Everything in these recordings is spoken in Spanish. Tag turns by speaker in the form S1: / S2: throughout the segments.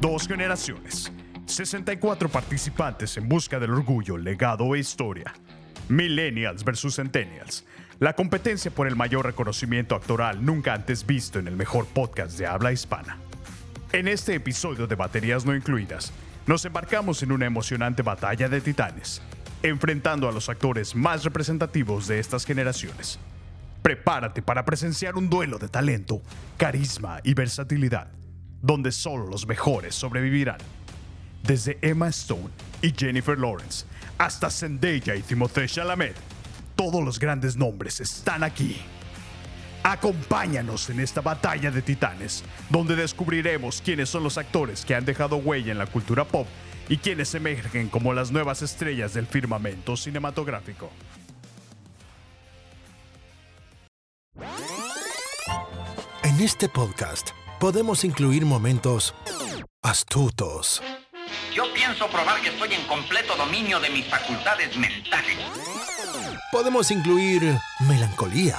S1: Dos generaciones. 64 participantes en busca del orgullo, legado e historia. Millennials versus Centennials. La competencia por el mayor reconocimiento actoral nunca antes visto en el mejor podcast de habla hispana. En este episodio de Baterías No Incluidas, nos embarcamos en una emocionante batalla de titanes, enfrentando a los actores más representativos de estas generaciones. Prepárate para presenciar un duelo de talento, carisma y versatilidad, donde solo los mejores sobrevivirán. Desde Emma Stone y Jennifer Lawrence hasta Zendaya y Timothée Chalamet, todos los grandes nombres están aquí. Acompáñanos en esta batalla de titanes, donde descubriremos quiénes son los actores que han dejado huella en la cultura pop y quiénes emergen como las nuevas estrellas del firmamento cinematográfico.
S2: En este podcast podemos incluir momentos astutos,
S3: Yo pienso probar que estoy en completo dominio de mis facultades mentales.
S2: podemos incluir melancolía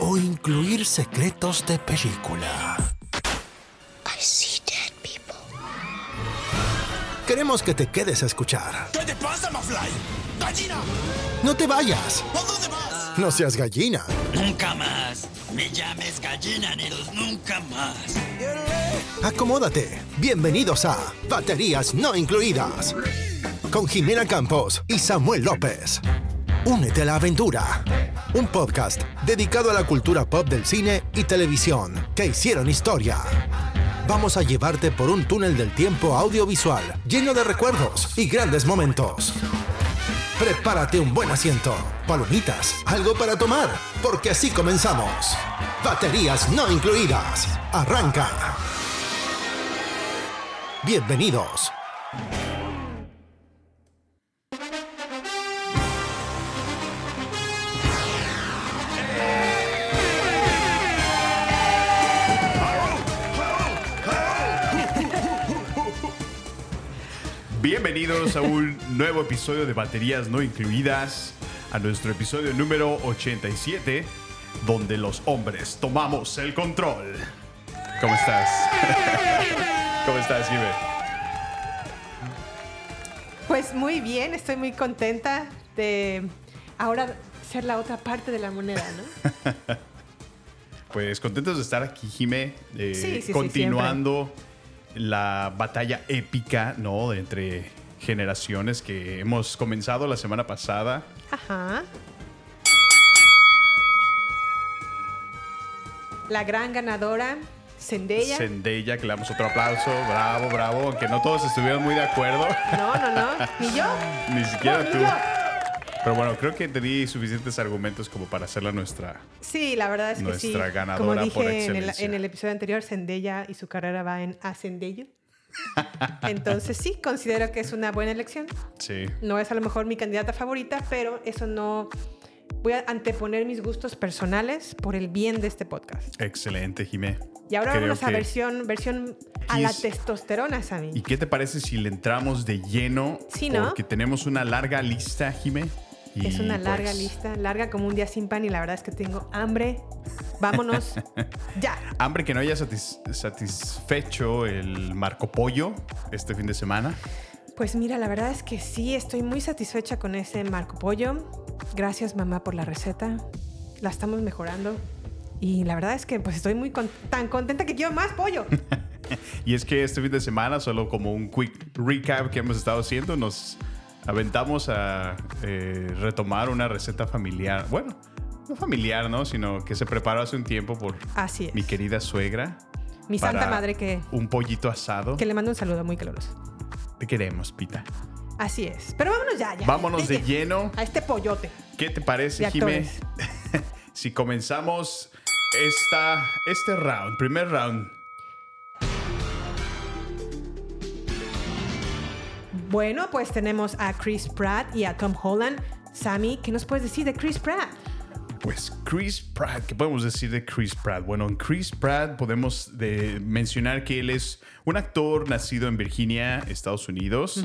S2: o incluir secretos de película.
S4: I see dead people.
S2: Queremos que te quedes a escuchar.
S5: ¿Qué te pasa, Mafly? ¡Gallina!
S2: No te vayas,
S5: ¿A dónde vas?
S2: no seas gallina.
S5: Nunca más. Me llames gallina, Neros, nunca más.
S2: Acomódate. Bienvenidos a Baterías No Incluidas. Con Jimena Campos y Samuel López. Únete a la aventura. Un podcast dedicado a la cultura pop del cine y televisión que hicieron historia. Vamos a llevarte por un túnel del tiempo audiovisual lleno de recuerdos y grandes momentos. Prepárate un buen asiento, palomitas, algo para tomar, porque así comenzamos. Baterías no incluidas. Arranca. Bienvenidos.
S1: Bienvenidos a un nuevo episodio de Baterías No Incluidas, a nuestro episodio número 87, donde los hombres tomamos el control. ¿Cómo estás? ¿Cómo estás, Jimmy?
S6: Pues muy bien, estoy muy contenta de ahora ser la otra parte de la moneda, ¿no?
S1: Pues contentos de estar aquí, Jime, eh,
S6: Sí, sí, sí,
S1: continuando la batalla épica, ¿no? de entre generaciones que hemos comenzado la semana pasada.
S6: Ajá. La gran ganadora, Zendaya.
S1: Zendaya, que le damos otro aplauso. Bravo, bravo. Aunque no todos estuvieron muy de acuerdo,
S6: no, no, no, ni yo.
S1: ni siquiera
S6: No,
S1: tú.
S6: ni yo.
S1: Pero bueno, creo que te di suficientes argumentos como para hacerla nuestra.
S6: Sí, la verdad es que sí.
S1: Nuestra ganadora
S6: Como
S1: por
S6: dije en, el,
S1: excelencia.
S6: en el episodio anterior, Zendaya y su carrera va en ascendello. Entonces sí, considero que es una buena elección.
S1: Sí.
S6: no es a lo mejor mi candidata favorita, pero eso no... Voy a anteponer mis gustos personales por el bien de este podcast.
S1: Excelente, Jimé.
S6: Y ahora
S1: Creo
S6: vamos a
S1: que-
S6: versión, versión a la
S1: Kiss.
S6: testosterona, Sammy.
S1: ¿Y qué te parece si le entramos de lleno?
S6: Sí, ¿no?
S1: Porque tenemos una larga lista, Jimé. y,
S6: Es una larga
S1: pues,
S6: lista, larga como un día sin pan y la verdad es que tengo hambre. Vámonos ya.
S1: Hambre que no haya satis- satisfecho el Marco Pollo este fin de semana.
S6: Pues mira, la verdad es que sí, estoy muy satisfecha con ese Marco Pollo. Gracias mamá por la receta. La estamos mejorando. Y la verdad es que pues estoy muy con- tan contenta que quiero más pollo.
S1: Y es que este fin de semana, solo como un quick recap que hemos estado haciendo, nos aventamos a eh, retomar una receta familiar. Bueno, no familiar, ¿no? Sino que se preparó hace un tiempo por
S6: Así es.
S1: mi querida suegra.
S6: Mi
S1: para
S6: santa madre que-
S1: Un pollito asado.
S6: Que le mando un saludo muy caluroso.
S1: Te queremos, Pita.
S6: Así es. Pero vámonos ya, ya.
S1: Vámonos de lleno.
S6: A este pollote.
S1: ¿Qué te
S6: De
S1: parece, Jimé?
S6: actores.
S1: si comenzamos esta, este round, primer round.
S6: Bueno, pues tenemos a Chris Pratt y a Tom Holland. Sammy, ¿qué nos puedes decir de Chris Pratt?
S1: Pues Chris Pratt, ¿qué podemos decir de Chris Pratt? Bueno, en Chris Pratt podemos eh, de- mencionar que él es un actor nacido en Virginia, Estados Unidos.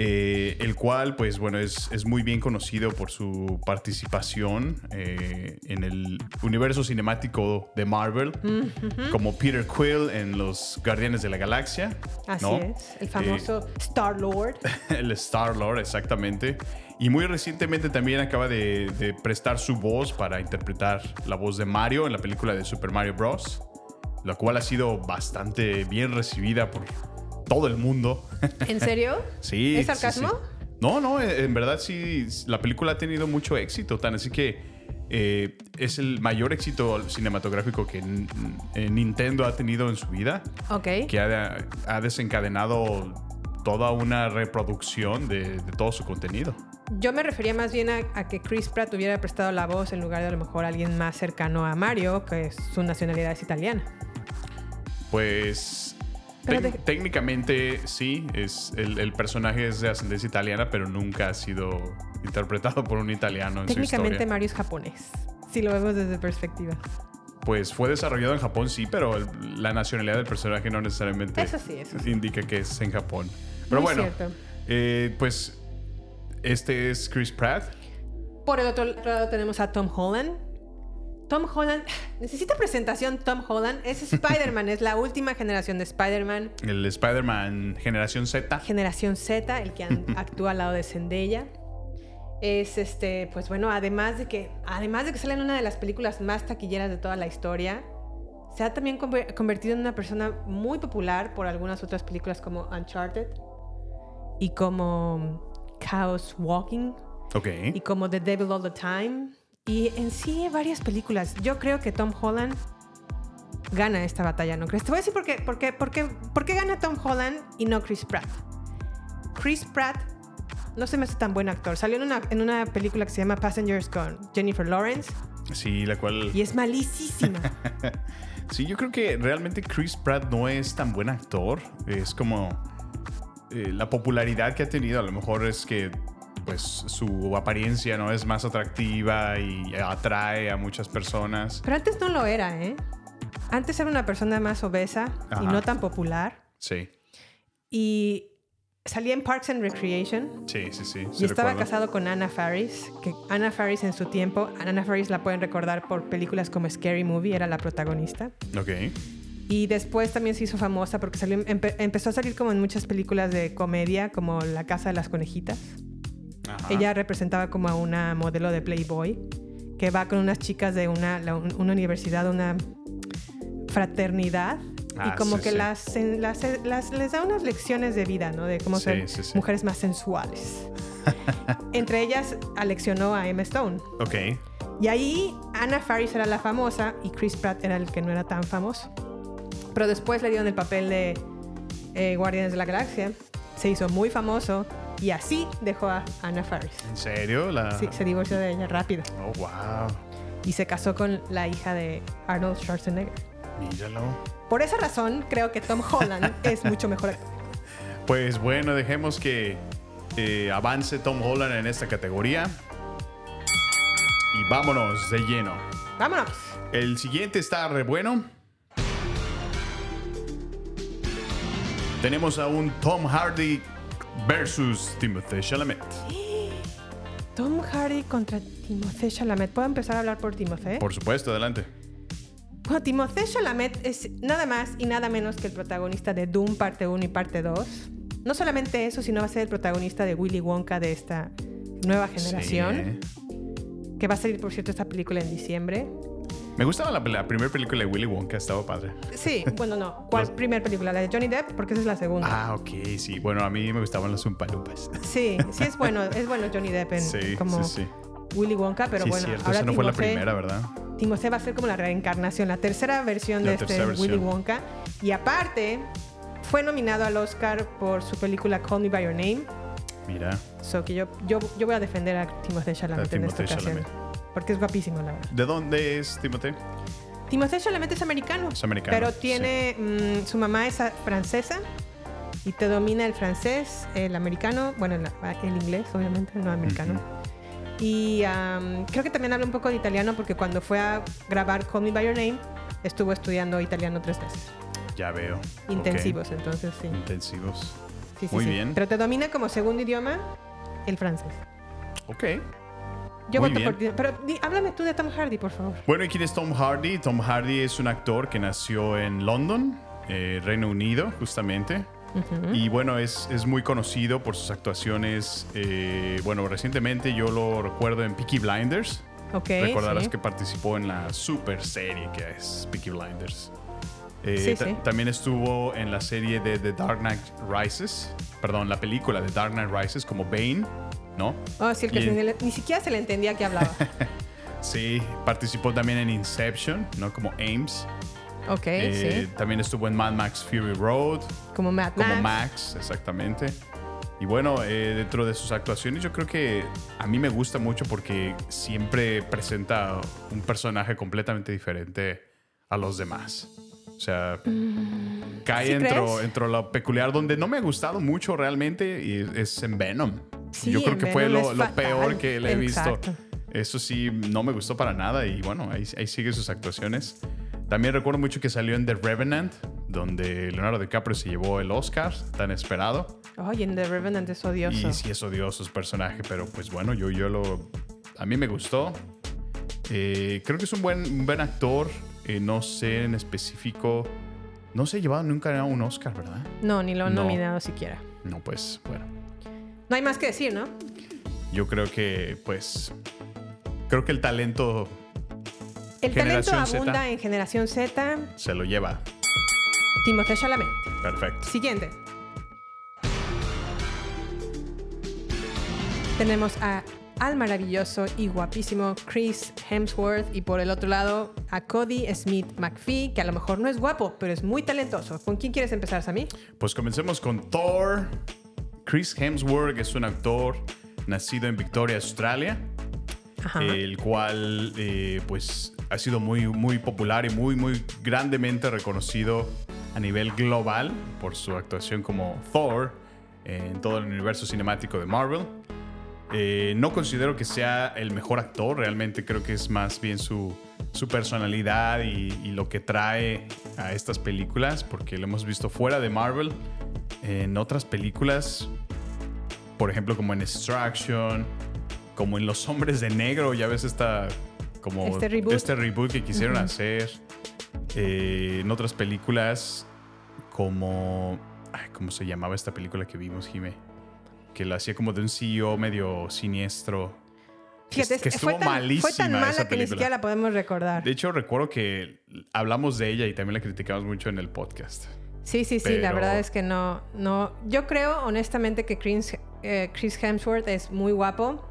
S1: eh, el cual, pues bueno, es, es muy bien conocido por su participación eh, en el universo cinemático de Marvel, como Peter Quill en Los Guardianes de la Galaxia.
S6: Así
S1: ¿no?
S6: es. El
S1: Eh,
S6: famoso Star Lord.
S1: el Star Lord, exactamente. Y muy recientemente también acaba de, de prestar su voz para interpretar la voz de Mario en la película de Super Mario Bros. La cual ha sido bastante bien recibida por todo el mundo.
S6: ¿En serio?
S1: Sí. sí,
S6: ¿Es sarcasmo?
S1: sí. No, no, en en verdad sí, la película ha tenido mucho éxito, tan así que eh, es el mayor éxito cinematográfico que n- eh, Nintendo ha tenido en su vida
S6: Ok.
S1: que ha, ha desencadenado toda una reproducción de, de todo su contenido.
S6: Yo me refería más bien a, a que Chris Pratt hubiera prestado la voz en lugar de a lo mejor alguien más cercano a Mario, que su nacionalidad es italiana.
S1: Pues
S6: Pero
S1: tec-
S6: de-
S1: técnicamente sí, es, el, el personaje es de ascendencia italiana, pero nunca ha sido interpretado por un italiano en su
S6: Técnicamente
S1: historia.
S6: Mario es japonés, si lo vemos desde perspectiva.
S1: Pues fue desarrollado en Japón, sí, pero el- la nacionalidad del personaje no necesariamente
S6: Eso sí, eso
S1: indica que es en Japón. Pero
S6: Muy
S1: bueno,
S6: cierto.
S1: eh, pues este es Chris Pratt.
S6: Por el otro lado tenemos a Tom Holland. Tom Holland, necesita presentación Tom Holland. Es Spider-Man, es la última generación de Spider-Man.
S1: El Spider-Man Generación Z.
S6: Generación Z, el que an- actúa al lado de Zendaya. Es este, pues bueno, además de que además de que sale en una de las películas más taquilleras de toda la historia, se ha también conver- convertido en una persona muy popular por algunas otras películas como Uncharted y como Chaos Walking
S1: Ok.
S6: y como The Devil All the Time y en sí varias películas. Yo creo que Tom Holland gana esta batalla, ¿no crees? Te voy a decir por qué, por qué, por qué, por qué gana Tom Holland y no Chris Pratt. Chris Pratt no se me hace tan buen actor. Salió en una, en una película que se llama Passengers con Jennifer Lawrence
S1: Sí, la cual.
S6: y es malísima.
S1: Sí, yo creo que realmente Chris Pratt no es tan buen actor. Es como. eh, la popularidad que ha tenido, a lo mejor es que. Pues su apariencia no es más atractiva y atrae a muchas personas.
S6: Pero antes no lo era, ¿eh? Antes era una persona más obesa
S1: Ajá.
S6: y no tan popular.
S1: Sí,
S6: Y salía en Parks and Recreation.
S1: sí, sí, sí. sí
S6: Y estaba
S1: recuerdo.
S6: casado con Anna Faris, que Anna Faris en su tiempo, a Anna Faris la pueden recordar por películas como Scary Movie, era la protagonista.
S1: Ok.
S6: Y después también se hizo famosa porque salió, empe- empezó a salir como en muchas películas de comedia, como La Casa de las Conejitas.
S1: Ajá.
S6: Ella representaba como a una modelo de Playboy que va con unas chicas de una, la- una universidad, una fraternidad.
S1: Ah,
S6: y como
S1: sí,
S6: que
S1: sí.
S6: Las, en- las- las- les da unas lecciones de vida, ¿no? De cómo
S1: Sí,
S6: ser
S1: sí, sí.
S6: mujeres más sensuales. Entre ellas aleccionó a Emma Stone.
S1: Ok.
S6: Y ahí Anna Faris era la famosa y Chris Pratt era el que no era tan famoso. Pero después le dieron el papel de eh, Guardianes de la Galaxia. Se hizo muy famoso y así dejó a Anna Faris.
S1: ¿En serio? La...
S6: Sí, se divorció de ella rápido
S1: Oh, wow.
S6: y se casó con la hija de Arnold Schwarzenegger.
S1: Míralo.
S6: Por esa razón, creo que Tom Holland es mucho mejor. actor.
S1: Pues bueno, dejemos que eh, avance Tom Holland en esta categoría. Y vámonos de lleno.
S6: Vámonos.
S1: El siguiente está re bueno. Tenemos a un Tom Hardy versus Timothée Chalamet.
S6: ¿Eh? Tom Hardy contra Timothée Chalamet. ¿Puedo empezar a hablar por Timothée?
S1: Por supuesto, adelante.
S6: Bueno, Timothée Chalamet es nada más y nada menos que el protagonista de Doom parte 1 y parte 2. No solamente eso, sino va a ser el protagonista de Willy Wonka de esta nueva generación,
S1: Sí.
S6: que va a salir, por cierto, esta película en diciembre.
S1: Me gustaba la, la primera película de Willy Wonka, estaba padre.
S6: Sí, bueno, no. ¿Cuál
S1: Los-
S6: primera película? La de Johnny Depp, porque esa es la segunda.
S1: Ah, ok, sí. Bueno, a mí me gustaban los Umpalumpas.
S6: Sí, sí es bueno, es bueno Johnny Depp en
S1: Sí,
S6: como
S1: sí, sí.
S6: Willy Wonka, pero
S1: sí,
S6: bueno,
S1: cierto,
S6: ahora
S1: esa no fue la
S6: Timothée-
S1: primera, ¿verdad?
S6: Timothée va a ser como la reencarnación, la tercera versión
S1: La
S6: de este
S1: tercera versión.
S6: Willy Wonka. Y aparte, fue nominado al Oscar por su película Call Me By Your Name.
S1: Mira.
S6: So que yo, yo, yo voy a defender a Timothée Chalamet
S1: A
S6: en esta
S1: Timothée
S6: ocasión. Porque es guapísimo, la verdad.
S1: ¿De dónde es Timothée?
S6: Timothée Chalamet es americano.
S1: Es americano,
S6: Pero tiene. mm, su mamá es ah, francesa. Y te domina el francés, el americano, bueno, el, el inglés, obviamente, no americano. Y am, creo que también habla un poco de italiano porque cuando fue a grabar Call Me By Your Name, estuvo estudiando italiano tres meses.
S1: Ya veo. Ok.
S6: Intensivos, entonces sí.
S1: Intensivos.
S6: Sí, sí,
S1: Muy
S6: sí.
S1: bien.
S6: Pero te domina como segundo idioma el francés.
S1: Ok.
S6: Yo
S1: Muy
S6: voto por ti.
S1: bien.
S6: Pero di- háblame tú de Tom Hardy, por favor.
S1: Bueno, ¿y quién es Tom Hardy? Tom Hardy es un actor que nació en London, eh, Reino Unido, justamente. Y bueno, es, es muy conocido por sus actuaciones. eh, bueno, recientemente yo lo recuerdo en Peaky Blinders.
S6: Ok.
S1: Recordarás
S6: sí.
S1: que participó en la super serie que es Peaky Blinders. Eh,
S6: Sí,
S1: ta-
S6: sí.
S1: También estuvo en la serie de The Dark Knight Rises, perdón, la película de Dark Knight Rises como Bane, ¿no?
S6: Oh, sí, el que
S1: Y-
S6: se le- ni siquiera se le entendía que hablaba.
S1: Sí, participó también en Inception, ¿no? Como Ames.
S6: Ok,
S1: Eh,
S6: sí.
S1: También estuvo en Mad Max Fury Road,
S6: Como Matt
S1: como
S6: Max.
S1: Max, exactamente. Y bueno, eh, dentro de sus actuaciones yo creo que a mí me gusta mucho porque siempre presenta un personaje completamente diferente a los demás. O sea, cae
S6: Mm. ¿Sí
S1: dentro,
S6: crees?
S1: dentro de lo peculiar donde no me ha gustado mucho realmente y es en Venom.
S6: Sí,
S1: yo creo
S6: en
S1: que fue
S6: Venom
S1: lo,
S6: es
S1: lo
S6: fatal.
S1: peor que le he visto.
S6: Exacto.
S1: Eso sí, no me gustó para nada y bueno, ahí, ahí sigue sus actuaciones. También recuerdo mucho que salió en The Revenant, donde Leonardo DiCaprio se llevó el Oscar tan esperado.
S6: Oye, en The Revenant es odioso.
S1: Y sí es odioso su personaje, pero pues bueno, yo, yo lo... A mí me gustó. Eh, creo que es un buen, un buen actor. Eh, no sé en específico... No se ha llevado nunca un Oscar, ¿verdad?
S6: No, ni lo han
S1: No.
S6: nominado siquiera.
S1: No, pues bueno.
S6: No hay más que decir, ¿no?
S1: Yo creo que pues... Creo que el talento
S6: El talento
S1: Generación Z.
S6: abunda en Generación Z,
S1: se lo lleva.
S6: Timothée Chalamet.
S1: Perfecto.
S6: Siguiente. Tenemos a al maravilloso y guapísimo Chris Hemsworth y por el otro lado a Cody Smith McPhee, que a lo mejor no es guapo, pero es muy talentoso. ¿Con quién quieres empezar, Sammy?
S1: Pues comencemos con Thor. Chris Hemsworth es un actor nacido en Victoria, Australia.
S6: Ajá.
S1: el cual eh, pues ha sido muy muy popular y muy muy grandemente reconocido a nivel global por su actuación como Thor en todo el universo cinemático de Marvel. Eh, no considero que sea el mejor actor, realmente creo que es más bien su, su personalidad y, y lo que trae a estas películas, porque lo hemos visto fuera de Marvel, en otras películas, por ejemplo como en Extraction, como en Los Hombres de Negro, ya ves esta, como
S6: Este reboot.
S1: este reboot que quisieron hacer, Eh, en otras películas como... ay, ¿Cómo se llamaba esta película que vimos, Jime? que la hacía como de un CEO medio siniestro.
S6: Fíjate,
S1: que
S6: fue
S1: estuvo
S6: tan,
S1: malísima
S6: fue tan mala
S1: esa
S6: que ni
S1: película.
S6: siquiera la podemos recordar.
S1: De hecho, recuerdo que hablamos de ella y también la criticamos mucho en el podcast.
S6: Sí, sí, sí, la
S1: Pero-
S6: verdad es que no, no. Yo creo honestamente que Chris, eh, Chris Hemsworth es muy guapo,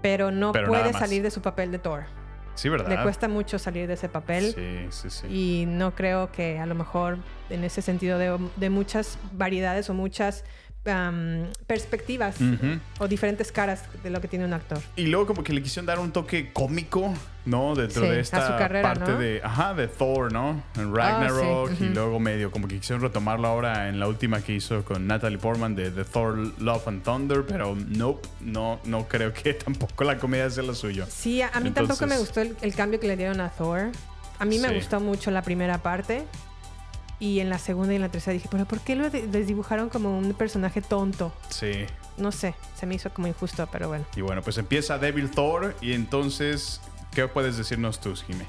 S6: pero no
S1: Pero nada
S6: puede
S1: más.
S6: salir de su papel de Thor.
S1: Sí, ¿verdad?
S6: Le cuesta mucho salir de ese papel
S1: Sí, sí, sí.
S6: y no creo que a lo mejor en ese sentido de, de muchas variedades o muchas am, perspectivas
S1: Ujú.
S6: o diferentes caras de lo que tiene un actor.
S1: Y luego como que le quisieron dar un toque cómico, ¿no? Dentro
S6: Sí,
S1: de
S6: a
S1: esta
S6: su carrera,
S1: parte
S6: ¿no? de-
S1: de, ajá, de Thor, ¿no? En Ragnarok
S6: Ah, sí,
S1: y
S6: ujú.
S1: luego medio como que quisieron retomarlo ahora en la última que hizo con Natalie Portman de The Thor Love and Thunder, pero nope, no, no creo que tampoco la comedia sea lo suyo.
S6: Sí, a, a mí tampoco me
S1: Entonces-
S6: gustó el, el cambio que le dieron a Thor. A mí me
S1: Sí.
S6: gustó mucho la primera parte. Y en la segunda y en la tercera dije, pero ¿por qué lo de- desdibujaron como un personaje tonto?
S1: Sí.
S6: No sé, se me hizo como injusto, pero bueno.
S1: Y bueno, pues empieza Devil Thor y entonces, ¿qué puedes decirnos tú, Jimé?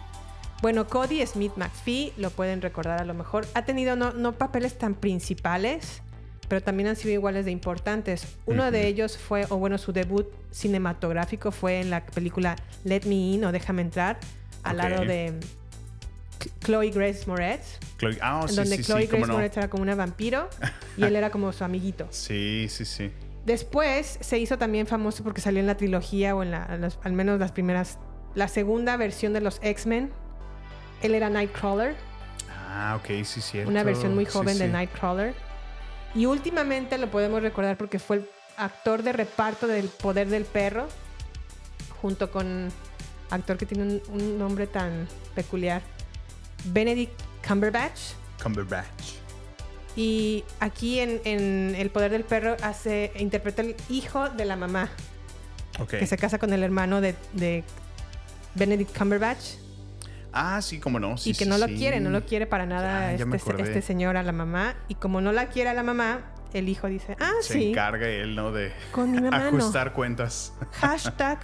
S6: Bueno, Cody Smith McPhee, lo pueden recordar a lo mejor, ha tenido no, no papeles tan principales, pero también han sido iguales de importantes. Uno de ellos fue, o bueno, su debut cinematográfico fue en la película Let Me In o Déjame Entrar, al
S1: Ok.
S6: lado de Chloe Grace Moretz.
S1: Chloe- ah,
S6: en
S1: sí,
S6: donde
S1: sí,
S6: Chloe
S1: sí, cómo
S6: Grace
S1: no.
S6: Moretz era como una vampiro y él era como su amiguito.
S1: Sí, sí, sí.
S6: Después se hizo también famoso porque salió en la trilogía o en la- en las- al menos las primeras, la segunda versión de los X-Men. Él era Nightcrawler,
S1: Ah, ok, sí, cierto.
S6: una versión muy
S1: Sí,
S6: joven de
S1: sí.
S6: Nightcrawler. Y últimamente lo podemos recordar porque fue el actor de reparto del Poder del Perro, junto con actor que tiene un, un nombre tan peculiar, Benedict Cumberbatch.
S1: Cumberbatch.
S6: Y aquí en, en El Poder del Perro hace, interpreta el hijo de la mamá,
S1: Ok.
S6: que se casa con el hermano de, de Benedict Cumberbatch
S1: Ah, sí, cómo no. sí,
S6: y que
S1: sí,
S6: no lo
S1: sí.
S6: quiere, no lo quiere para nada
S1: Ya, ya me
S6: este,
S1: acordé.
S6: este señor a la mamá. Y como no la quiere a la mamá, el hijo dice, ah,
S1: Se
S6: sí,
S1: encarga él, ¿no? De
S6: Con mi mamá, no.
S1: ajustar cuentas.
S6: hashtag,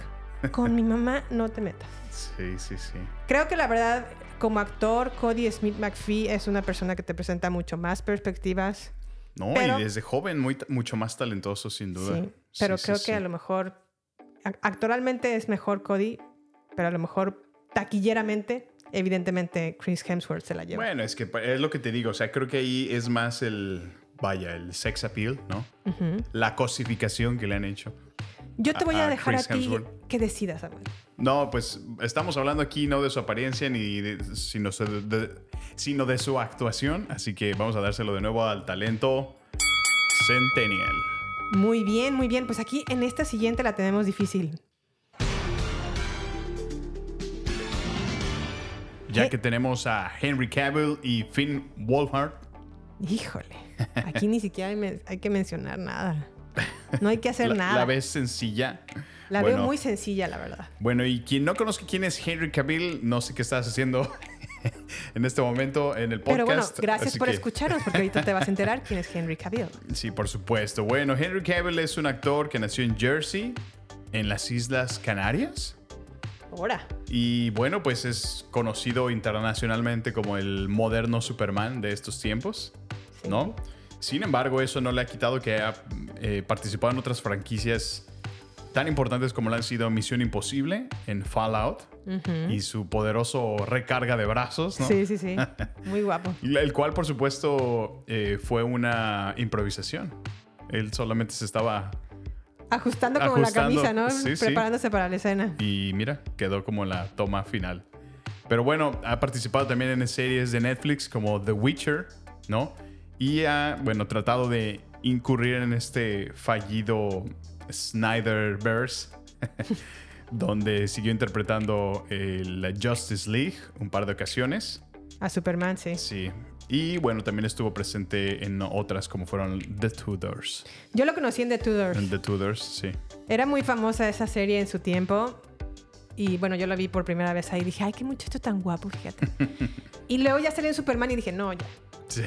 S6: con mi mamá no te metas.
S1: Sí, sí, sí.
S6: Creo que la verdad, como actor, Cody Smith McPhee es una persona que te presenta mucho más perspectivas.
S1: No,
S6: Pero-
S1: y desde joven muy, ta- mucho más talentoso, sin duda.
S6: Sí, pero
S1: Sí, sí,
S6: creo que
S1: sí.
S6: a lo mejor ac- actoralmente es mejor Cody, pero a lo mejor taquilleramente, evidentemente Chris Hemsworth se la lleva.
S1: Bueno, es que pa- es lo que te digo, o sea, creo que ahí es más el, vaya, el sex appeal, ¿no? La cosificación que le han hecho.
S6: Yo te voy a,
S1: a
S6: dejar
S1: Ah, Chris
S6: a ti
S1: Hemsworth.
S6: que decidas, Samuel.
S1: No, pues estamos hablando aquí no de su apariencia ni de- sino, su- de, sino de su actuación, así que vamos a dárselo de nuevo al talento Centennial.
S6: Muy bien, muy bien. Pues aquí en esta siguiente la tenemos difícil.
S1: Ya
S6: Eh.
S1: que tenemos a Henry Cavill y Finn Wolfhard.
S6: Híjole, aquí ni siquiera hay, men- hay que mencionar nada. No hay que hacer
S1: La,
S6: nada.
S1: la ves sencilla.
S6: La
S1: Bueno,
S6: veo muy sencilla, la verdad.
S1: Bueno, y quien no conozca quién es Henry Cavill, no sé qué estás haciendo en este momento en el podcast.
S6: Pero bueno, gracias
S1: así
S6: por
S1: que-
S6: escucharnos, porque ahorita te vas a enterar quién es Henry Cavill.
S1: Sí, por supuesto. Bueno, Henry Cavill es un actor que nació en Jersey, en las Islas Canarias.
S6: Ahora.
S1: Y bueno, pues es conocido internacionalmente como el moderno Superman de estos tiempos, ¿no? Sin embargo, eso no le ha quitado que haya eh, participado en otras franquicias tan importantes como lo han sido Misión Imposible en Fallout y su poderoso recarga de brazos, ¿no?
S6: Sí, sí, sí. Muy guapo.
S1: El cual, por supuesto, eh, fue una improvisación. Él solamente se estaba...
S6: Ajustando como
S1: Ajustando,
S6: la camisa, ¿no?
S1: sí, sí.
S6: Preparándose para la escena.
S1: Y mira, quedó como la toma final. Pero bueno, ha participado también en series de Netflix como The Witcher, ¿no? Y ha, bueno, tratado de incurrir en este fallido Snyderverse, donde siguió interpretando eh, la Justice League un par de ocasiones.
S6: A Superman, sí.
S1: Sí. Y bueno, también estuvo presente en otras como fueron The Tudors.
S6: Yo lo conocí en The Tudors.
S1: En The Tudors, sí.
S6: Era muy famosa esa serie en su tiempo. Y bueno, yo la vi por primera vez ahí. Dije, ay, qué muchacho tan guapo, fíjate. y luego ya salió en Superman y dije, no, ya.
S1: Sí.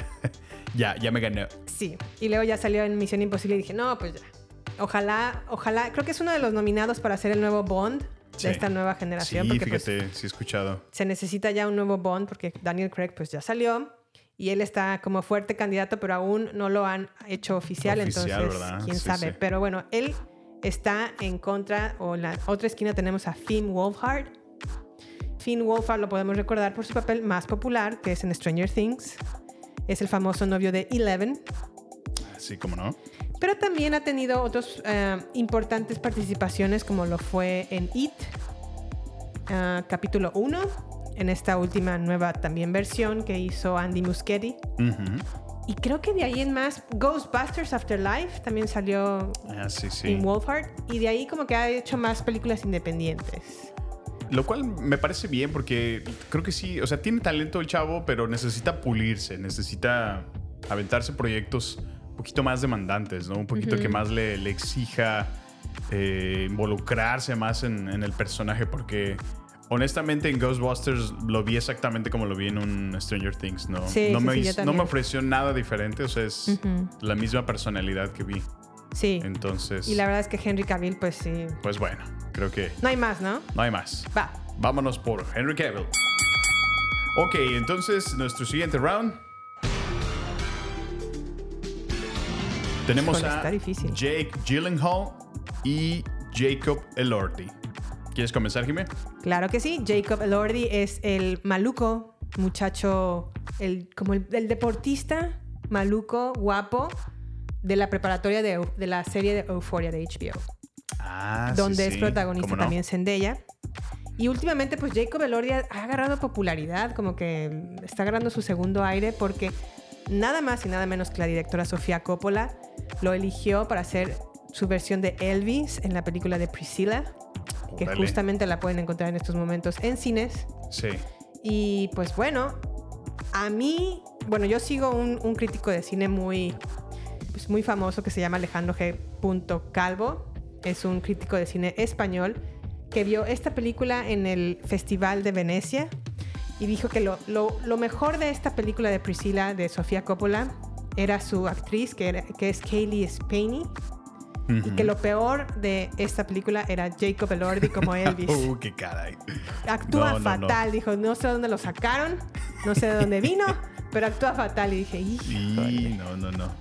S1: ya, ya me gané.
S6: Sí. Y luego ya salió en Misión Imposible y dije, no, pues ya. Ojalá, ojalá. Creo que es uno de los nominados para ser el nuevo Bond de
S1: Sí.
S6: esta nueva
S1: Sí,
S6: generación. porque pues,
S1: fíjate, sí he escuchado.
S6: se necesita ya un nuevo Bond porque Daniel Craig pues ya salió y él está como fuerte candidato, pero aún no lo han hecho oficial,
S1: Oficial,
S6: entonces
S1: ¿verdad?
S6: quién
S1: Sí,
S6: sabe.
S1: sí.
S6: Pero bueno, él está en contra o en la otra esquina tenemos a Finn Wolfhard. Finn Wolfhard lo podemos recordar por su papel más popular, que es en Stranger Things. Es el famoso novio de Eleven,
S1: Sí, como no.
S6: pero también ha tenido otras importantes participaciones como lo fue en It, ah, capítulo 1, en esta última nueva también versión que hizo Andy Muschietti.
S1: Ujú.
S6: Y creo que de ahí en más, Ghostbusters Afterlife también salió
S1: Ah, sí, sí.
S6: en Wolfhard. Y de ahí como que ha hecho más películas independientes.
S1: Lo cual me parece bien porque creo que sí, o sea, tiene talento el chavo, pero necesita pulirse, necesita aventarse proyectos un poquito más demandantes, ¿no? Un poquito que más le, le exija eh, involucrarse más en, en el personaje porque... Honestamente, en Ghostbusters lo vi exactamente como lo vi en un Stranger Things, ¿no?
S6: Sí,
S1: no,
S6: sí,
S1: me,
S6: sí, yo
S1: hizo- no
S6: también.
S1: me ofreció nada diferente, o sea, es la misma personalidad que vi.
S6: Sí.
S1: Entonces,
S6: Y la verdad es que Henry Cavill, pues sí.
S1: pues bueno, creo que
S6: No hay más, ¿no?
S1: no hay más.
S6: Va.
S1: Vámonos por Henry Cavill. Ok, entonces nuestro siguiente round. Tenemos
S6: Híjole, está
S1: a
S6: difícil.
S1: Jake Gyllenhaal y Jacob Elordi. ¿Quieres comenzar, Jimé?
S6: Claro que sí. Jacob Elordi es el maluco, muchacho, el, como el, el deportista maluco, guapo, de la preparatoria de, Eu- de la serie de Euphoria de HBO,
S1: Ah,
S6: donde es protagonista también Zendaya. Y últimamente, pues Jacob Elordi ha ha agarrado popularidad, como que está agarrando su segundo aire, porque nada más y nada menos que la directora Sofía Coppola lo eligió para hacer su versión de Elvis en la película de Priscilla que
S1: Órale.
S6: justamente la pueden encontrar en estos momentos en cines.
S1: Sí.
S6: Y pues bueno, a mí, bueno, yo sigo un, un crítico de cine muy, pues, muy famoso que se llama Alejandro G. Calvo. Es un crítico de cine español que vio esta película en el Festival de Venecia y dijo que lo, lo- lo mejor de esta película de Priscila de Sofía Coppola era su actriz, que, era- que es Kaylee Spaney. Y que lo peor de esta película era Jacob Elordi como Elvis.
S1: Uh, qué caray.
S6: Actúa
S1: No, no, no.
S6: fatal, dijo. No sé dónde lo sacaron, no sé de dónde vino, pero actúa fatal. Y dije, "Híjole".
S1: Y no, no, no.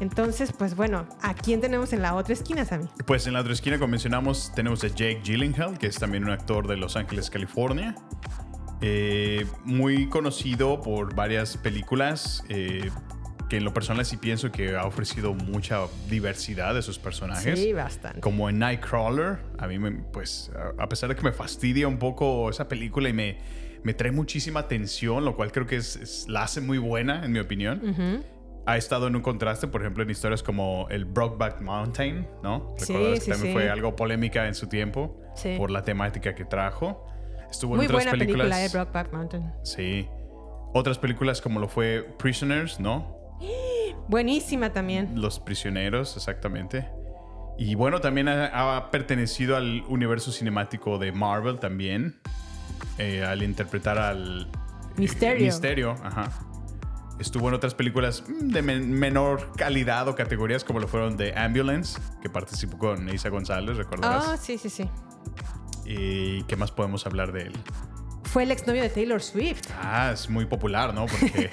S6: Entonces, pues bueno, ¿a quién tenemos en la otra esquina, Sammy?
S1: Pues en la otra esquina, como mencionamos, tenemos a Jake Gyllenhaal, que es también un actor de Los Ángeles, California. Eh, muy conocido por varias películas, eh, que en lo personal sí pienso que ha ofrecido mucha diversidad de sus personajes.
S6: Sí, bastante.
S1: Como en Nightcrawler, a mí, me- pues, a a pesar de que me fastidia un poco esa película y me, me trae muchísima tensión, lo cual creo que es, es- la hace muy buena, en mi opinión. Ha estado en un contraste, por ejemplo, en historias como el Brockback Mountain, ¿no?
S6: Sí,
S1: Recuerdas que
S6: sí,
S1: también
S6: sí.
S1: fue algo polémica en su tiempo
S6: Sí.
S1: por la temática que trajo. Estuvo
S6: Muy
S1: en otras
S6: buena
S1: películas.
S6: película eh, de Brockback Mountain.
S1: Sí. Otras películas como lo fue Prisoners, ¿no?
S6: Buenísima también.
S1: Los prisioneros, exactamente. Y bueno, también ha, ha pertenecido al universo cinemático de Marvel también. eh, al interpretar al eh,
S6: Misterio.
S1: Misterio, ajá. Estuvo en otras películas mm, de men- menor calidad o categorías como lo fueron The Ambulance, que participó con Isa González,
S6: Oh,
S1: recordarás.
S6: sí, sí, sí.
S1: ¿Y qué más podemos hablar de él?
S6: Fue el exnovio de Taylor Swift.
S1: Ah, es muy popular, ¿no? Porque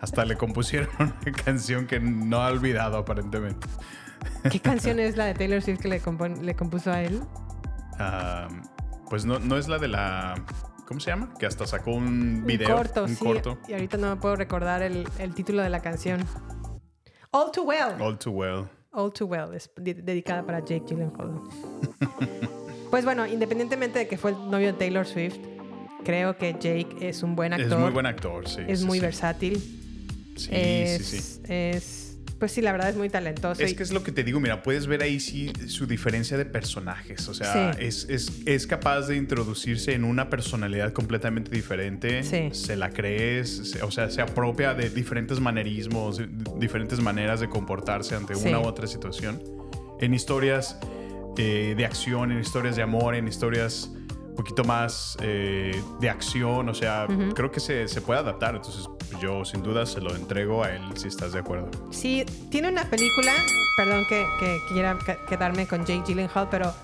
S1: hasta le compusieron una canción que no ha olvidado aparentemente.
S6: ¿Qué canción es la de Taylor Swift que le, compon- le compuso a él?
S1: Ah, pues no, no es la de la. ¿Cómo se llama? Que hasta sacó un video.
S6: un corto,
S1: un
S6: sí.
S1: corto.
S6: Y ahorita no me puedo recordar el, el título de la canción. All Too Well. All,
S1: All Too Well.
S6: Too Well es de- dedicada para Jake Gyllenhaal. pues bueno, independientemente de que fue el novio de Taylor Swift, creo que Jake es un buen actor.
S1: Es muy buen actor, sí.
S6: Es
S1: sí,
S6: muy
S1: sí.
S6: versátil.
S1: Sí,
S6: es,
S1: sí, sí.
S6: es- pues sí, la verdad es muy talentoso.
S1: Es
S6: y-
S1: que es lo que te digo, mira, puedes ver ahí sí su diferencia de personajes. O sea,
S6: Sí.
S1: es, es- es capaz de introducirse en una personalidad completamente diferente.
S6: Sí.
S1: Se la crees, se- o sea, se apropia de diferentes manerismos, de- diferentes maneras de comportarse ante
S6: Sí.
S1: una u otra situación. En historias eh, de acción, en historias de amor, en historias un poquito más eh, de acción, o sea, creo que se, se puede adaptar. Entonces, yo sin duda se lo entrego a él si estás de acuerdo.
S6: Sí, tiene una película, perdón que, que quiera ca- quedarme con Jake Gyllenhaal, pero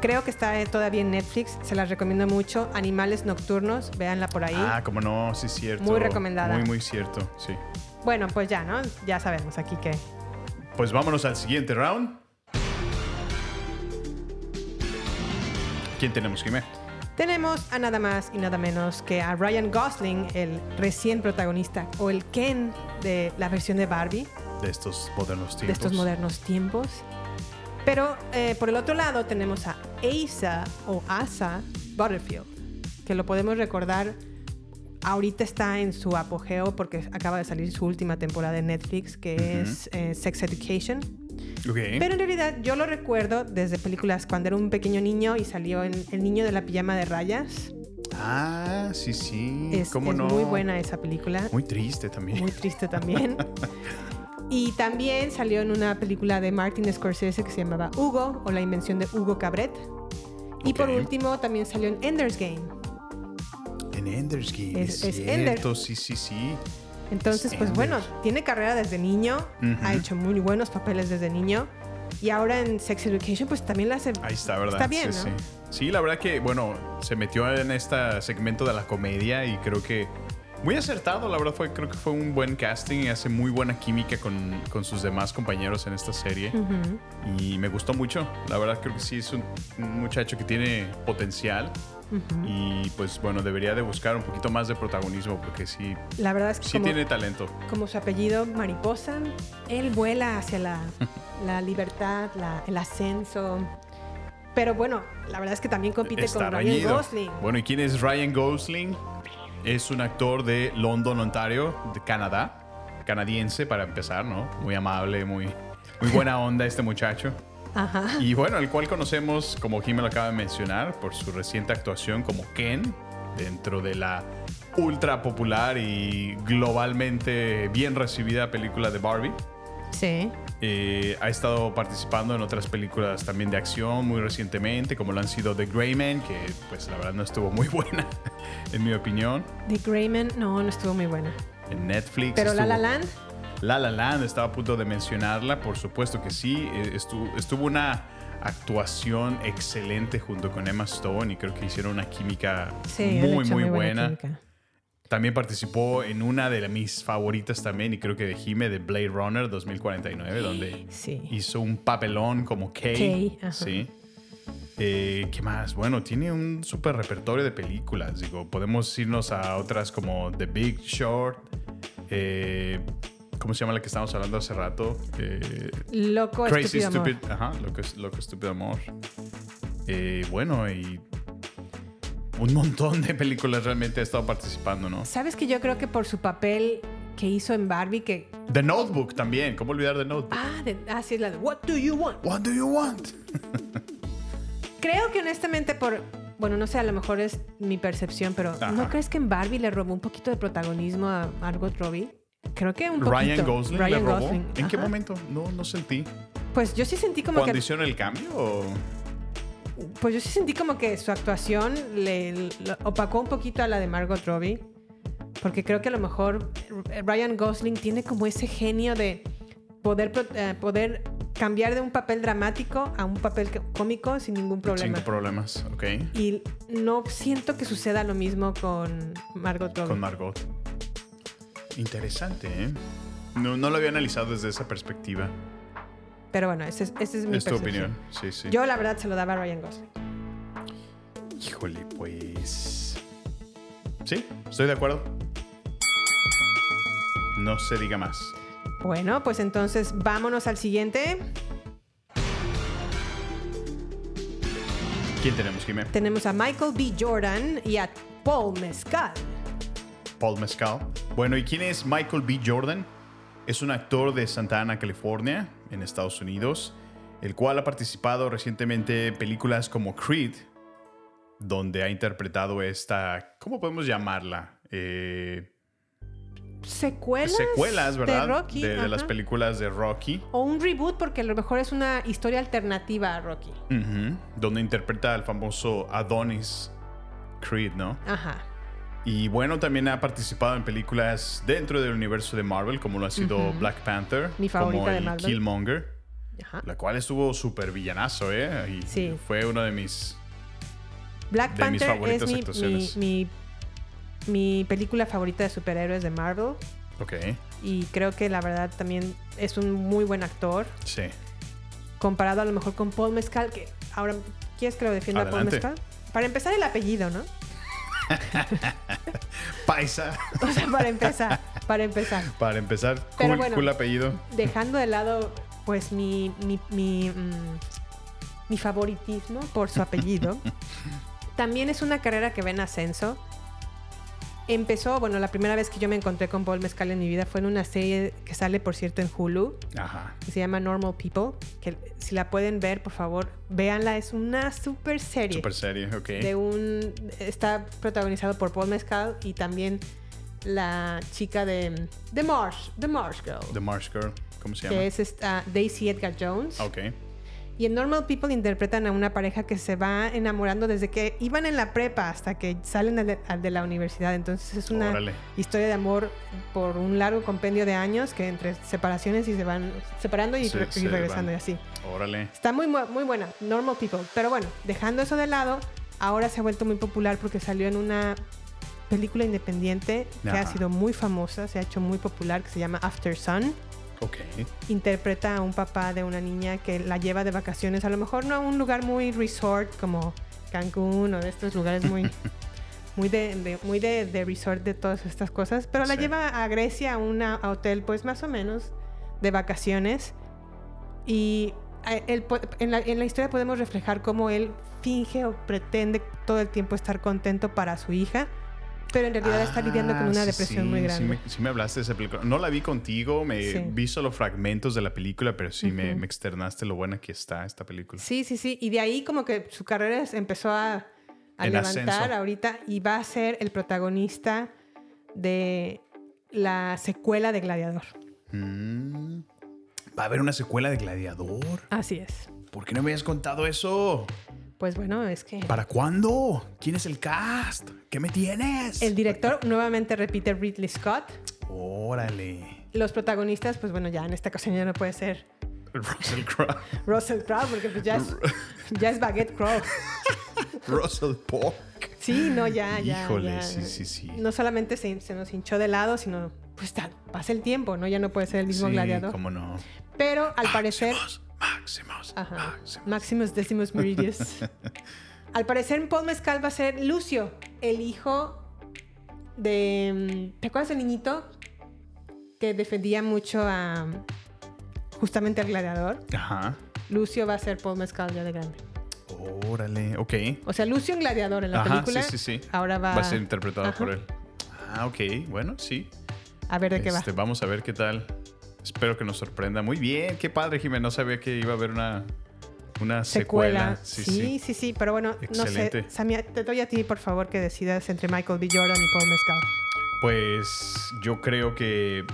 S6: creo que está eh, todavía en Netflix, se las recomiendo mucho. Animales Nocturnos, véanla por ahí.
S1: Ah, como no, sí, cierto.
S6: Muy recomendada.
S1: Muy, muy cierto, sí.
S6: Bueno, pues ya, ¿no? Ya sabemos aquí que...
S1: Pues vámonos al siguiente round. ¿Quién tenemos, Jimé?
S6: Tenemos a nada más y nada menos que a Ryan Gosling, el recién protagonista, o el Ken de la versión de Barbie.
S1: De estos modernos tiempos.
S6: de estos modernos tiempos. Pero eh, por el otro lado tenemos a Asa o Asa Butterfield, que lo podemos recordar. Ahorita está en su apogeo porque acaba de salir su última temporada de Netflix, que es eh, Sex Education.
S1: Ok.
S6: Pero en realidad yo lo recuerdo desde películas cuando era un pequeño niño y salió en El niño de la pijama de rayas.
S1: Ah, sí, sí.
S6: Es,
S1: ¿Cómo
S6: es
S1: no?
S6: muy buena esa película.
S1: Muy triste también.
S6: Muy triste también. Y también salió en una película de Martin Scorsese que se llamaba Hugo o la invención de Hugo Cabret. Y por
S1: Ok.
S6: último también salió en Ender's Game.
S1: En Ender's Game.
S6: Es-
S1: Es,
S6: es Ender.
S1: cierto, sí, sí, sí.
S6: Entonces,
S1: Es
S6: pues
S1: Ender.
S6: bueno, tiene carrera desde niño, ha hecho muy buenos papeles desde niño. Y ahora en Sex Education, pues también la hace.
S1: Ahí está, ¿verdad?
S6: Está bien,
S1: sí,
S6: ¿no?
S1: sí. Sí, la verdad que, bueno, se metió en este segmento de la comedia y creo que muy acertado, la verdad fue, creo que fue un buen casting y hace muy buena química con, con sus demás compañeros en esta serie.
S6: Mm.
S1: Y me gustó mucho, la verdad creo que sí es un, un muchacho que tiene potencial y pues bueno, debería de buscar un poquito más de protagonismo porque sí,
S6: La verdad es que,
S1: sí
S6: como,
S1: tiene talento.
S6: como su apellido, Mariposa, él vuela hacia la, la libertad, la- el ascenso. Pero bueno, la verdad es que también compite
S1: Está
S6: con Ryan
S1: reñido.
S6: Gosling.
S1: Bueno, ¿y quién es Ryan Gosling? Es un actor de London, Ontario, de Canadá. Canadiense para empezar, ¿no? Muy amable, muy, muy buena onda este muchacho.
S6: Ajá.
S1: Y bueno, el cual conocemos, como Jimmy lo acaba de mencionar, por su reciente actuación como Ken dentro de la ultra popular y globalmente bien recibida película de Barbie.
S6: Sí.
S1: Eh, ha estado participando en otras películas también de acción muy recientemente, como lo han sido The Grey Man, que pues la verdad no estuvo muy buena, en mi opinión.
S6: The Greyman, no, no estuvo muy buena.
S1: En Netflix.
S6: Pero La
S1: estuvo-
S6: La Land,
S1: La La Land, estaba a punto de mencionarla, por supuesto que sí. eh, estu- Estuvo, una actuación excelente junto con Emma Stone y creo que hicieron una química
S6: Sí, han
S1: muy,
S6: hecho
S1: muy buena.
S6: química.
S1: También participó en una de las- mis favoritas también, y creo que de Jime, de Blade Runner 2049, donde
S6: Sí.
S1: hizo un papelón como Kay.
S6: Kay, ajá.
S1: sí. Eh, ¿Qué más? Bueno, tiene un súper repertorio de películas. Digo, podemos irnos a otras como The Big Short. eh, ¿Cómo se llama la que estábamos hablando hace rato? Eh,
S6: Loco,
S1: Crazy
S6: estúpido amor.
S1: Stupid. Ajá, loco, loco Estúpido Amor. Eh, bueno, y un montón de películas realmente ha estado participando, ¿no?
S6: ¿Sabes que yo creo que por su papel que hizo en Barbie, que.
S1: The Notebook también. ¿Cómo olvidar The Notebook?
S6: Ah, de- ah, sí, es la de What Do You Want.
S1: What do you want?
S6: Creo que honestamente por. Bueno, no sé, a lo mejor es mi percepción, pero
S1: Ajá.
S6: ¿no crees que en Barbie le robó un poquito de protagonismo a Margot Robbie? Creo que un poquito.
S1: Ryan Gosling
S6: Ryan
S1: le robó.
S6: Gosling,
S1: ¿En qué
S6: ajá.
S1: momento? No, no sentí.
S6: Pues yo sí sentí como
S1: ¿Cuándo
S6: que.
S1: hicieron el cambio? o-
S6: Pues yo sí sentí como que su actuación le, lo- opacó un poquito a la de Margot Robbie. Porque creo que a lo mejor eh, Ryan Gosling tiene como ese genio de poder, pro- eh, poder cambiar de un papel dramático a un papel que- cómico sin ningún problema.
S1: Cinco problemas, ok.
S6: y no siento que suceda lo mismo con Margot Robbie.
S1: Con Margot. Interesante, ¿eh? No, no lo había analizado desde esa perspectiva.
S6: Pero bueno, esa es, esa es mi
S1: Es tu
S6: percepción.
S1: opinión. Sí, sí.
S6: Yo la verdad se lo daba a Ryan Gosling.
S1: Híjole, pues. Sí, estoy de acuerdo. No se diga más.
S6: Bueno, pues entonces vámonos al siguiente.
S1: ¿Quién tenemos, Jimé?
S6: Tenemos a Michael B. Jordan y a Paul Mescal.
S1: Paul Mescal. Bueno, ¿y quién es Michael B. Jordan? Es un actor de Santa Ana, California, en Estados Unidos, el cual ha participado recientemente en películas como Creed, donde ha interpretado esta, ¿cómo podemos llamarla? Eh,
S6: secuelas,
S1: secuelas, ¿verdad?
S6: De Rocky.
S1: de de las
S6: ajá.
S1: películas de Rocky.
S6: O un reboot porque a lo mejor es una historia alternativa a Rocky.
S1: Ujú, donde interpreta al famoso Adonis Creed, ¿no?
S6: Ajá.
S1: Y bueno, también ha participado en películas dentro del universo de Marvel, como lo ha sido Black Panther,
S6: Mi
S1: como
S6: favorita de
S1: el
S6: Marvel.
S1: Killmonger,
S6: ajá.
S1: la cual estuvo súper villanazo, ¿eh? Y
S6: Sí.
S1: fue uno de mis...
S6: Black
S1: de mis
S6: Panther
S1: favoritas
S6: es mi, mi,
S1: actuaciones.
S6: mi, mi película favorita de superhéroes de Marvel.
S1: Ok,
S6: Y creo que la verdad también es un muy buen actor.
S1: sí.
S6: Comparado a lo mejor con Paul Mescal, que ahora, ¿quieres que lo defienda a Paul
S1: Adelante.
S6: Mescal? Para empezar, el apellido, ¿no?
S1: Paisa,
S6: O sea, para empezar, para empezar.
S1: para empezar,
S6: Pero
S1: cool,
S6: bueno.
S1: cool apellido.
S6: dejando de lado pues mi mi, mi, mm, mi favoritismo por su apellido también es una carrera que va en ascenso empezó bueno la primera vez que yo me encontré con Paul Mezcal en mi vida fue en una serie que sale por cierto en Hulu
S1: Ajá.
S6: que se llama Normal People que si la pueden ver por favor véanla es una super serie
S1: Super serie, ok.
S6: de un está protagonizado por Paul Mezcal y también la chica de The Marsh The Marsh Girl
S1: The Marsh Girl, ¿cómo se
S6: que
S1: llama?
S6: es esta Daisy Edgar Jones.
S1: Ok,
S6: Y en Normal People interpretan a una pareja que se va enamorando desde que iban en la prepa hasta que salen al de, al de la universidad. Entonces es una
S1: Órale.
S6: historia de amor por un largo compendio de años que entre separaciones y se van separando y,
S1: Sí,
S6: re- y
S1: se
S6: regresando
S1: van.
S6: y así.
S1: órale.
S6: Está muy, mu- muy buena, Normal People. Pero bueno, dejando eso de lado, ahora se ha vuelto muy popular porque salió en una película independiente que ha
S1: Ajá.
S6: sido muy famosa, se ha hecho muy popular, que se llama After Sun
S1: Ok,
S6: interpreta a un papá de una niña que la lleva de vacaciones, a lo mejor no a un lugar muy resort como Cancún o de estos lugares muy, muy, de, de- muy de, de resort de todas estas cosas, pero la
S1: Sí.
S6: lleva a Grecia a un hotel pues más o menos de vacaciones y a- él po- en, la, en la historia podemos reflejar cómo él finge o pretende todo el tiempo estar contento para su hija, pero en realidad está lidiando con
S1: Ah,
S6: una
S1: sí,
S6: depresión
S1: sí,
S6: muy
S1: sí
S6: grande.
S1: me- Sí me, hablaste de esa película. No la vi contigo, me
S6: Sí.
S1: vi solo fragmentos de la película, pero sí me,
S6: Ujú.
S1: me externaste lo buena que está esta película.
S6: Sí, sí, sí. Y de ahí como que su carrera es- empezó a, a
S1: En
S6: levantar
S1: ascenso.
S6: ahorita y va a ser el protagonista de la secuela de Gladiador.
S1: Mm. Va a haber una secuela de Gladiador.
S6: Así es.
S1: ¿Por qué no me habías contado eso?
S6: Pues bueno, es que
S1: ¿Para cuándo? ¿Quién es el cast? ¿Qué me tienes?
S6: el director nuevamente repite Ridley Scott
S1: Órale.
S6: Los protagonistas, pues bueno, ya en esta ocasión ya no puede ser
S1: Russell Crowe.
S6: Russell Crowe, porque pues ya es, ya es Baguette Crowe.
S1: Russell Paul.
S6: Sí, no, ya, ya.
S1: Híjole,
S6: ya.
S1: sí, sí, sí.
S6: No solamente se, se nos hinchó de lado, sino pues ta- pasa el tiempo, ¿no? Ya no puede ser el mismo gladiador.
S1: cómo no.
S6: Pero al
S1: Ah,
S6: parecer.
S1: Máximos.
S6: Ajá. Maximus Decimus Meridius. Al parecer, Paul Mezcal va a ser Lucio, el hijo de. mm, ¿Te acuerdas del niñito? Que defendía mucho a. mm, Justamente al gladiador.
S1: Ajá.
S6: Lucio va a ser Paul Mezcal ya de grande.
S1: Órale, ok.
S6: O sea, Lucio en gladiador en la
S1: Ajá,
S6: película.
S1: sí, sí, sí.
S6: Ahora va,
S1: Va a ser interpretado
S6: Ajá.
S1: por él. Ah, ok. Bueno, sí.
S6: A ver de qué
S1: Este,
S6: va.
S1: Vamos a ver qué tal. Espero que nos sorprenda. Muy bien, qué padre, Jimena. No sabía que iba a haber una, una secuela.
S6: Sí sí. sí, Pero bueno, no
S1: Excelente.
S6: sé. Samia, te doy a ti, por favor, que decidas entre Michael B. Jordan y Paul Mezcal.
S1: Pues yo creo que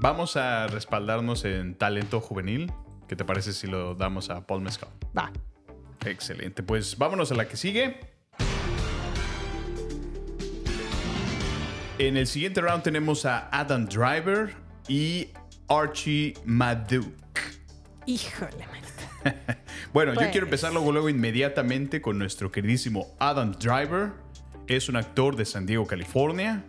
S1: vamos a respaldarnos en talento juvenil. ¿Qué te parece si lo damos a Paul Mescal?
S6: Va.
S1: Excelente. Pues vámonos a la que sigue. En el siguiente round tenemos a Adam Driver y Archie Maduk.
S6: Híjole, manita.
S1: Bueno,
S6: Pues.
S1: yo quiero empezar luego, luego inmediatamente con nuestro queridísimo Adam Driver. Es un actor de San Diego, California,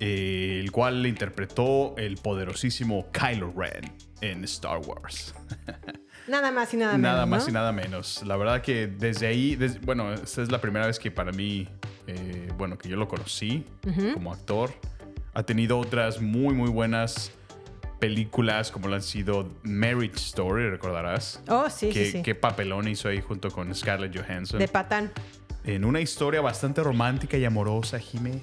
S1: eh, el cual le interpretó el poderosísimo Kylo Ren en Star Wars.
S6: Nada más y nada menos.
S1: Nada más
S6: Ah, ¿no?
S1: y nada menos. La verdad que desde ahí, des- bueno, esta es la primera vez que para mí, eh, bueno, que yo lo conocí como actor. Ha tenido otras muy, muy buenas películas como lo han sido Marriage Story, recordarás.
S6: Oh, sí,
S1: qué,
S6: sí, sí.
S1: qué papelón hizo ahí junto con Scarlett Johansson.
S6: De patán.
S1: en una historia bastante romántica y amorosa, Jimé.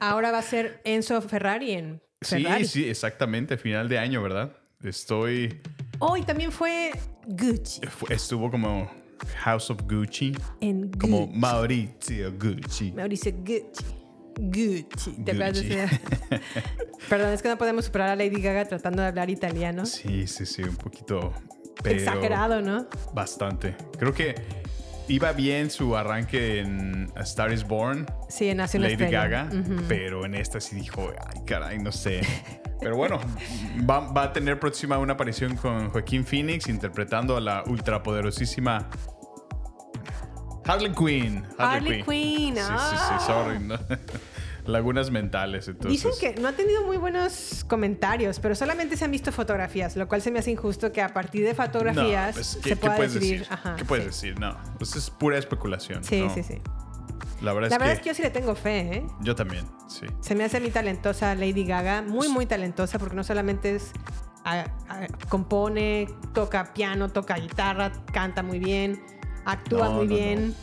S6: Ahora va a ser Enzo Ferrari en
S1: Sí,
S6: Ferrari.
S1: sí, exactamente. Final de año, ¿verdad? Estoy...
S6: Oh, y también fue Gucci
S1: fue- Estuvo como House of Gucci.
S6: en Gucci.
S1: Como Maurizio Gucci.
S6: Mauricio Gucci. Gucci. ¿Te acuerdas de
S1: Gucci.
S6: ese? Perdón, es que no podemos superar a Lady Gaga tratando de hablar italiano.
S1: Sí, sí, sí, un poquito. Pero
S6: Exagerado, ¿no?
S1: Bastante. Creo que iba bien su arranque en A Star is Born,
S6: Sí, en Nación
S1: Lady
S6: Estrella.
S1: Gaga, pero en esta sí dijo, ay, caray, no sé. Pero bueno, va, va a tener próxima una aparición con Joaquín Phoenix interpretando a la ultrapoderosísima Harley Quinn.
S6: Harley Quinn,
S1: Sí, sí,
S6: ah.
S1: sí, sorry. ¿no? Lagunas mentales, entonces.
S6: Dicen que no ha tenido muy buenos comentarios, pero solamente se han visto fotografías, lo cual se me hace injusto que a partir de fotografías
S1: No, pues,
S6: se
S1: ¿qué,
S6: pueda
S1: qué puedes
S6: decidir.
S1: decir?
S6: Ajá,
S1: ¿Qué puedes
S6: sí.
S1: decir? No, pues es pura especulación.
S6: Sí,
S1: ¿no?
S6: sí, sí.
S1: La verdad,
S6: La
S1: es,
S6: verdad
S1: que
S6: es que yo sí le tengo fe, ¿eh?
S1: yo también, sí.
S6: Se me hace mi talentosa Lady Gaga, muy, muy talentosa, porque no solamente es. a- a- compone, toca piano, toca guitarra, canta muy bien, actúa
S1: No,
S6: muy
S1: no,
S6: bien.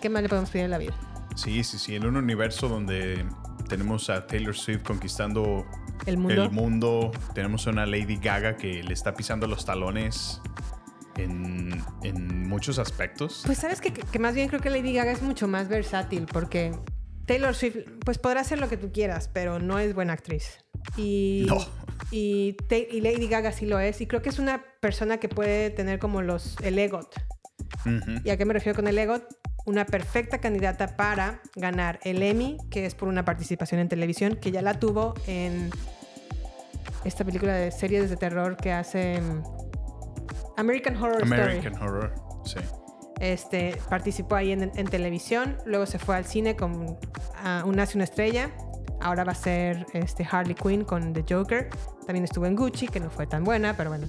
S6: ¿Qué más le podemos pedir en la vida?
S1: Sí, sí, sí. En un universo donde tenemos a Taylor Swift conquistando
S6: El mundo.
S1: el mundo, tenemos a una Lady Gaga que le está pisando los talones en, en muchos aspectos.
S6: Pues sabes que, que más bien creo que Lady Gaga es mucho más versátil, porque Taylor Swift, pues podrá hacer lo que tú quieras, pero no es buena actriz. Y,
S1: No.
S6: y, Ta- y Lady Gaga sí lo es, y creo que es una persona que puede tener como los, el EGOT.
S1: Ujú.
S6: ¿Y a qué me refiero con el EGOT? Una perfecta candidata para ganar el Emmy, que es por una participación en televisión, que ya la tuvo en esta película de series de terror que hace mm, American Horror
S1: American
S6: Story.
S1: Horror, sí.
S6: Este, participó ahí en, en televisión, luego se fue al cine con ah, Un Nace una Estrella, ahora va a ser este, Harley Quinn con The Joker, también estuvo en Gucci, que no fue tan buena, pero bueno.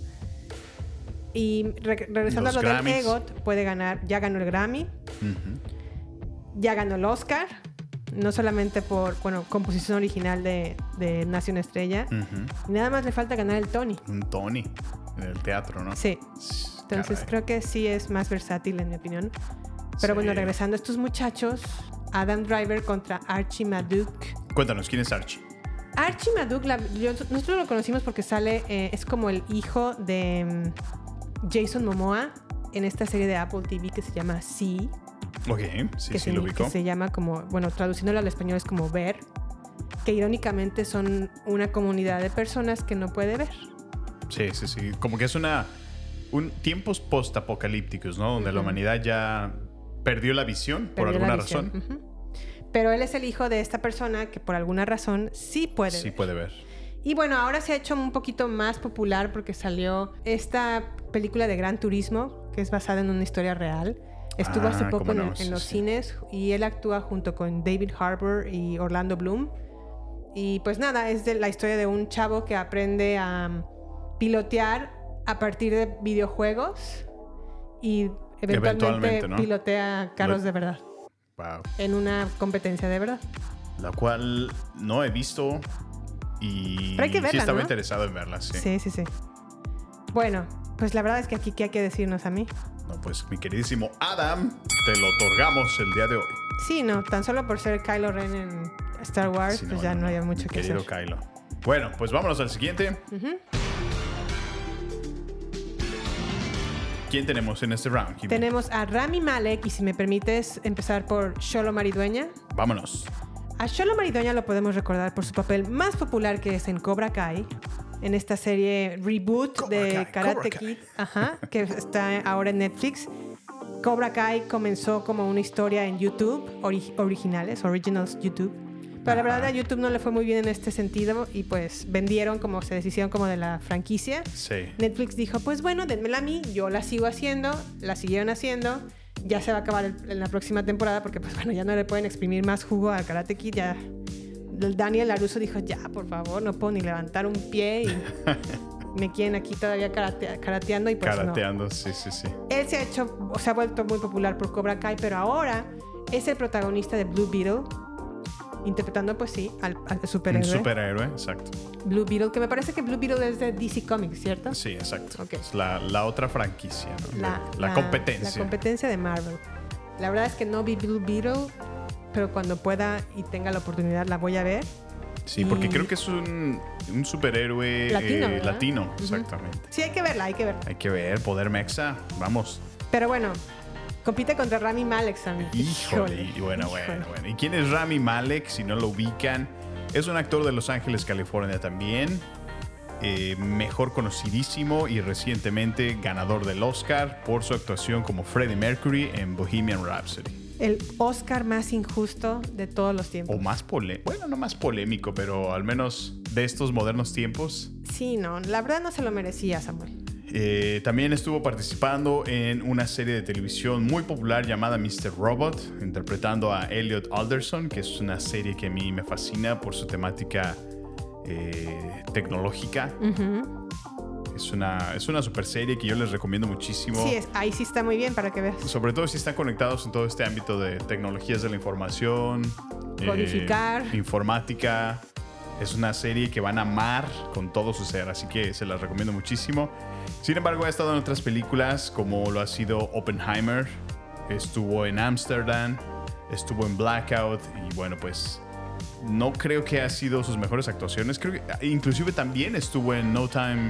S6: Y re- regresando
S1: Los
S6: a lo
S1: Grammys.
S6: del EGOT, puede ganar, ya ganó el Grammy,
S1: Ujú.
S6: ya ganó el Oscar, no solamente por, bueno, composición original de, de Nace una Estrella,
S1: Ujú.
S6: y nada más le falta ganar el Tony.
S1: Un Tony en el teatro, ¿no?
S6: Sí, entonces
S1: Caray.
S6: creo que sí es más versátil en mi opinión. Pero bueno,
S1: Sí.
S6: regresando a estos muchachos, Adam Driver contra Archie Maduk.
S1: Cuéntanos, ¿quién es Archie?
S6: Archie Maduk, la- yo- nosotros lo conocimos porque sale, eh, es como el hijo de mm, Jason Momoa en esta serie de Apple TV que se llama Sí,
S1: Ok, sí, sí,
S6: que, se,
S1: lo
S6: que
S1: ubicó.
S6: se llama como, bueno, traduciéndolo al español es como ver, que irónicamente son una comunidad de personas que no puede ver.
S1: Sí, sí, sí. Como que es una. Un, tiempos postapocalípticos, ¿no? Donde la humanidad ya perdió la visión por
S6: perdió la
S1: alguna
S6: visión.
S1: razón.
S6: Ujú. Pero él es el hijo de esta persona que por alguna razón sí puede
S1: Sí
S6: ver.
S1: puede ver.
S6: Y bueno, ahora se ha hecho un poquito más popular porque salió esta película de Gran Turismo, que es basada en una historia real. Estuvo
S1: Ah,
S6: hace poco
S1: cómo
S6: en,
S1: no,
S6: en
S1: sí,
S6: los
S1: sí.
S6: cines y él actúa junto con David Harbour y Orlando Bloom. Y pues nada, es de la historia de un chavo que aprende a mm, pilotear a partir de videojuegos y eventualmente,
S1: Eventualmente, ¿no?
S6: pilotea carros
S1: Lo-
S6: de verdad
S1: Wow.
S6: en una competencia de verdad.
S1: La cual no he visto y
S6: Pero hay que
S1: sí
S6: verla,
S1: estaba
S6: ¿no?
S1: interesado en verla, sí.
S6: Sí, sí, sí. Bueno, pues la verdad es que aquí ¿qué hay que decirnos a mí.
S1: No, pues mi queridísimo Adam, te lo otorgamos el día de hoy.
S6: Sí, no, tan solo por ser Kylo Ren en Star Wars,
S1: Sí,
S6: pues ya no, había mucho
S1: mi
S6: que hacer.
S1: querido Kylo. Bueno, pues vámonos al siguiente. ¿Quién tenemos en este round? Jimmy?
S6: Tenemos a Rami Malek y si me permites empezar por Sholo Maridueña.
S1: Vámonos.
S6: A Sholo Maridueña lo podemos recordar por su papel más popular que es en Cobra Kai, en esta serie reboot
S2: Cobra
S6: de
S2: Kai,
S6: Karate
S2: Cobra Kai.
S6: Kid, ajá, que está ahora en Netflix. Cobra Kai comenzó como una historia en YouTube, ori- originales, originals YouTube. Pero la verdad a YouTube no le fue muy bien en este sentido y pues vendieron como se deshicieron como de la franquicia.
S1: Sí.
S6: Netflix dijo, pues bueno, denmela a mí, yo la sigo haciendo, la siguieron haciendo, ya se va a acabar el- en la próxima temporada porque pues bueno, ya no le pueden exprimir más jugo al Karate Kid, ya el Daniel Laruso dijo, ya, por favor, no puedo ni levantar un pie y me quieren aquí todavía karate- karateando y pues no.
S1: Karateando, sí, sí, sí.
S6: Él se ha hecho, o se ha vuelto muy popular por Cobra Kai, pero ahora es el protagonista de Blue Beetle, interpretando pues sí al, al
S1: Un
S6: superhéroe.
S1: superhéroe, exacto.
S6: Blue Beetle, que me parece que Blue Beetle es de DC Comics, ¿cierto?
S1: Sí, exacto.
S6: Ok.
S1: Es la, la otra franquicia, ¿no?
S6: la,
S1: la,
S6: la-
S1: competencia.
S6: La competencia de Marvel. La verdad es que no vi Blue Beetle, pero cuando pueda y tenga la oportunidad la voy a ver.
S1: sí, porque
S6: y-
S1: creo que es un, un superhéroe
S6: Latino,
S1: eh,
S6: ¿verdad?
S1: latino,
S6: Ujú.
S1: exactamente.
S6: Sí, hay que verla, hay que verla.
S1: Hay que ver, poder mexa, vamos.
S6: Pero bueno, compite contra Rami Malek, Sammy.
S1: Híjole, y bueno, bueno,
S6: híjole.
S1: bueno. ¿Y quién es Rami Malek? Si no lo ubican, es un actor de Los Ángeles, California también. Eh, mejor conocidísimo y recientemente ganador del Oscar por su actuación como Freddie Mercury en Bohemian Rhapsody.
S6: El Oscar más injusto de todos los tiempos.
S1: O más polémico, bueno, no más polémico, pero al menos de estos modernos tiempos.
S6: Sí, no, la verdad no se lo merecía, Samuel.
S1: Eh, también estuvo participando en una serie de televisión muy popular llamada Mr. Robot, interpretando a Elliot Alderson, que es una serie que a mí me fascina por su temática eh, tecnológica.
S6: Mm.
S1: es, una, es una super serie que yo les recomiendo muchísimo.
S6: Sí, es, ahí sí está muy bien para que veas.
S1: Sobre todo si están conectados en todo este ámbito de tecnologías de la información, eh,
S6: Codificar.
S1: informática. Es una serie que van a amar con todo su ser, así que se las recomiendo muchísimo. Sin embargo, ha estado en otras películas como lo ha sido Oppenheimer, estuvo en Amsterdam, estuvo en Blackout y bueno, pues no creo que ha sido sus mejores actuaciones. Creo que ah, inclusive también estuvo en No Time,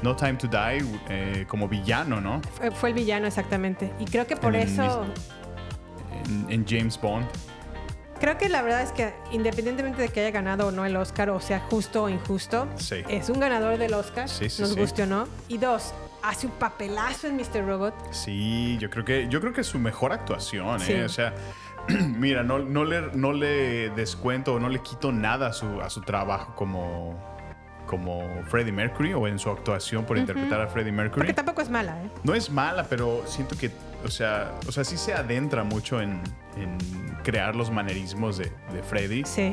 S1: no Time to Die eh, como villano, ¿no?
S6: Fue, fue el villano exactamente. Y creo que por
S1: En el
S6: eso...
S1: mismo- en, en James Bond.
S6: Creo que la verdad es que independientemente de que haya ganado o no el Oscar, o sea, justo o injusto,
S1: Sí.
S6: es un ganador del Oscar,
S1: Sí, sí,
S6: nos
S1: sí.
S6: guste o no. Y dos, hace un papelazo en Mr. Robot.
S1: Sí, yo creo que yo creo que es su mejor actuación, ¿eh?
S6: Sí.
S1: O sea, mira, no, no le no le descuento, no le quito nada a su, a su trabajo como como Freddie Mercury o en su actuación por interpretar a Freddie
S6: Porque
S1: Mercury.
S6: tampoco es mala, ¿eh?
S1: No es mala, pero siento que, o sea, o sea, sí se adentra mucho en, en crear los manerismos de, de Freddie.
S6: Sí.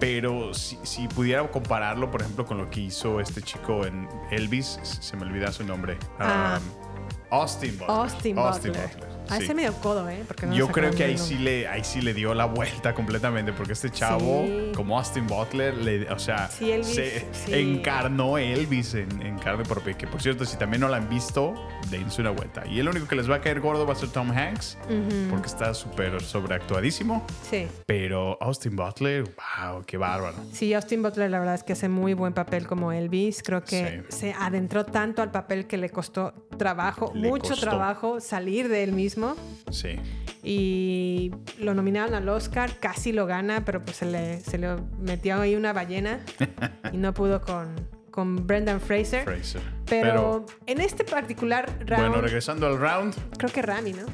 S1: Pero si, si pudiera compararlo, por ejemplo, con lo que hizo este chico en Elvis, s- se me olvida su nombre.
S6: Ah.
S1: Um, Austin Butler.
S6: Austin Butler.
S1: Butler,
S6: A
S1: sí.
S6: ese medio codo, ¿eh? Porque no
S1: Yo
S6: nos
S1: creo que ahí
S6: acordamos
S1: sí,
S6: del
S1: le, ahí sí le dio la vuelta completamente, porque este chavo,
S6: Sí.
S1: como Austin Butler, le- o sea,
S6: Sí, Elvis,
S1: se
S6: sí.
S1: encarnó Elvis en, en carne propia. Que por cierto, si también no la han visto, dense una vuelta. Y el único que les va a caer gordo va a ser Tom Hanks, porque está súper sobreactuadísimo.
S6: nombre. Sí.
S1: Pero Austin Butler, wow, qué bárbaro.
S6: Sí, Austin Butler la verdad es que hace muy buen papel como Elvis. Creo que
S1: Sí.
S6: se adentró tanto al papel que le costó trabajo,
S1: Le
S6: mucho
S1: costó.
S6: trabajo salir de él mismo.
S1: Sí.
S6: y lo nominaron al Oscar, casi lo gana, pero pues se le, se le metió ahí una ballena y no pudo con, con Brendan Fraser.
S1: Fraser.
S6: Pero, en este particular round,
S1: bueno, regresando al round,
S6: creo que Rami, ¿no?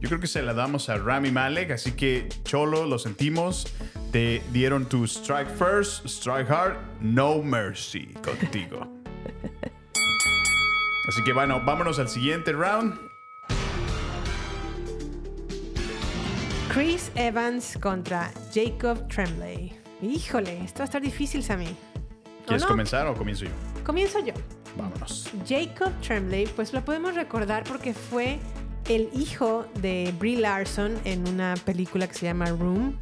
S1: yo creo que se la damos a Rami Malek, así que Cholo, lo sentimos. Te dieron tu strike first, strike hard, no mercy contigo. Así que bueno, vámonos al siguiente round.
S6: Chris Evans contra Jacob Tremblay. Híjole, esto va a estar difícil, Sammy. ¿O
S1: ¿Quieres
S6: no?
S1: comenzar o comienzo yo?
S6: Comienzo yo.
S1: Vámonos.
S6: Jacob Tremblay, pues lo podemos recordar porque fue el hijo de Brie Larson en una película que se llama Room,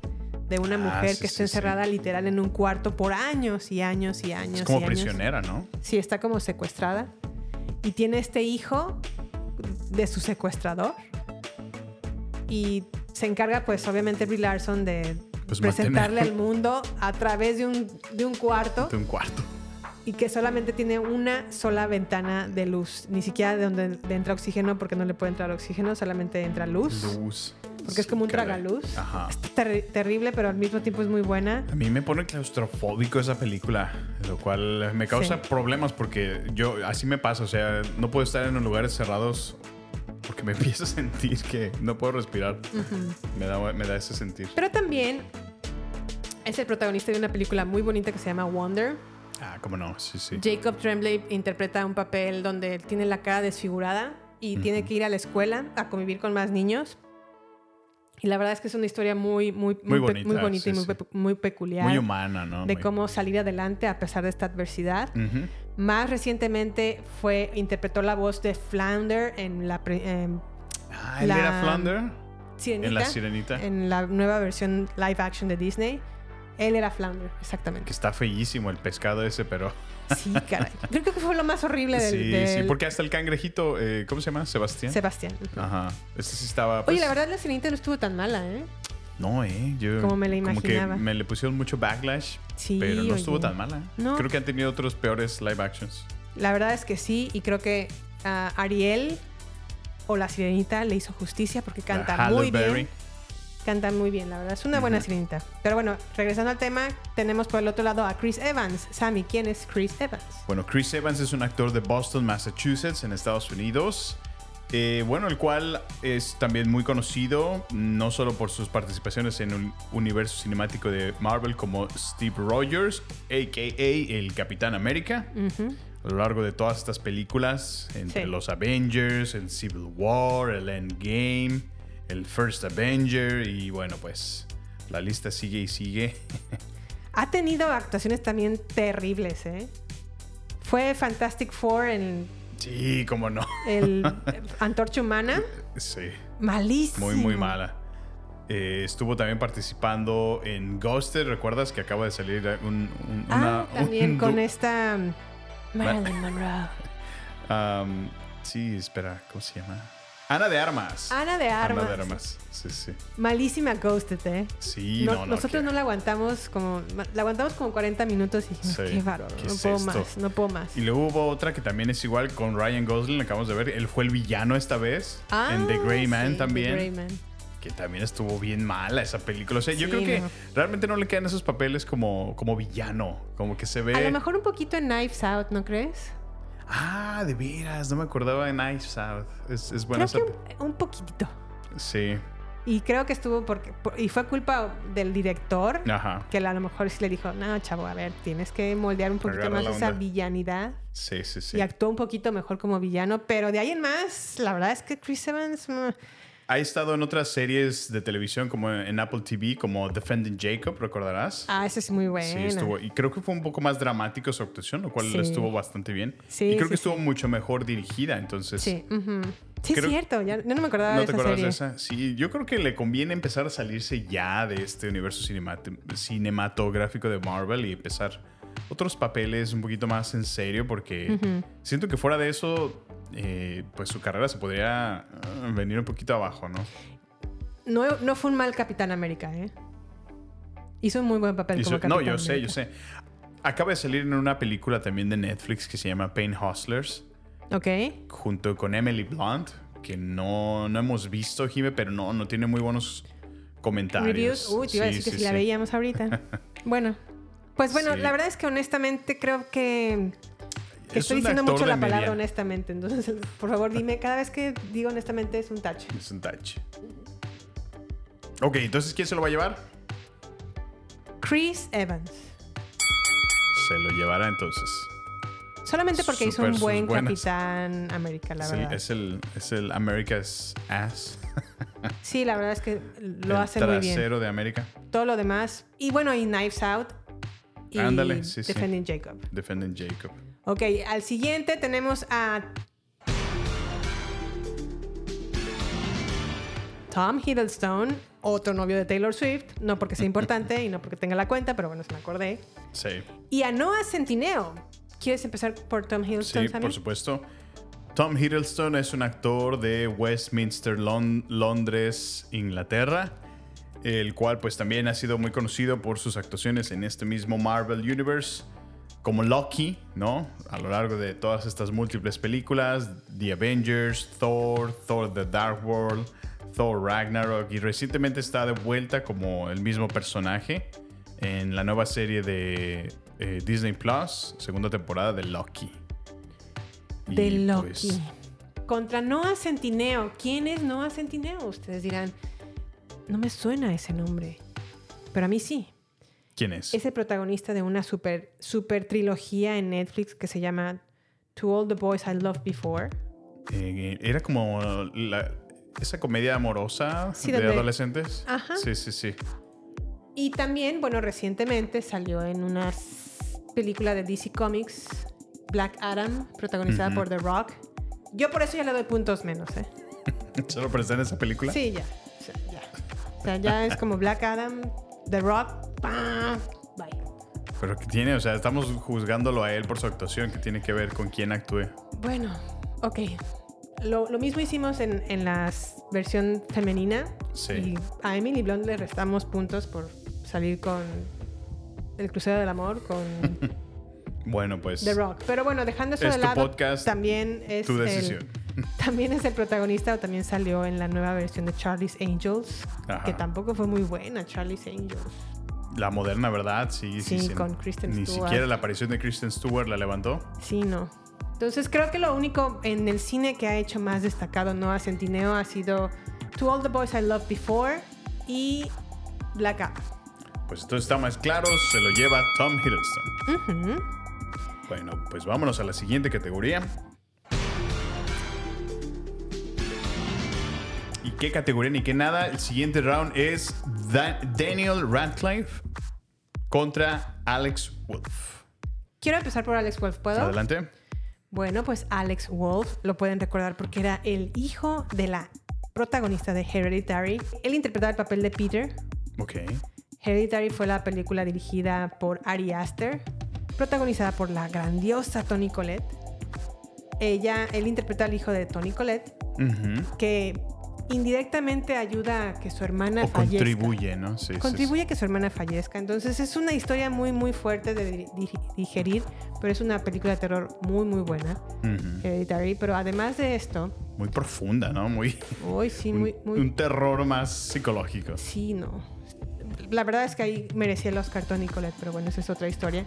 S6: de una
S1: Ah,
S6: mujer
S1: sí,
S6: que
S1: sí,
S6: está encerrada literal en un cuarto por años y años y años.
S1: Es como
S6: y años.
S1: prisionera, ¿no?
S6: Sí, está como secuestrada. Y tiene este hijo de su secuestrador. Y se encarga, pues, obviamente, Brie Larson de
S1: Pues,
S6: presentarle
S1: mantener-
S6: al mundo a través de un, de un cuarto
S1: De un cuarto.
S6: y que solamente tiene una sola ventana de luz. Ni siquiera de donde le entra oxígeno, porque no le puede entrar oxígeno, solamente entra luz.
S1: Luz.
S6: Porque es como un
S1: Caray.
S6: tragaluz.
S1: Ajá.
S6: Es terri- terrible, pero al mismo tiempo es muy buena.
S1: A mí me pone claustrofóbico esa película, lo cual me causa
S6: Sí.
S1: problemas porque yo así me pasa, o sea, no puedo estar en lugares cerrados porque me empiezo a sentir que no puedo respirar. me, da, me da ese sentir.
S6: Pero también es el protagonista de una película muy bonita que se llama Wonder.
S1: Ah, cómo no, sí, sí.
S6: Jacob Tremblay interpreta un papel donde tiene la cara desfigurada y tiene que ir a la escuela a convivir con más niños. Y la verdad es que es una historia muy, muy,
S1: Muy
S6: pe-
S1: bonita,
S6: muy bonita
S1: sí,
S6: y muy,
S1: sí.
S6: pe- muy peculiar.
S1: Muy humana, ¿no?
S6: De
S1: Muy-
S6: cómo salir adelante a pesar de esta adversidad.
S1: Ujú.
S6: Más recientemente fue, interpretó la voz de Flounder en la, pre- en
S1: Ah, él
S6: La-
S1: era Flounder.
S6: Sirenita.
S1: En la Sirenita.
S6: En la nueva versión live action de Disney. Él era Flounder, exactamente.
S1: Que está feísimo el pescado ese, pero.
S6: Sí, caray. Creo que fue lo más horrible del,
S1: sí, sí,
S6: del
S1: porque hasta el cangrejito, eh, ¿cómo se llama? Sebastián.
S6: Sebastián. Ujú.
S1: Ajá. Este sí estaba.
S6: Oye,
S1: pues,
S6: la verdad la sirenita no estuvo tan mala, ¿eh?
S1: No, eh. Yo,
S6: Como me la imaginaba.
S1: Como que me le pusieron mucho backlash.
S6: Sí,
S1: pero no estuvo
S6: oye.
S1: tan mala.
S6: No.
S1: Creo que han tenido otros peores live actions.
S6: La verdad es que sí, y creo que ah, Ariel o la sirenita le hizo justicia porque canta
S1: La Halle
S6: muy
S1: Berry.
S6: bien. Canta muy bien, la verdad. Es una buena sirenita. Pero bueno, regresando al tema, tenemos por el otro lado a Chris Evans. Sammy, ¿quién es Chris Evans?
S1: Bueno, Chris Evans es un actor de Boston, Massachusetts, en Estados Unidos. Eh, bueno, el cual es también muy conocido, no solo por sus participaciones en el universo cinemático de Marvel como Steve Rogers, a.k.a. el Capitán América, a lo largo de todas estas películas, entre
S6: Sí.
S1: los Avengers, el Civil War, el Endgame, el First Avenger, y bueno, pues la lista sigue y sigue.
S6: Ha tenido actuaciones también terribles, ¿eh? Fue Fantastic Four en
S1: Sí, cómo no.
S6: el Antorcha Humana.
S1: Sí.
S6: Malísimo.
S1: Muy, muy mala. Eh, estuvo también participando en Ghosted. ¿Recuerdas que acaba de salir un. un-
S6: Ah,
S1: una-
S6: también
S1: un
S6: con
S1: du-
S6: esta um, Marilyn Monroe.
S1: Am, um, sí, espera, ¿cómo se llama? Ana de Armas.
S6: Ana de Armas.
S1: Ana de Armas. Sí, sí.
S6: Malísima Ghosted, ¿eh?
S1: Sí,
S6: No-
S1: no, no,
S6: nosotros
S1: que-
S6: no la aguantamos como la aguantamos como 40 minutos y dijimos,
S1: Sí,
S6: qué bárbaro,
S1: ¿qué
S6: no
S1: es
S6: puedo
S1: esto?
S6: más, no puedo más.
S1: Y luego hubo otra que también es igual con Ryan Gosling, la acabamos de ver. Él fue el villano esta vez.
S6: Ah,
S1: en The Gray Man
S6: sí,
S1: también.
S6: The Gray Man.
S1: que también estuvo bien mala esa película. O sea, yo
S6: Sí,
S1: creo que
S6: no.
S1: realmente no le quedan esos papeles como, como villano. Como que se ve.
S6: A lo mejor un poquito en Knives Out, ¿no crees?
S1: Ah, de veras, no me acordaba de Knives Out. Es, es buena
S6: Creo
S1: esa.
S6: que un, un poquitito.
S1: Sí,
S6: Y creo que estuvo porque por- y fue culpa del director
S1: ajá.
S6: que a lo mejor sí le dijo, "No, chavo, a ver, tienes que moldear un poquito
S1: Agarra
S6: más
S1: la
S6: esa
S1: onda".
S6: villanidad."
S1: Sí, sí, sí.
S6: Y actuó un poquito mejor como villano, pero de ahí en más, la verdad es que Chris Evans mm,
S1: Ha estado en otras series de televisión como en Apple TV, como Defending Jacob, ¿recordarás?
S6: Ah, esa es muy buena.
S1: Sí, estuvo. Y creo que fue un poco más dramático su actuación, lo cual
S6: Sí.
S1: estuvo bastante bien.
S6: Sí,
S1: y creo
S6: sí,
S1: que estuvo mucho mejor dirigida, entonces.
S6: Sí, ujú. Sí, es
S1: Creo-
S6: cierto. Ya, yo no me acordaba
S1: ¿No
S6: de
S1: te
S6: esa
S1: acuerdas
S6: serie.
S1: de esa? Sí, yo creo que le conviene empezar a salirse ya de este universo cinemat- cinematográfico de Marvel y empezar otros papeles un poquito más en serio porque siento que fuera de eso, eh, pues su carrera se podría eh, venir un poquito abajo, ¿no?
S6: No, no fue un mal Capitán América, ¿eh? Hizo un muy buen papel
S1: Y
S6: como
S1: su-
S6: Capitán
S1: no, yo sé, yo
S6: América.
S1: sé. Acaba de salir en una película también de Netflix que se llama Pain Hustlers
S6: Ok.
S1: junto con Emily Blunt, que no, no hemos visto, Jime, pero no, no tiene muy buenos comentarios.
S6: Reviews. Uy, te iba a
S1: Sí,
S6: decir
S1: sí,
S6: que si la
S1: sí.
S6: veíamos ahorita. bueno. Pues bueno,
S1: Sí.
S6: la verdad es que honestamente creo que, que
S1: Es
S6: estoy
S1: un
S6: diciendo
S1: actor
S6: mucho
S1: de
S6: la palabra
S1: media.
S6: honestamente. Entonces, por favor, dime, cada vez que digo honestamente es un tache.
S1: Es un touch. Ok, entonces, ¿quién se lo va a llevar?
S6: Chris Evans.
S1: Se lo llevará entonces.
S6: Solamente porque hizo
S1: Super
S6: un
S1: sus
S6: buen
S1: buenas.
S6: Capitán América, la
S1: Es
S6: verdad.
S1: el, es, el, es el America's Ass.
S6: Sí, la verdad es que lo
S1: el
S6: hace muy bien.
S1: trasero de América.
S6: Todo lo demás. Y bueno, y Knives Out. Y
S1: Ándale, sí, sí.
S6: Defending Jacob.
S1: Defendant Jacob.
S6: Ok, al siguiente tenemos a. Tom Hiddleston, otro novio de Taylor Swift, no porque sea importante y no porque tenga la cuenta, pero bueno, se me acordé.
S1: Sí.
S6: Y a Noah Centineo. ¿Quieres empezar por Tom Hiddleston,
S1: Sí,
S6: Sammy?
S1: por supuesto. Tom Hiddleston es un actor de Westminster, Lon- Londres, Inglaterra, el cual pues también ha sido muy conocido por sus actuaciones en este mismo Marvel Universe, como Loki, ¿no? A lo largo de todas estas múltiples películas, The Avengers, Thor, Thor The Dark World, Thor Ragnarok, y recientemente está de vuelta como el mismo personaje en la nueva serie de eh, Disney Plus, segunda temporada de Loki. Y,
S6: de Loki.
S1: pues,
S6: Contra Noah Centineo. ¿Quién es Noah Centineo? Ustedes dirán, no me suena ese nombre. Pero a mí sí.
S1: ¿Quién es?
S6: Es el protagonista de una super, super trilogía en Netflix que se llama To All the Boys I Loved Before.
S1: Eh, era como la- esa comedia amorosa
S6: Sí,
S1: de
S6: donde-
S1: adolescentes.
S6: Ajá.
S1: Sí, sí, sí.
S6: Y también, bueno, recientemente salió en una s- película de DC Comics, Black Adam, protagonizada por The Rock. Yo por eso ya le doy puntos menos, ¿eh?
S1: Solo presenta en esa película.
S6: Sí, ya. O sea, ya. O sea, ya es como Black Adam, The Rock, ¡pam! bye.
S1: Pero que tiene, o sea, estamos juzgándolo a él por su actuación, que tiene que ver con quién actúe.
S6: Bueno, ok. Lo, lo mismo hicimos en, en la versión femenina.
S1: Sí.
S6: Y a Emily Blunt le restamos puntos por salir con El Crucero del Amor, con
S1: Bueno, pues.
S6: The Rock. Pero bueno, dejando eso
S1: Es
S6: de
S1: tu
S6: lado,
S1: podcast,
S6: también es
S1: tu
S6: el-
S1: decisión.
S6: también es el protagonista o también salió en la nueva versión de Charlie's Angels,
S1: Ajá.
S6: que tampoco fue muy buena, Charlie's Angels.
S1: La moderna, ¿verdad? Sí, sí,
S6: Sí, con Kristen
S1: Ni
S6: Stewart.
S1: siquiera la aparición de Kristen Stewart la levantó.
S6: Sí, no. Entonces creo que lo único en el cine que ha hecho más destacado Noah Centineo ha sido To All the Boys I Loved Before y Black Adam.
S1: Pues entonces está más claro, se lo lleva Tom Hiddleston. Bueno, pues vámonos a la siguiente categoría. ¿Y qué categoría ni qué nada? El siguiente round es Da- Daniel Radcliffe contra Alex Wolf.
S6: Quiero empezar por Alex Wolf, ¿puedo?
S1: Adelante.
S6: Bueno, pues Alex Wolf lo pueden recordar porque era el hijo de la protagonista de Hereditary. Él interpretaba el papel de Peter.
S1: Ok.
S6: Hereditary fue la película dirigida por Ari Aster, protagonizada por la grandiosa Toni Collette. Ella, él interpreta al hijo de Toni Collette,
S1: Ujú.
S6: que indirectamente ayuda a que su hermana
S1: O
S6: fallezca.
S1: contribuye, ¿no? Sí, sí, sí.
S6: Contribuye a que su hermana fallezca. Entonces es una historia muy, muy fuerte de di- di- digerir, pero es una película de terror muy, muy buena.
S1: Ujú.
S6: Hereditary, pero además de esto,
S1: Muy profunda, ¿no? Muy,
S6: hoy sí,
S1: un-
S6: muy, muy.
S1: un terror más psicológico.
S6: Sí, no. La verdad es que ahí merecía el Oscar Tony Collette, pero bueno, esa es otra historia.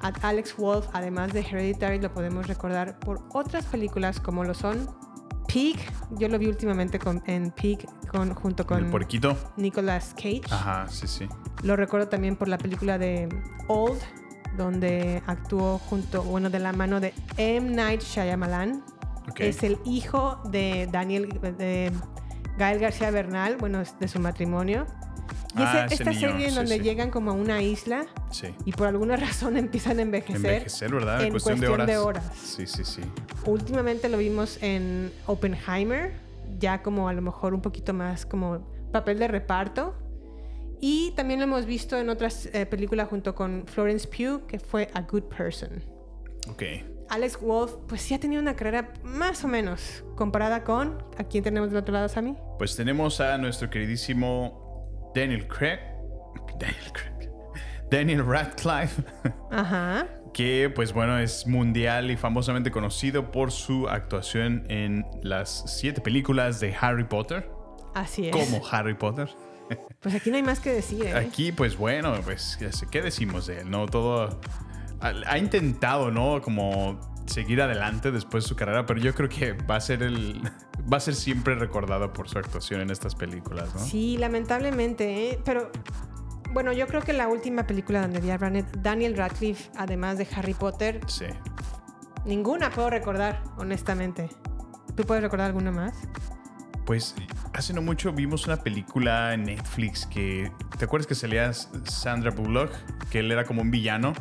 S6: A Alex Wolf, además de Hereditary, lo podemos recordar por otras películas como lo son Pig. Yo lo vi últimamente con, en Pig con, junto
S1: Con el
S6: con
S1: puerquito.
S6: Nicolas Cage.
S1: Ajá, sí, sí.
S6: Lo recuerdo también por la película de Old, donde actuó junto, bueno, de la mano de M. Night Shyamalan.
S1: Ok.
S6: Es el hijo de Daniel, de Gael García Bernal, bueno, es de su matrimonio. Y es
S1: Ah, ese
S6: esta
S1: niño,
S6: serie en
S1: sí,
S6: donde
S1: sí.
S6: llegan como a una isla
S1: Sí.
S6: y por alguna razón empiezan a envejecer.
S1: Envejecer, ¿verdad?
S6: en cuestión de horas.
S1: Sí, sí, sí.
S6: Últimamente lo vimos en Oppenheimer, ya como a lo mejor un poquito más como papel de reparto. Y también lo hemos visto en otras eh, películas junto con Florence Pugh, que fue A Good Person.
S1: Ok.
S6: Alex Wolf, pues sí ha tenido una carrera más o menos comparada con. ¿A quién tenemos del otro lado, Sammy?
S1: Pues tenemos a nuestro queridísimo Daniel Craig. Daniel Craig. Daniel Radcliffe,
S6: Ajá.
S1: que pues bueno es mundial y famosamente conocido por su actuación en las siete películas de Harry Potter.
S6: Así es.
S1: Como Harry Potter.
S6: Pues aquí no hay más que decir, ¿eh?
S1: Aquí pues bueno, pues ya sé, ¿qué decimos de él? No, todo... Ha, ha intentado, ¿no? Como seguir adelante después de su carrera, pero yo creo que va a ser el... Va a ser siempre recordado por su actuación en estas películas, ¿no?
S6: Sí, lamentablemente, ¿eh? Pero Bueno, yo creo que la última película donde vi a Brandt- Daniel Radcliffe, además de Harry Potter,
S1: Sí.
S6: ninguna puedo recordar, honestamente. ¿Tú puedes recordar alguna más?
S1: Pues hace no mucho vimos una película en Netflix que. ¿Te acuerdas que salía Sandra Bullock? Que él era como un villano.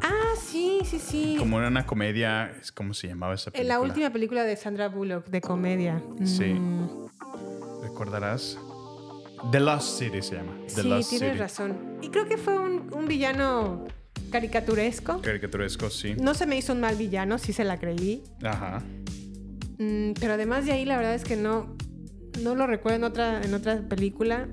S6: Ah, sí, sí, sí.
S1: Como era una comedia. es- ¿Cómo se llamaba esa
S6: En
S1: película?
S6: la última película de Sandra Bullock, de comedia.
S1: Sí.
S6: Mm,
S1: ¿Recordarás? The Lost City se llama. The
S6: sí,
S1: Lost
S6: tienes razón. Y creo que fue un, un villano caricaturesco.
S1: Caricaturesco, sí.
S6: No se me hizo un mal villano, sí se la creí.
S1: Ajá.
S6: Mm, pero además de ahí, la verdad es que no, no lo recuerdo en otra, en otra película.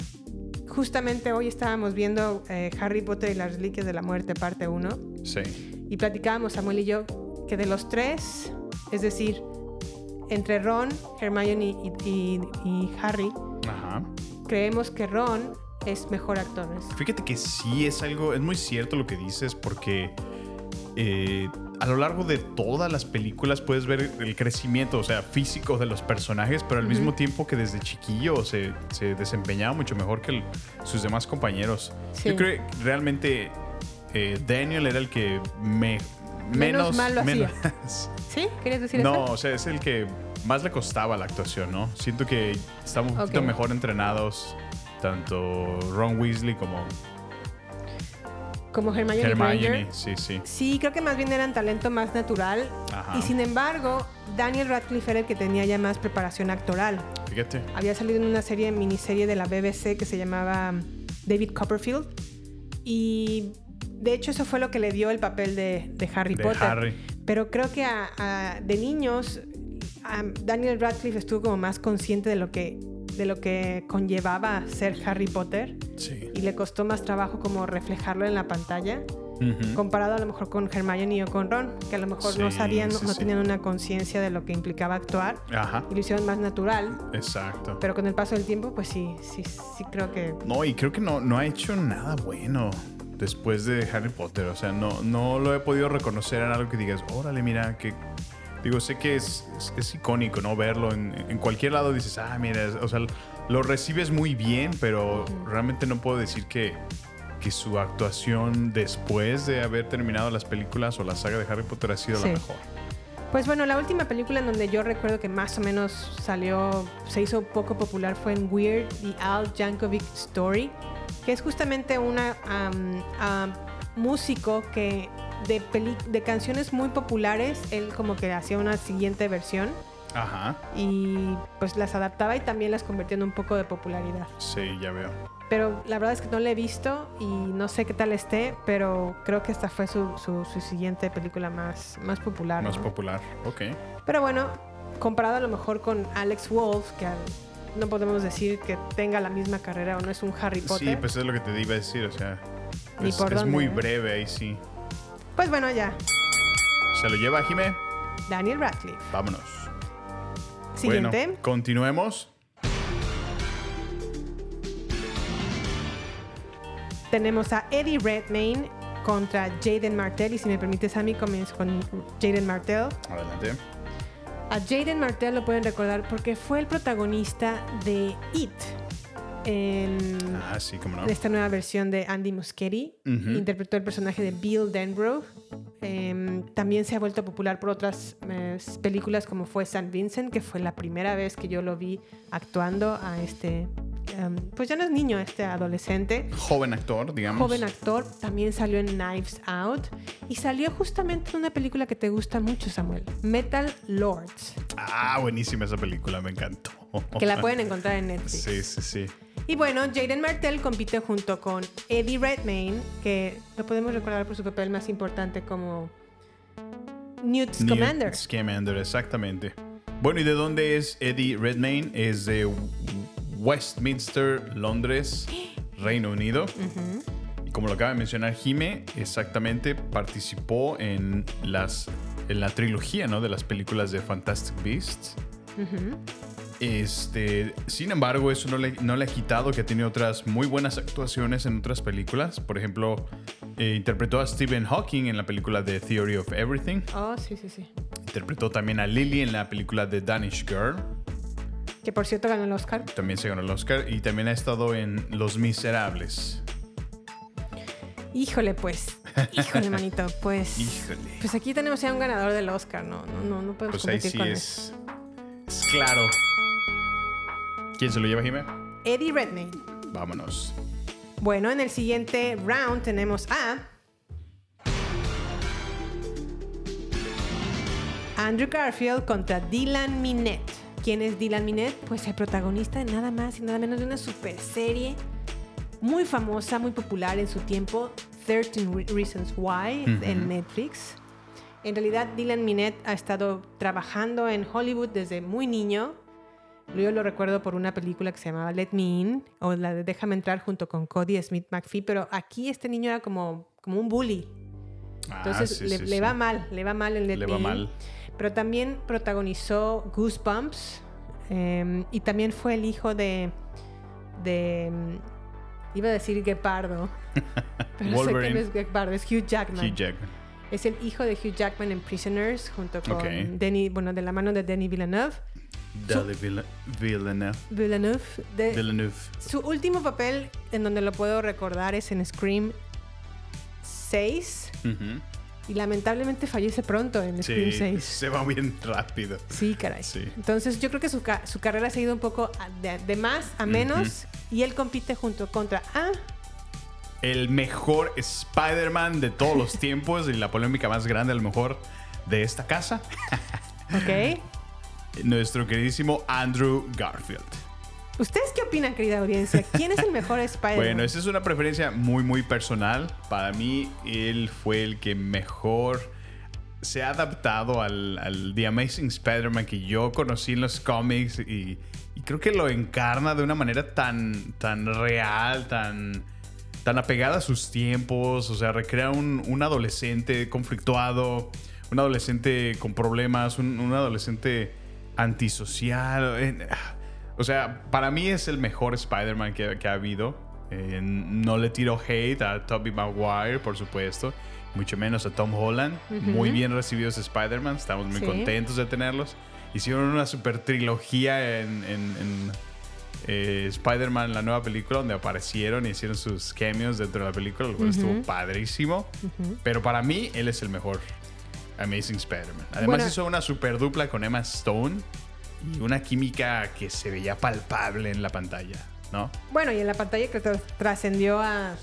S6: Justamente hoy estábamos viendo eh, Harry Potter y las Reliquias de la Muerte, parte 1,
S1: Sí.
S6: y platicábamos Samuel y yo que de los tres, es decir, entre Ron, Hermione y, y- y Harry,
S1: Ajá.
S6: creemos que Ron es mejor actor. Es-
S1: Fíjate que sí es algo, es muy cierto lo que dices porque eh, a lo largo de todas las películas puedes ver el crecimiento, o sea, físico de los personajes, pero al mismo tiempo que desde chiquillo se, se desempeñaba mucho mejor que el- sus demás compañeros.
S6: Sí.
S1: Yo creo que realmente eh, Daniel era el que me, menos,
S6: Menos mal lo hacía.
S1: menos-
S6: ¿Sí? ¿Querías decir
S1: no,
S6: eso?
S1: o sea, es el que más le costaba la actuación, ¿no? Siento que estamos un poquito
S6: Ok.
S1: mejor entrenados, tanto Ron Weasley como
S6: Como Hermione, Granger.
S1: Hermione. Sí, sí.
S6: Sí, creo que más bien eran talento más natural.
S1: Ajá.
S6: Y sin embargo, Daniel Radcliffe era el que tenía ya más preparación actoral.
S1: Fíjate.
S6: Había salido en una serie, miniserie de la BBC que se llamaba mm, David Copperfield. Y de hecho, eso fue lo que le dio el papel de, de Harry
S1: De
S6: Potter.
S1: Harry.
S6: Pero creo que a- a- de niños, a Daniel Radcliffe estuvo como más consciente de lo que de lo que conllevaba ser Harry Potter
S1: Sí.
S6: y le costó más trabajo como reflejarlo en la pantalla comparado a lo mejor con Hermione o con Ron, que a lo mejor no
S1: Sí,
S6: sabían, no-
S1: sí, Eh.
S6: no
S1: sí.
S6: tenían una conciencia de lo que implicaba actuar
S1: Ajá.
S6: y lo hicieron más natural,
S1: Exacto.
S6: pero con el paso del tiempo, pues sí, sí, sí creo que...
S1: No, y creo que no, no ha hecho nada bueno después de Harry Potter. O sea, no, no lo he podido reconocer en algo que digas, órale, mira, que. Digo, sé que es, es, es icónico, ¿no? Verlo en, en cualquier lado dices, ah, mira, es- o sea, lo recibes muy bien, pero realmente no puedo decir que, que su actuación después de haber terminado las películas o la saga de Harry Potter ha sido
S6: Sí.
S1: la mejor.
S6: Pues bueno, la última película en donde yo recuerdo que más o menos salió, se hizo poco popular fue en Weird, The Al Jankovic Story, que es justamente una am, am, músico que de, peli- de canciones muy populares, él como que hacía una siguiente versión
S1: Ajá.
S6: y pues las adaptaba y también las convertía en un poco de popularidad.
S1: Sí, ya veo.
S6: Pero la verdad es que no la he visto y no sé qué tal esté, pero creo que esta fue su, su- su siguiente película más, más popular.
S1: Más
S6: ¿no?
S1: popular. Ok.
S6: pero bueno, comparado a lo mejor con Alex Wolf, que al- no podemos decir que tenga la misma carrera o no es un Harry Potter.
S1: Sí, pues es lo que te iba a decir, o sea.
S6: Ni
S1: Es,
S6: por
S1: es
S6: dónde,
S1: muy
S6: ¿eh?
S1: breve ahí sí.
S6: Pues bueno, ya,
S1: Se lo lleva Jimé.
S6: Daniel Radcliffe.
S1: Vámonos.
S6: Siguiente.
S1: Bueno, continuemos.
S6: Tenemos a Eddie Redmayne contra Jaden Martell. Y si me permites, Sammy, comienzo con Jaden Martell.
S1: Adelante.
S6: A Jaden Martell lo pueden recordar porque fue el protagonista de It. en-
S1: Ah, sí, como no.
S6: en esta nueva versión de Andy Muschietti.
S1: Ujú.
S6: Interpretó el personaje de Bill Denbrough. Eh, también se ha vuelto popular por otras eh, películas como fue San Vincent, que fue la primera vez que yo lo vi actuando a este, em, pues ya no es niño, este adolescente.
S1: Joven actor, digamos.
S6: Joven actor, también salió en Knives Out y salió justamente en una película que te gusta mucho, Samuel, Metal Lords,
S1: Ah, buenísima esa película, me encantó.
S6: que la pueden encontrar en Netflix.
S1: Sí, sí, sí.
S6: Y bueno, Jaden Martell compite junto con Eddie Redmayne, que lo podemos recordar por su papel más importante como Newt Scamander.
S1: Newt Scamander, exactamente. Bueno, ¿y de dónde es Eddie Redmayne? Es de Westminster, Londres, Reino Unido. Y como lo acaba de mencionar Jime, exactamente participó en las en la trilogía, ¿no? De las películas de Fantastic Beasts. Este, sin embargo, eso no le, no le ha quitado que ha tenido otras muy buenas actuaciones en otras películas. Por ejemplo, eh, interpretó a Stephen Hawking en la película The Theory of Everything.
S6: Oh, sí, sí, sí.
S1: Interpretó también a Lily en la película The Danish Girl.
S6: Que por cierto ganó el Oscar.
S1: También se ganó el Oscar. Y también ha estado en Los Miserables.
S6: Híjole, pues. Híjole, manito. Pues.
S1: Híjole.
S6: Pues aquí tenemos ya un ganador del Oscar, ¿no? No, no, no podemos
S1: Pues ahí
S6: competir
S1: sí
S6: con eso.
S1: es. Es claro. ¿Quién se lo lleva, Jimé?
S6: Eddie Redmayne.
S1: Vámonos.
S6: Bueno, en el siguiente round tenemos a. Andrew Garfield contra Dylan Minette. ¿Quién es Dylan Minette? Pues el protagonista de nada más y nada menos de una super serie muy famosa, muy popular en su tiempo, 13 Re- Reasons Why en Netflix. En realidad, Dylan Minette ha estado trabajando en Hollywood desde muy niño. Yo lo recuerdo por una película que se llamaba Let Me In o la de Déjame entrar junto con Cody Smith McPhee, pero aquí este niño era como, como un bully.
S1: Ah,
S6: Entonces
S1: sí,
S6: le,
S1: sí,
S6: le
S1: sí.
S6: va mal, le va mal en Let
S1: Le
S6: Me
S1: va
S6: In.
S1: mal.
S6: Pero también protagonizó Goosebumps eh, y también fue el hijo de. de mm, iba a decir Gepardo. Pero sé que
S1: Wolverine.
S6: no es Gepardo, es Hugh Jackman.
S1: Hugh Jackman.
S6: Es el hijo de Hugh Jackman en Prisoners junto con
S1: Ok.
S6: Denis, bueno, de la mano de Denis Villeneuve.
S1: Dale Vill- Villeneuve.
S6: Villeneuve. de-
S1: Villeneuve.
S6: su último papel en donde lo puedo recordar es en Scream 6
S1: Ujú.
S6: y lamentablemente fallece pronto en Scream
S1: Sí,
S6: 6.
S1: se va bien rápido.
S6: Sí, caray.
S1: Sí.
S6: Entonces yo creo que su, ca- su carrera se ha ido un poco a- de, de más a menos y él compite junto contra ah, A.
S1: El mejor Spider-Man de todos los tiempos y la polémica más grande, a lo mejor, de esta casa.
S6: ¿Ok?
S1: Nuestro queridísimo Andrew Garfield.
S6: ¿Ustedes qué opinan, querida audiencia? ¿Quién es el mejor Spider-Man?
S1: Bueno, esa es una preferencia muy, muy personal. Para mí, él fue el que mejor se ha adaptado al, al The Amazing Spider-Man que yo conocí en los cómics y, y creo que lo encarna de una manera tan, tan real, tan, tan apegada a sus tiempos. O sea, recrea un, un adolescente conflictuado, un adolescente con problemas, un, un adolescente antisocial. En- ah, O sea, para mí es el mejor Spider-Man que, que ha habido. Eh, no le tiro hate a Tobey Maguire, por supuesto, mucho menos a Tom Holland. Muy bien recibidos Spider-Man, estamos muy
S6: Sí.
S1: contentos de tenerlos. Hicieron una super trilogía en, en- en, eh, Spider-Man, la nueva película, donde aparecieron y hicieron sus cameos dentro de la película, lo cual estuvo padrísimo. Pero para mí, él es el mejor Amazing Spider-Man. Además,
S6: Bueno.
S1: hizo una super dupla con Emma Stone y una química que se veía palpable en la pantalla, ¿no?
S6: Bueno, y en la pantalla que tra- trascendió a,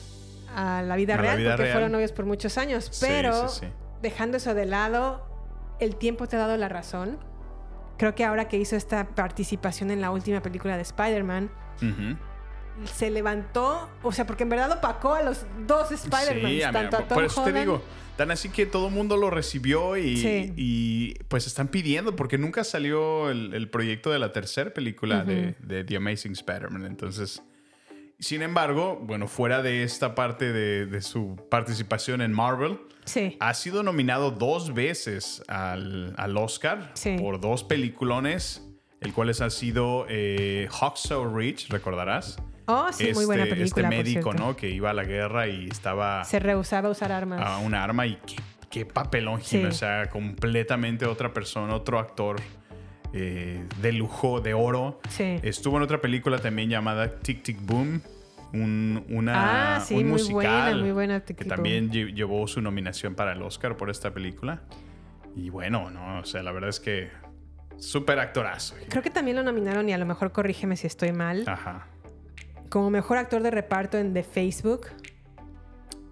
S6: a la vida
S1: A la
S6: real,
S1: vida
S6: porque
S1: real.
S6: fueron novios por muchos años.
S1: Sí,
S6: Pero
S1: sí, sí.
S6: dejando eso de lado, el tiempo te ha dado la razón. Creo que ahora que hizo esta participación en la última película de Spider-Man,
S1: Ujú.
S6: se levantó, o sea, porque en verdad opacó a los dos Spider-Man,
S1: Sí, a mí-
S6: tanto a Tom
S1: por eso te
S6: Holland-
S1: digo. Tan así que todo el mundo lo recibió y,
S6: Sí.
S1: y, pues están pidiendo, porque nunca salió el, el proyecto de la tercera película de- de, The Amazing Spider-Man. Entonces, sin embargo, bueno, fuera de esta parte de, de su participación en Marvel,
S6: Sí.
S1: ha sido nominado dos veces al, al Oscar
S6: Sí.
S1: por dos peliculones, el cual ha sido eh, Hacksaw Ridge, recordarás.
S6: Oh, sí, muy buena película,
S1: Este
S6: por
S1: médico,
S6: cierto.
S1: ¿no? Que iba a la guerra y estaba
S6: Se rehusaba a usar armas.
S1: a un arma y qué, qué papelón,
S6: Ah. Sí.
S1: Jimmy. O sea, completamente otra persona, otro actor eh, de lujo, de oro.
S6: Sí.
S1: Estuvo en otra película también llamada Tic Tic Boom. Un, una,
S6: Ah, sí,
S1: un
S6: muy
S1: musical
S6: buena, muy buena Tic
S1: que
S6: Tic
S1: también lle- llevó su nominación para el Oscar por esta película. Y bueno, no, o sea, la verdad es que súper actorazo. Jimmy.
S6: Creo que también lo nominaron y a lo mejor corrígeme si estoy mal,
S1: Ajá.
S6: como mejor actor de reparto en The Facebook,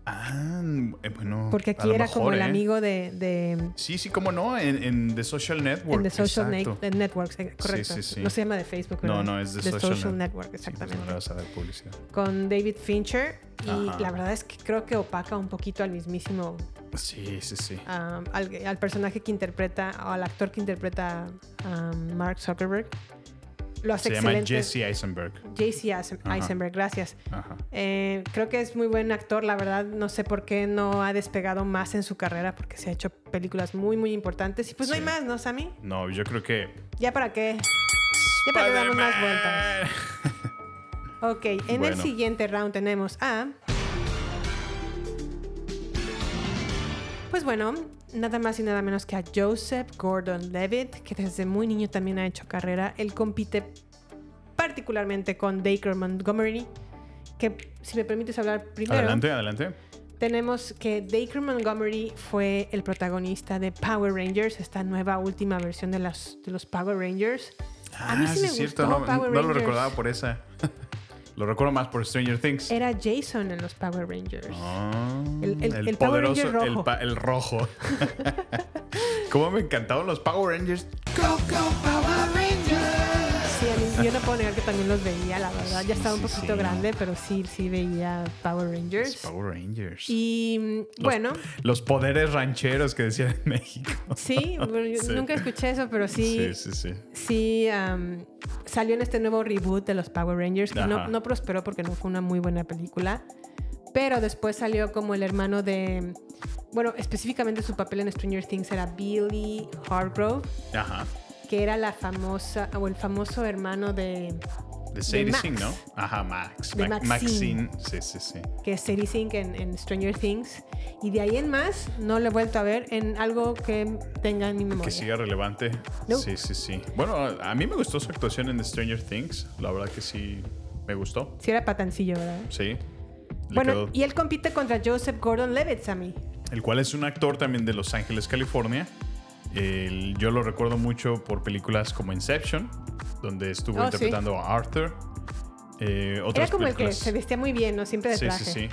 S1: Ah, eh, bueno.
S6: porque
S1: a
S6: aquí
S1: lo
S6: era como
S1: mejor,
S6: el
S1: ¿eh?
S6: amigo de, de
S1: Sí, sí, cómo no, en, en The Social Network.
S6: en The Social
S1: exacto.
S6: Ne- Networks, eh, correcto.
S1: sí, sí.
S6: No se llama The Facebook,
S1: No,
S6: ¿verdad?
S1: no, es The,
S6: Social,
S1: Net-
S6: Network,
S1: Sí, pues
S6: exactamente.
S1: no le vas a dar publicidad.
S6: Con David Fincher y
S1: Ajá.
S6: la verdad es que creo que opaca un poquito al mismísimo
S1: Sí, sí, sí.
S6: um, al, al personaje que interpreta, o al actor que interpreta a Mark Zuckerberg. Lo hace
S1: Se llama
S6: excelente.
S1: Jesse Eisenberg.
S6: J.C. Eisen-
S1: Ajá.
S6: Eisenberg, gracias.
S1: Ajá.
S6: Eh, creo que es muy buen actor, la verdad. No sé por qué no ha despegado más en su carrera, porque se ha hecho películas muy, muy importantes. Y pues no
S1: Sí.
S6: hay más, ¿no, Sammy?
S1: No, yo creo que.
S6: ¿Ya para qué? Ya para qué damos más vueltas. Ok, en el
S1: Bueno.
S6: siguiente round tenemos a. Pues bueno, nada más y nada menos que a Joseph Gordon Levitt, que desde muy niño también ha hecho carrera. Él compite particularmente con Baker Montgomery, que si me permites hablar primero.
S1: Adelante, adelante.
S6: tenemos que Dacre Montgomery fue el protagonista de Power Rangers, esta nueva última versión de, las- de los Power Rangers. A mí
S1: Ah,
S6: sí
S1: sí
S6: me
S1: es cierto,
S6: gustó
S1: no, no
S6: Power
S1: lo
S6: Rangers.
S1: recordaba pues. por esa. lo recuerdo más por Stranger Things.
S6: Era Jason en los Power Rangers.
S1: Ah,
S6: el- el- el Power Ranger
S1: el
S6: rojo.
S1: pa- El, rojo. Cómo me encantaban los Power Rangers.
S6: Sí, a mí- yo no puedo negar que también los veía, la verdad. Ya estaba un
S1: sí,
S6: poquito
S1: sí.
S6: grande, pero sí, sí veía Power Rangers.
S1: Los Power Rangers.
S6: Pues Y mm,
S1: Los-
S6: bueno,
S1: Los poderes rancheros que decían en México.
S6: sí, bueno, yo
S1: Sí.
S6: nunca escuché eso, pero
S1: Sí, sí, sí.
S6: sí am, salió en este nuevo reboot de los Power Rangers, que no,
S1: Ajá.
S6: no prosperó porque no fue una muy buena película, pero después salió como el hermano de, bueno, específicamente su papel en Stranger Things era Billy Hargrove,
S1: Ajá.
S6: que era la famosa, o el famoso hermano de,
S1: De Sadie
S6: Max.
S1: Singh, ¿no? Ajá, Max.
S6: De
S1: Ma-
S6: Maxine.
S1: Maxine. Sí, sí, sí.
S6: que es Sadie Sink en, en Stranger Things, y de ahí en más no lo he vuelto a ver en algo que tenga en mi memoria.
S1: Que siga relevante.
S6: No.
S1: Sí, sí, sí. Bueno, a a mí me gustó su actuación en Stranger Things. La verdad que sí me gustó.
S6: Sí era patancillo, ¿verdad?
S1: Sí. Le
S6: Bueno,
S1: quedó-
S6: y él compite contra Joseph Gordon-Levitt a mí.
S1: el cual es un actor también de Los Ángeles, California. El- yo lo recuerdo mucho por películas como Inception, donde estuvo
S6: Oh, sí.
S1: interpretando a Arthur. Eh,
S6: Era
S1: otras
S6: como el que
S1: películas.
S6: se vestía muy bien, ¿no? Siempre de
S1: Sí,
S6: traje.
S1: sí, sí.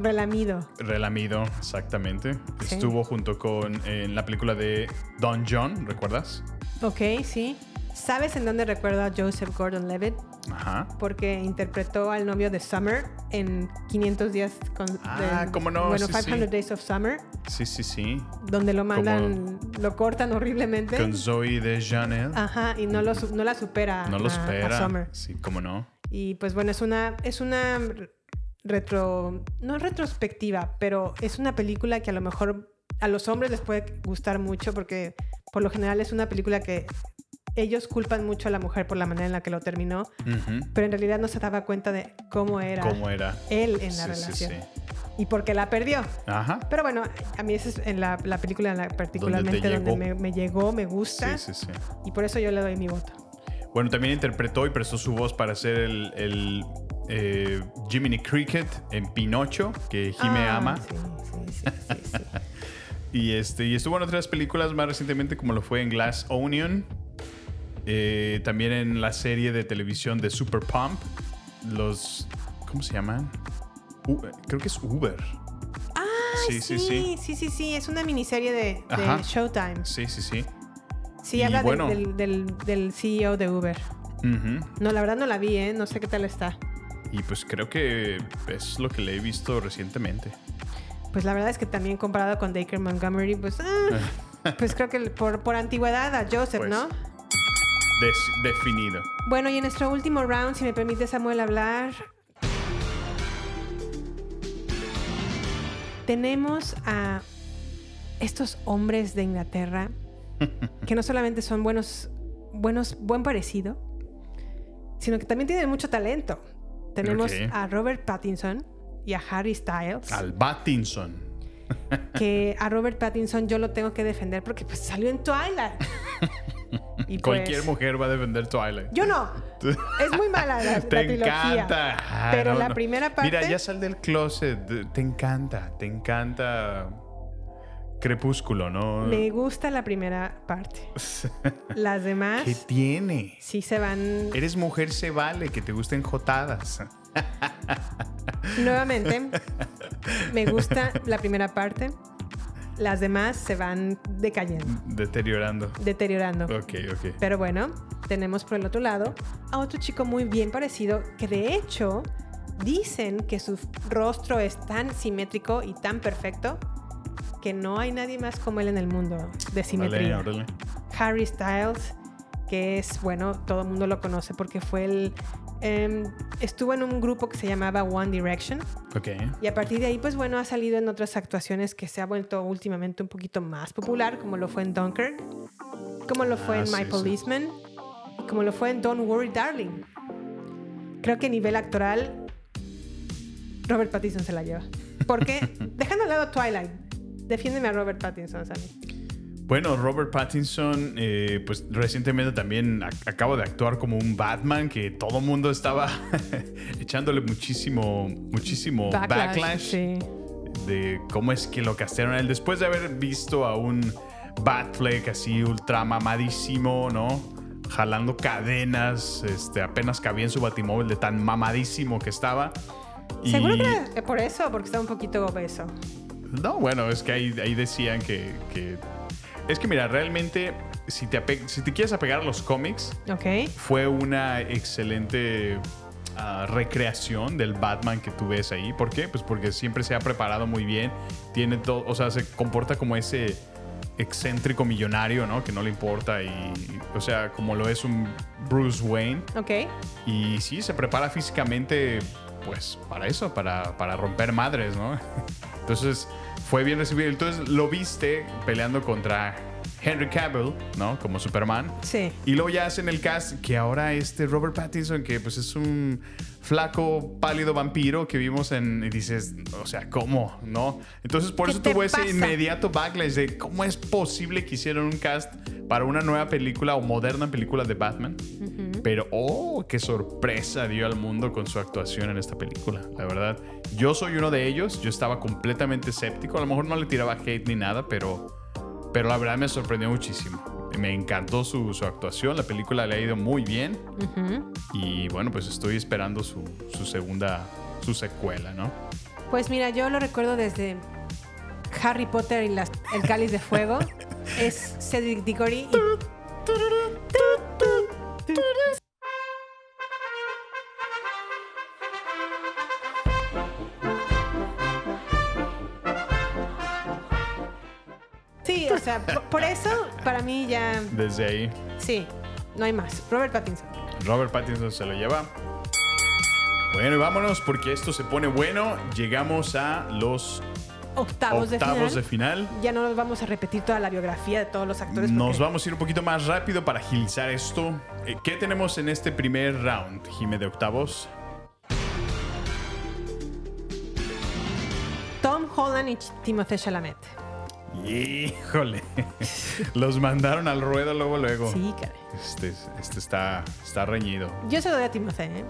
S6: Relamido.
S1: Relamido, exactamente.
S6: Sí.
S1: Estuvo junto con en la película de Don John, ¿recuerdas?
S6: Ok, sí. ¿Sabes en dónde recuerdo a Joseph Gordon-Levitt?
S1: Ajá.
S6: Porque interpretó al novio de Summer en 500 días con...
S1: Ah,
S6: del-
S1: cómo no,
S6: Bueno,
S1: sí,
S6: 500
S1: sí.
S6: Days of Summer,
S1: Sí, sí, sí.
S6: donde lo mandan, lo cortan horriblemente.
S1: Con Zoe de Chanel.
S6: Ajá, y no, lo, su- no la supera
S1: no lo
S6: Ah, a-
S1: supera.
S6: a Summer.
S1: Sí, cómo no.
S6: Y pues bueno, es una, es una retro, no retrospectiva, pero es una película que a lo mejor a los hombres les puede gustar mucho porque por lo general es una película que ellos culpan mucho a la mujer por la manera en la que lo terminó,
S1: Ujú.
S6: pero en realidad no se daba cuenta de cómo era
S1: ¿Cómo era?
S6: él en la
S1: Sí, sí,
S6: relación
S1: sí.
S6: y por qué la perdió.
S1: Ajá.
S6: Pero bueno, a mí esa es en la, la película en la- particularmente donde,
S1: llegó.
S6: me, me llegó, me gusta
S1: Sí, sí, sí.
S6: y por eso yo le doy mi voto.
S1: Bueno, también interpretó y prestó su voz para ser el, el, eh, Jiminy Cricket en Pinocho, que Jime
S6: Ah,
S1: ama.
S6: sí, sí, sí, sí, sí.
S1: Y, este, y estuvo en otras películas más recientemente, como lo fue en Glass Onion. eh, también en la serie de televisión de Super Pump. Los. ¿Cómo se llaman? U- creo que es Uber.
S6: Ay, sí, Ah, sí, sí, sí, es una miniserie de, de
S1: Ajá.
S6: Showtime.
S1: Sí, sí, sí.
S6: Sí,
S1: Y
S6: habla de-
S1: bueno.
S6: del, del- del CEO de Uber.
S1: Ujú.
S6: No, la verdad no la vi, ¿eh? No sé qué tal está.
S1: Y pues creo que es lo que le he visto recientemente.
S6: Pues la verdad es que también comparado con Dacre Montgomery, pues... ah, pues creo que el- por, por antigüedad a Joseph,
S1: Pues.
S6: ¿no?
S1: Des- definido.
S6: Bueno, y en nuestro último round, si me permite Samuel hablar... Tenemos a estos hombres de Inglaterra que no solamente son buenos, buenos, buen parecido, sino que también tienen mucho talento. Tenemos
S1: Ok.
S6: a Robert Pattinson y a Harry Styles.
S1: Al Battinson.
S6: Que a Robert Pattinson yo lo tengo que defender porque pues salió en Twilight. Y
S1: Cualquier
S6: pues,
S1: mujer va a defender Twilight.
S6: Yo no. Es muy mala la, la
S1: te
S6: trilogía.
S1: encanta. Ah,
S6: Pero
S1: no,
S6: la
S1: no.
S6: primera parte.
S1: Mira, ya sal del closet. Te- Te encanta, te encanta. Crepúsculo, ¿no?
S6: Me gusta la primera parte. Las demás
S1: ¿Qué Eh. tiene?
S6: sí se van
S1: Eres mujer, se vale que te gusten jotadas.
S6: Nuevamente, me gusta la primera parte. Las demás se van decayendo,
S1: Deteriorando.
S6: deteriorando.
S1: Ok, ok.
S6: Pero bueno, tenemos por el otro lado a otro chico muy bien parecido que de hecho dicen que su rostro es tan simétrico y tan perfecto que no hay nadie más como él en el mundo de
S1: Órale,
S6: simetría.
S1: órale.
S6: Harry Styles, que es, bueno, todo el mundo lo conoce porque fue el... em, estuvo en un grupo que se llamaba One Direction.
S1: Ok.
S6: Y a partir de ahí, pues bueno, ha salido en otras actuaciones que se ha vuelto últimamente un poquito más popular, como lo fue en Dunkirk, como lo fue
S1: Ah,
S6: en My
S1: sí, sí.
S6: Policeman, y como lo fue en Don't Worry Darling. Creo que a nivel actoral, Robert Pattinson se la lleva. Porque, dejando al lado Twilight, defiéndeme a Robert Pattinson, Sammy.
S1: Bueno, Robert Pattinson, eh, pues recientemente también ac- acaba de actuar como un Batman que todo mundo estaba echándole muchísimo, muchísimo backlash.
S6: Sí.
S1: de cómo es que lo castearon a él después de haber visto a un Batfleck así ultra mamadísimo, ¿no? Jalando cadenas, este, apenas cabía en su batimóvil de tan mamadísimo que estaba. Y-
S6: Seguro que era eh, por eso, porque estaba un poquito obeso.
S1: no, bueno, es que ahí, ahí decían que, que- Es que mira, realmente, si te, ape- si te quieres apegar a los cómics,
S6: Ok.
S1: fue una excelente ah, recreación del Batman que tú ves ahí. ¿Por qué? Pues porque siempre se ha preparado muy bien. Tiene todo, o sea, se comporta como ese excéntrico millonario, ¿no? Que no le importa y, o sea, como lo es un Bruce Wayne.
S6: Ok.
S1: Y sí, se prepara físicamente, pues, para eso, para, para romper madres, ¿no? Entonces, fue bien recibido. Entonces, lo viste peleando contra Henry Cavill, ¿no? Como Superman.
S6: Sí.
S1: Y luego ya hacen el cast que ahora este Robert Pattinson, que pues es un flaco, pálido vampiro que vimos en... Y dices, o sea, ¿cómo? ¿No? Entonces por
S6: ¿Qué
S1: eso
S6: te
S1: tuvo ese
S6: pasa?
S1: inmediato backlash de cómo es posible que hicieron un cast para una nueva película o moderna película de Batman. Pero, oh, qué sorpresa dio al mundo con su actuación en esta película. La verdad, yo soy uno de ellos. Yo estaba completamente escéptico. A lo mejor no le tiraba hate ni nada, pero... Pero la verdad me sorprendió muchísimo. Me encantó su, su actuación. La película le ha ido muy bien. Y bueno, pues estoy esperando su, su segunda, su secuela, ¿no?
S6: Pues mira, yo lo recuerdo desde Harry Potter y las- el cáliz de fuego. es Cedric Diggory. y- Sí, o sea, por, por eso para mí ya
S1: Desde ahí,
S6: sí, no hay más. Robert Pattinson.
S1: Robert Pattinson se lo lleva. Bueno, y vámonos porque esto se pone bueno. Llegamos a los
S6: Octavos,
S1: octavos
S6: de
S1: de
S6: final.
S1: final.
S6: Ya no nos vamos a repetir toda la biografía de todos los actores.
S1: Nos
S6: porque-
S1: vamos a ir un poquito más rápido para agilizar esto. Eh, ¿Qué tenemos en este primer round, Jime de octavos?
S6: Tom Holland y Ch- Timothée Chalamet.
S1: Híjole. Los mandaron al ruedo luego, luego.
S6: Sí, caray.
S1: Este, este está, está reñido.
S6: Yo se lo doy a Timothée. ¿eh?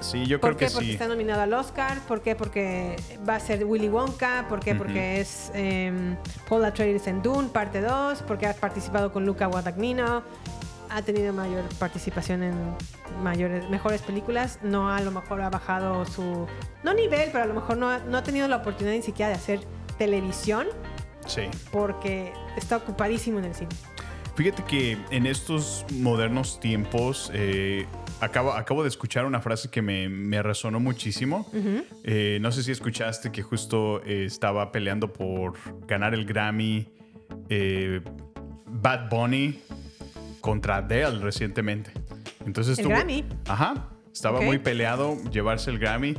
S1: Sí, yo
S6: ¿Por
S1: creo
S6: qué?
S1: que
S6: Porque
S1: sí.
S6: está nominado al Oscar. ¿Por qué? Porque va a ser Willy Wonka. ¿Por qué? Porque es eh, Paul Atreides en Dune, parte 2. Porque ha participado con Luca Guadagnino. Ha tenido mayor participación en mayores, mejores películas. No, a lo mejor ha bajado su. No nivel, pero a lo mejor no ha- no ha tenido la oportunidad ni siquiera de hacer televisión
S1: Sí.
S6: porque está ocupadísimo en el cine.
S1: Fíjate que en estos modernos tiempos eh, acabo, acabo de escuchar una frase que me, me resonó muchísimo. Eh, no sé si escuchaste que justo eh, estaba peleando por ganar el Grammy eh, Bad Bunny contra Adele recientemente. Entonces
S6: ¿El
S1: tuvo-
S6: Grammy?
S1: Ajá. Estaba
S6: Ok.
S1: muy peleado llevarse el Grammy.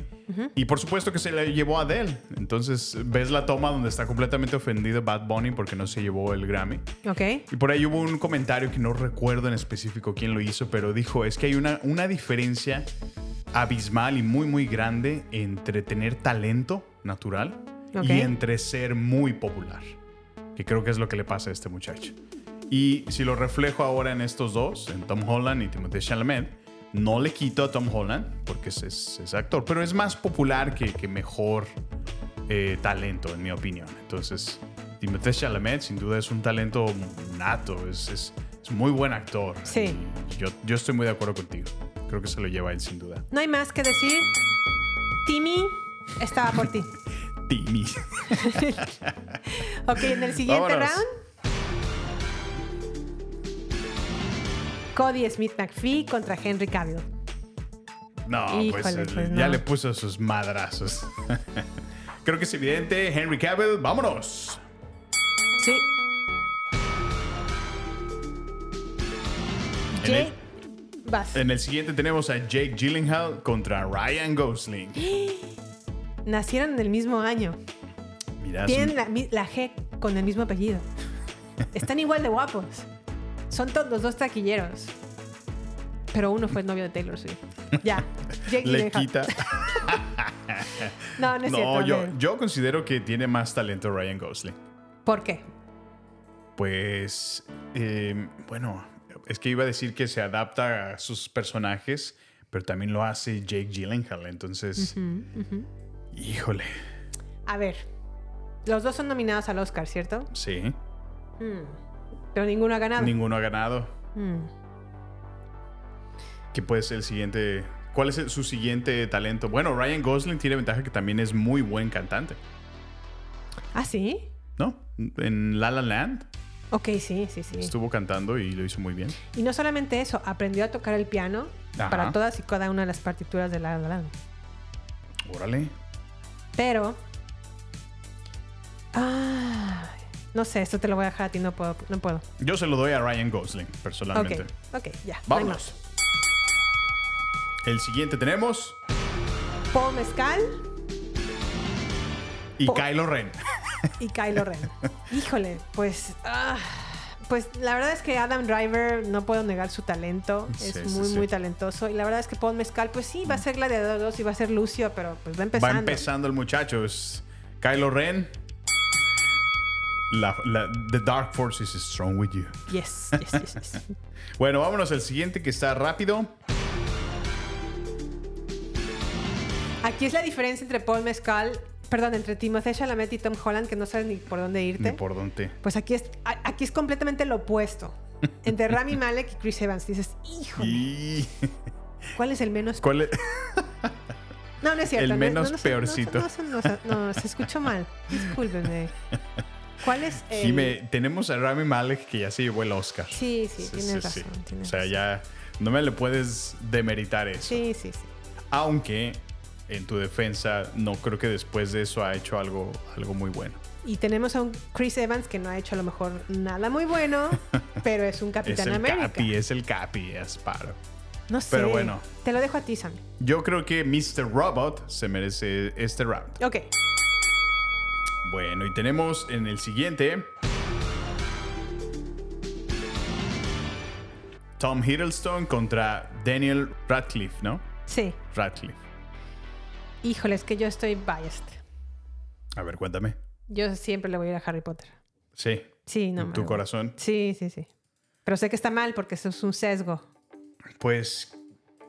S1: Y por supuesto que se le llevó a Adele. Entonces ves la toma donde está completamente ofendido Bad Bunny porque no se llevó el Grammy.
S6: ¿Ok?
S1: Y por ahí hubo un comentario que no recuerdo en específico quién lo hizo, pero dijo, es que hay una, una diferencia abismal y muy, muy grande entre tener talento natural
S6: Ok.
S1: y entre ser muy popular, que creo que es lo que le pasa a este muchacho. Y si lo reflejo ahora en estos dos, en Tom Holland y Timothée Chalamet, no le quito a Tom Holland, porque es, es- es actor, pero es más popular que, que mejor eh, talento, en mi opinión. Entonces, Timothée Chalamet sin duda es un talento nato, es, es, es muy buen actor.
S6: Sí.
S1: Y Yo, yo estoy muy de acuerdo contigo. Creo que se lo lleva él sin duda.
S6: No hay más que decir. Timmy estaba por ti.
S1: Timmy.
S6: Ok, en el siguiente
S1: Vámonos.
S6: round. Cody Smith McPhee contra Henry Cavill.
S1: No, pues,
S6: Híjole,
S1: eh,
S6: pues,
S1: ya
S6: no.
S1: le puso sus madrazos. Creo que es evidente. Henry Cavill, vámonos.
S6: Sí.
S1: En el-
S6: Jake, vas.
S1: En el siguiente tenemos a Jake Gyllenhaal contra Ryan Gosling.
S6: Nacieron en el mismo año.
S1: Mira, es
S6: Tienen
S1: un-
S6: la, mi- la G con el mismo apellido. Están igual de guapos. Son todos los dos taquilleros. Pero uno fue el novio de Taylor Swift. Ya. Jake
S1: le
S6: Gyllenhaal.
S1: quita.
S6: No, no es cierto.
S1: No, yo,
S6: de-
S1: yo considero que tiene más talento Ryan Gosling.
S6: ¿Por qué?
S1: Pues, eh, bueno, es que iba a decir que se adapta a sus personajes, pero también lo hace Jake Gyllenhaal. Entonces, híjole.
S6: A ver, Los dos son nominados al Oscar, ¿cierto?
S1: Sí. ¿eh?
S6: Mm. Pero ninguno ha ganado.
S1: Ninguno ha ganado.
S6: Mm.
S1: ¿Qué puede ser el siguiente? ¿Cuál es el- su siguiente talento? Bueno, Ryan Gosling tiene ventaja que también es muy buen cantante,
S6: ¿Ah, sí?
S1: ¿no? En La La Land
S6: Ok, sí, sí, sí.
S1: estuvo cantando y lo hizo muy bien.
S6: Y no solamente eso, aprendió a tocar el piano
S1: Ajá.
S6: para todas y cada una de las partituras de La La Land.
S1: Órale.
S6: Pero. Ah, no sé, esto te lo voy a dejar a ti, no puedo. No puedo.
S1: Yo se lo doy a Ryan Gosling,
S6: Ok,
S1: personalmente.
S6: ok, ya. no hay
S1: Vámonos. El siguiente tenemos
S6: más. Po Mezcal
S1: y
S6: Po-
S1: Kylo Ren.
S6: y Kylo Ren. Híjole, pues. ah, pues la verdad es que Adam Driver, no puedo negar su talento.
S1: Sí,
S6: es
S1: sí,
S6: muy,
S1: sí.
S6: muy talentoso. Y la verdad es que Paul Mezcal, pues sí, va a ser Gladiador 2 y va a ser Lucio, pero pues va empezando.
S1: Va empezando el muchacho. Es Kylo Ren. La- la- the Dark Force is strong with you.
S6: Yes, yes, yes, yes.
S1: Bueno, vámonos al siguiente que está rápido.
S6: Aquí es la diferencia entre Paul Mezcal, perdón, entre Timothée Chalamet y Tom Holland, que no sabes ni por dónde irte.
S1: Ni por dónde.
S6: Pues aquí es, a- aquí es completamente lo opuesto. Entre Rami Malek y Chris Evans dices, híjole,
S1: Y
S6: ¿cuál es el menos?
S1: ¿Cuál es?
S6: No, no es cierto.
S1: el
S6: no-
S1: menos
S6: no- no sé- no-
S1: peorcito.
S6: No, sé- no sé- no, se escuchó mal. Discúlpenme. ¿Cuál es el...?
S1: Jime, tenemos a Rami Malek que ya se llevó el Oscar.
S6: Sí, sí, tienes razón, tienes
S1: o sea,
S6: razón.
S1: ya no me le puedes demeritar eso.
S6: Sí, sí, sí.
S1: Aunque, en tu defensa, no creo que después de eso ha hecho algo, algo muy bueno.
S6: Y tenemos a un Chris Evans que no ha hecho a lo mejor nada muy bueno, pero es un
S1: Es
S6: Capitán
S1: el
S6: América.
S1: Capi, es el Capi, Asparo.
S6: No sé.
S1: Pero bueno.
S6: Te lo dejo a ti, Sam.
S1: Yo creo que Mr. Robot se merece este round.
S6: Ok.
S1: Bueno, y tenemos en el siguiente. Tom Hiddleston contra Daniel Radcliffe, ¿no?
S6: Sí.
S1: Radcliffe.
S6: Híjole, es que yo estoy biased.
S1: A ver, cuéntame.
S6: Yo siempre le voy a ir a Harry Potter.
S1: Sí.
S6: Sí, no
S1: ¿En
S6: me
S1: tu
S6: lo-
S1: corazón?
S6: Sí, sí, sí. Pero sé que está mal porque eso es un sesgo.
S1: Pues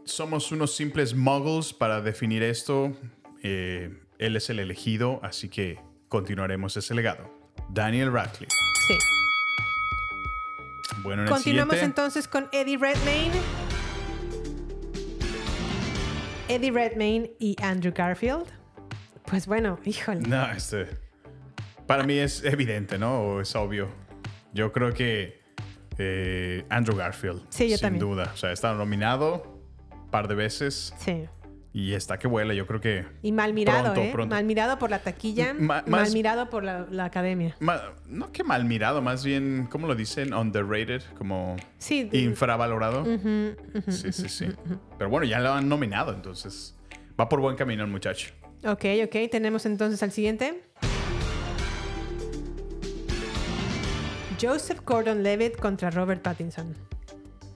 S1: somos unos simples muggles para definir esto. Eh, él es el elegido, así que continuaremos ese legado. Daniel Radcliffe.
S6: Sí.
S1: Bueno, en el
S6: Continuamos
S1: siguiente.
S6: entonces con Eddie Redmayne. Eddie Redmayne y Andrew Garfield. Pues bueno, híjole.
S1: No, este. Para mí es evidente, ¿no? O es obvio. Yo creo que eh, Andrew Garfield.
S6: Sí, yo
S1: sin
S6: también.
S1: duda. O sea, está nominado un par de veces
S6: Sí.
S1: y está que vuela. Yo creo que.
S6: Y mal mirado,
S1: Pronto,
S6: ¿eh?
S1: pronto.
S6: Mal mirado por la taquilla,
S1: Ma-
S6: mal
S1: más-
S6: mirado por la, la academia.
S1: ma- no que mal mirado, más bien, ¿cómo lo dicen? Underrated, como
S6: Sí.
S1: infravalorado. sí, sí, sí. Pero bueno, ya lo han nominado, entonces va por buen camino el muchacho.
S6: Ok, ok. Tenemos entonces al siguiente. Joseph Gordon-Levitt contra Robert Pattinson.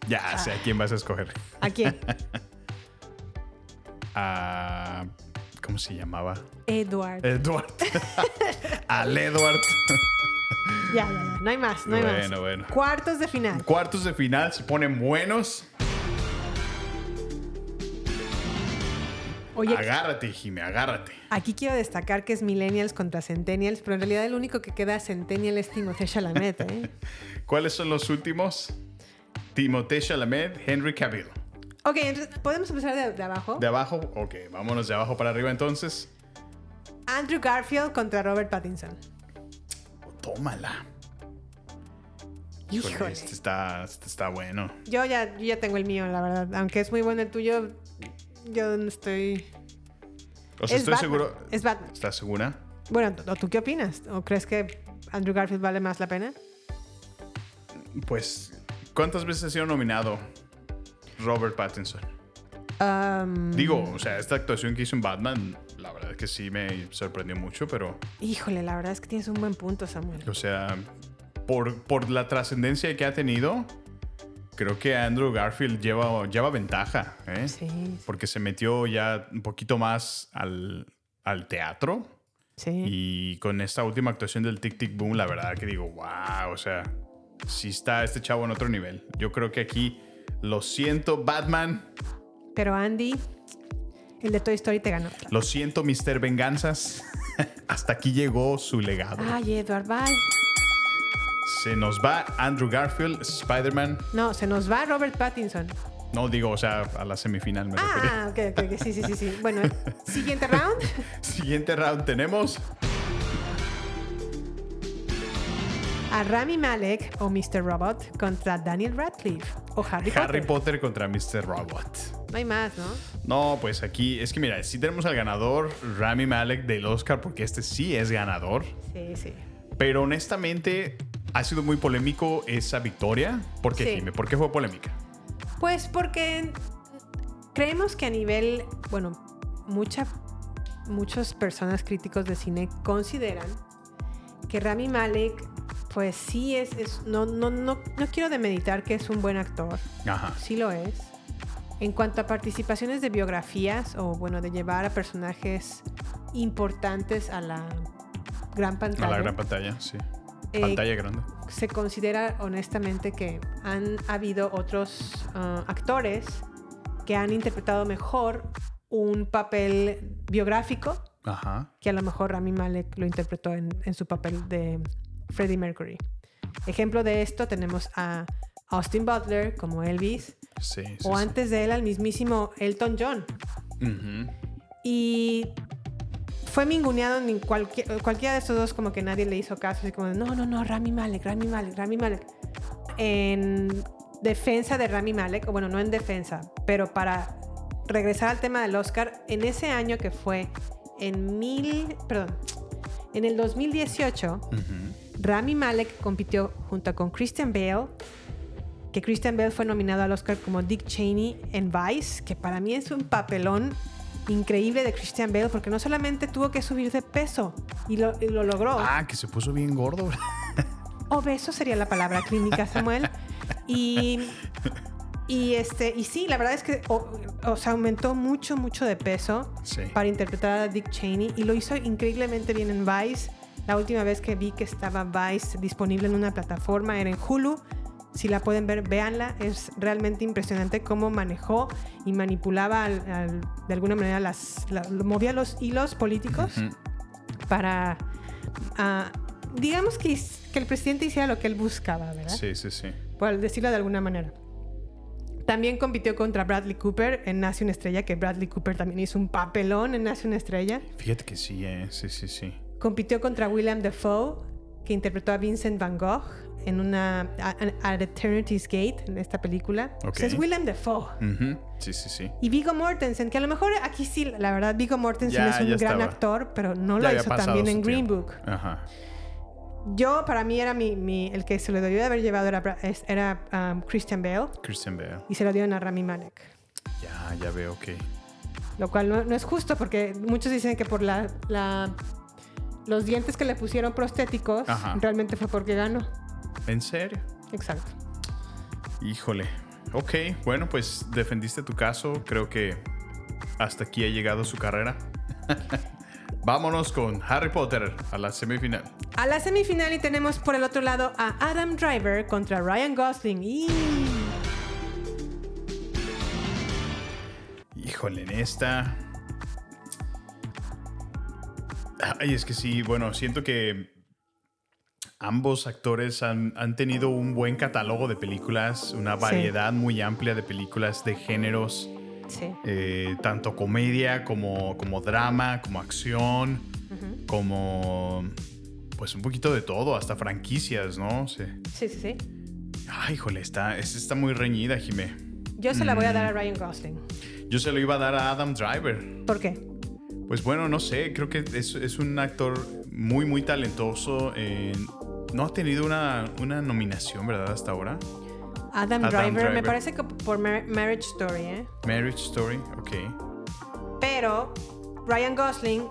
S1: Ya sé a quién vas a escoger.
S6: ¿A quién?
S1: A- ¿Cómo se llamaba?
S6: Edward.
S1: Edward. Al Edward.
S6: Ya, ya, ya. No hay más, no hay más.
S1: Bueno, bueno.
S6: Cuartos de final.
S1: Cuartos de final se ponen buenos.
S6: Oye,
S1: Agárrate, Jimmy, agárrate.
S6: aquí quiero destacar que es Millennials contra Centennials, pero en realidad el único que queda Centennial es Timothée Chalamet, ¿eh?
S1: ¿Cuáles son los últimos? Timothée Chalamet, Henry Cavill.
S6: Ok, entonces, ¿podemos empezar de, de abajo?
S1: De abajo, ok, vámonos de abajo para arriba entonces.
S6: Andrew Garfield contra Robert Pattinson.
S1: Tómala. Híjole,
S6: Híjole.
S1: este está, este está bueno.
S6: Yo ya, yo ya tengo el mío, la verdad. Aunque es muy bueno el tuyo, yo no estoy...
S1: O sea,
S6: es
S1: estoy
S6: Batman.
S1: seguro.
S6: Es Batman.
S1: ¿Estás segura?
S6: Bueno, ¿o tú qué opinas? ¿O crees que Andrew Garfield vale más la pena?
S1: Pues, ¿cuántas veces ha sido nominado Robert Pattinson?
S6: Um,
S1: Digo, o sea, esta actuación que hizo en Batman, la verdad es que sí me sorprendió mucho, pero,
S6: híjole, la verdad es que tienes un buen punto, Samuel.
S1: o sea, por, por la trascendencia que ha tenido, creo que Andrew Garfield lleva, lleva ventaja, ¿eh?
S6: Sí,
S1: Porque se metió ya un poquito más al, al teatro
S6: sí.
S1: y con esta última actuación del Tic Tic Boom, la verdad que digo, wow, o sea, sí está este chavo en otro nivel. Yo creo que aquí, lo siento, Batman,
S6: Pero Andy, el de Toy Story te ganó.
S1: lo siento, Mr. Venganzas. Hasta aquí llegó su legado.
S6: Ay, Edward, bye.
S1: Se nos va Andrew Garfield, Spider-Man.
S6: No, se nos va Robert Pattinson.
S1: No digo, o sea, a la semifinal me refería.
S6: Ah, ok, ok, ok, sí, sí, sí, sí. Bueno, siguiente round.
S1: Siguiente round tenemos
S6: A Rami Malek o Mr. Robot contra Daniel Radcliffe o Harry,
S1: Harry
S6: Potter.
S1: Potter contra Mr. Robot.
S6: No hay más, ¿no?
S1: No, pues aquí es que mira, sí tenemos al ganador Rami Malek del Oscar, porque este sí es ganador.
S6: Sí, sí.
S1: Pero honestamente, ha sido muy polémico esa victoria. ¿Por qué,
S6: Sí.
S1: Jime? ¿Por qué fue polémica?
S6: Pues porque creemos que a nivel, bueno, mucha, muchas personas críticos de cine consideran que Rami Malek, pues sí es, es- no, no, no, no quiero demeditar que es un buen actor,
S1: Ajá.
S6: sí lo es. En cuanto a participaciones de biografías o bueno, de llevar a personajes importantes a la gran pantalla.
S1: A la gran pantalla, sí.
S6: Eh,
S1: Pantalla grande.
S6: se considera honestamente que han habido otros ah, actores que han interpretado mejor un papel biográfico
S1: Ajá.
S6: que a lo mejor Rami Malek lo interpretó en, en su papel de Freddie Mercury. Ejemplo de esto tenemos a Austin Butler como Elvis
S1: Sí, sí.
S6: o
S1: sí.
S6: antes de él al mismísimo Elton John.
S1: Ujú.
S6: Y fue minguneado en cualquier, cualquiera de estos dos, como que nadie le hizo caso. Así como, no, no, no, Rami Malek, Rami Malek, Rami Malek. En defensa de Rami Malek, o bueno, no en defensa, pero para regresar al tema del Oscar, en ese año que fue en mil, perdón, en el 2018, Rami Malek compitió junto con Christian Bale, que Christian Bale fue nominado al Oscar como Dick Cheney en Vice, que para mí es un papelón increíble de Christian Bale, porque no solamente tuvo que subir de peso y lo, y lo logró,
S1: Ah, que se puso bien gordo.
S6: obeso sería la palabra clínica, Samuel, y, y, este, y sí, la verdad es que o, o sea, aumentó mucho, mucho de peso
S1: Sí.
S6: para interpretar a Dick Cheney y lo hizo increíblemente bien en Vice. La última vez que vi que estaba Vice disponible en una plataforma era en Hulu. Si la pueden ver, véanla. Es realmente impresionante cómo manejó y manipulaba al- al- de alguna manera las, la- movía los hilos políticos para, ah, digamos que, his- que el presidente hiciera lo que él buscaba, ¿verdad?
S1: Sí, sí, sí.
S6: por decirlo de alguna manera. También compitió contra Bradley Cooper en Nace una estrella, que Bradley Cooper también hizo un papelón en Nace una estrella.
S1: Fíjate que sí, eh. Sí, sí, sí.
S6: Compitió contra William Dafoe, que interpretó a Vincent Van Gogh en una a- a- At Eternity's Gate, en esta película. O sea,
S1: Ok.
S6: es William Dafoe.
S1: Ujú. Sí, sí, sí.
S6: Y Vigo Mortensen, que a lo mejor aquí sí, la verdad, Vigo Mortensen
S1: Ya,
S6: es un
S1: ya
S6: gran
S1: estaba.
S6: actor, pero no
S1: Ya
S6: lo
S1: había
S6: hizo
S1: pasado
S6: tan bien
S1: su
S6: en Green
S1: tiempo.
S6: Book.
S1: Ajá.
S6: Yo, para mí, era mi, mi- el que se lo debió de haber llevado era, Bra- es- era um, Christian Bale
S1: Christian Bale.
S6: y se lo dieron a Rami Malek.
S1: Ya, ya veo que.
S6: Lo cual no, no es justo porque muchos dicen que por la, la- los dientes que le pusieron prostéticos
S1: Ajá.
S6: realmente fue porque ganó.
S1: ¿En serio?
S6: Exacto.
S1: Híjole. Ok, bueno, pues defendiste tu caso. Creo que hasta aquí ha llegado su carrera. Vámonos con Harry Potter a la semifinal.
S6: A la semifinal y tenemos por el otro lado a Adam Driver contra Ryan Gosling. Y
S1: Híjole, en esta. Ay, es que sí, bueno, siento que ambos actores han, han tenido un buen catálogo de películas, una variedad muy amplia de películas, de géneros.
S6: sí,
S1: eh, tanto comedia como, como drama, como acción, como pues un poquito de todo, hasta franquicias, ¿no? Sí.
S6: sí, sí, sí.
S1: Ay, híjole, está, es- está muy reñida, Jimé.
S6: Yo se la voy a dar a
S1: Mm.
S6: Ryan Gosling.
S1: Yo se lo iba a dar a Adam Driver.
S6: ¿Por qué?
S1: Pues bueno, no sé, creo que es, es un actor muy, muy talentoso. eh, no ha tenido una, una nominación, ¿verdad? Hasta ahora.
S6: Adam,
S1: Adam
S6: Driver, me
S1: Driver.
S6: parece que por Mar- Marriage Story, ¿eh?
S1: Marriage Story, ok.
S6: Pero Ryan Gosling,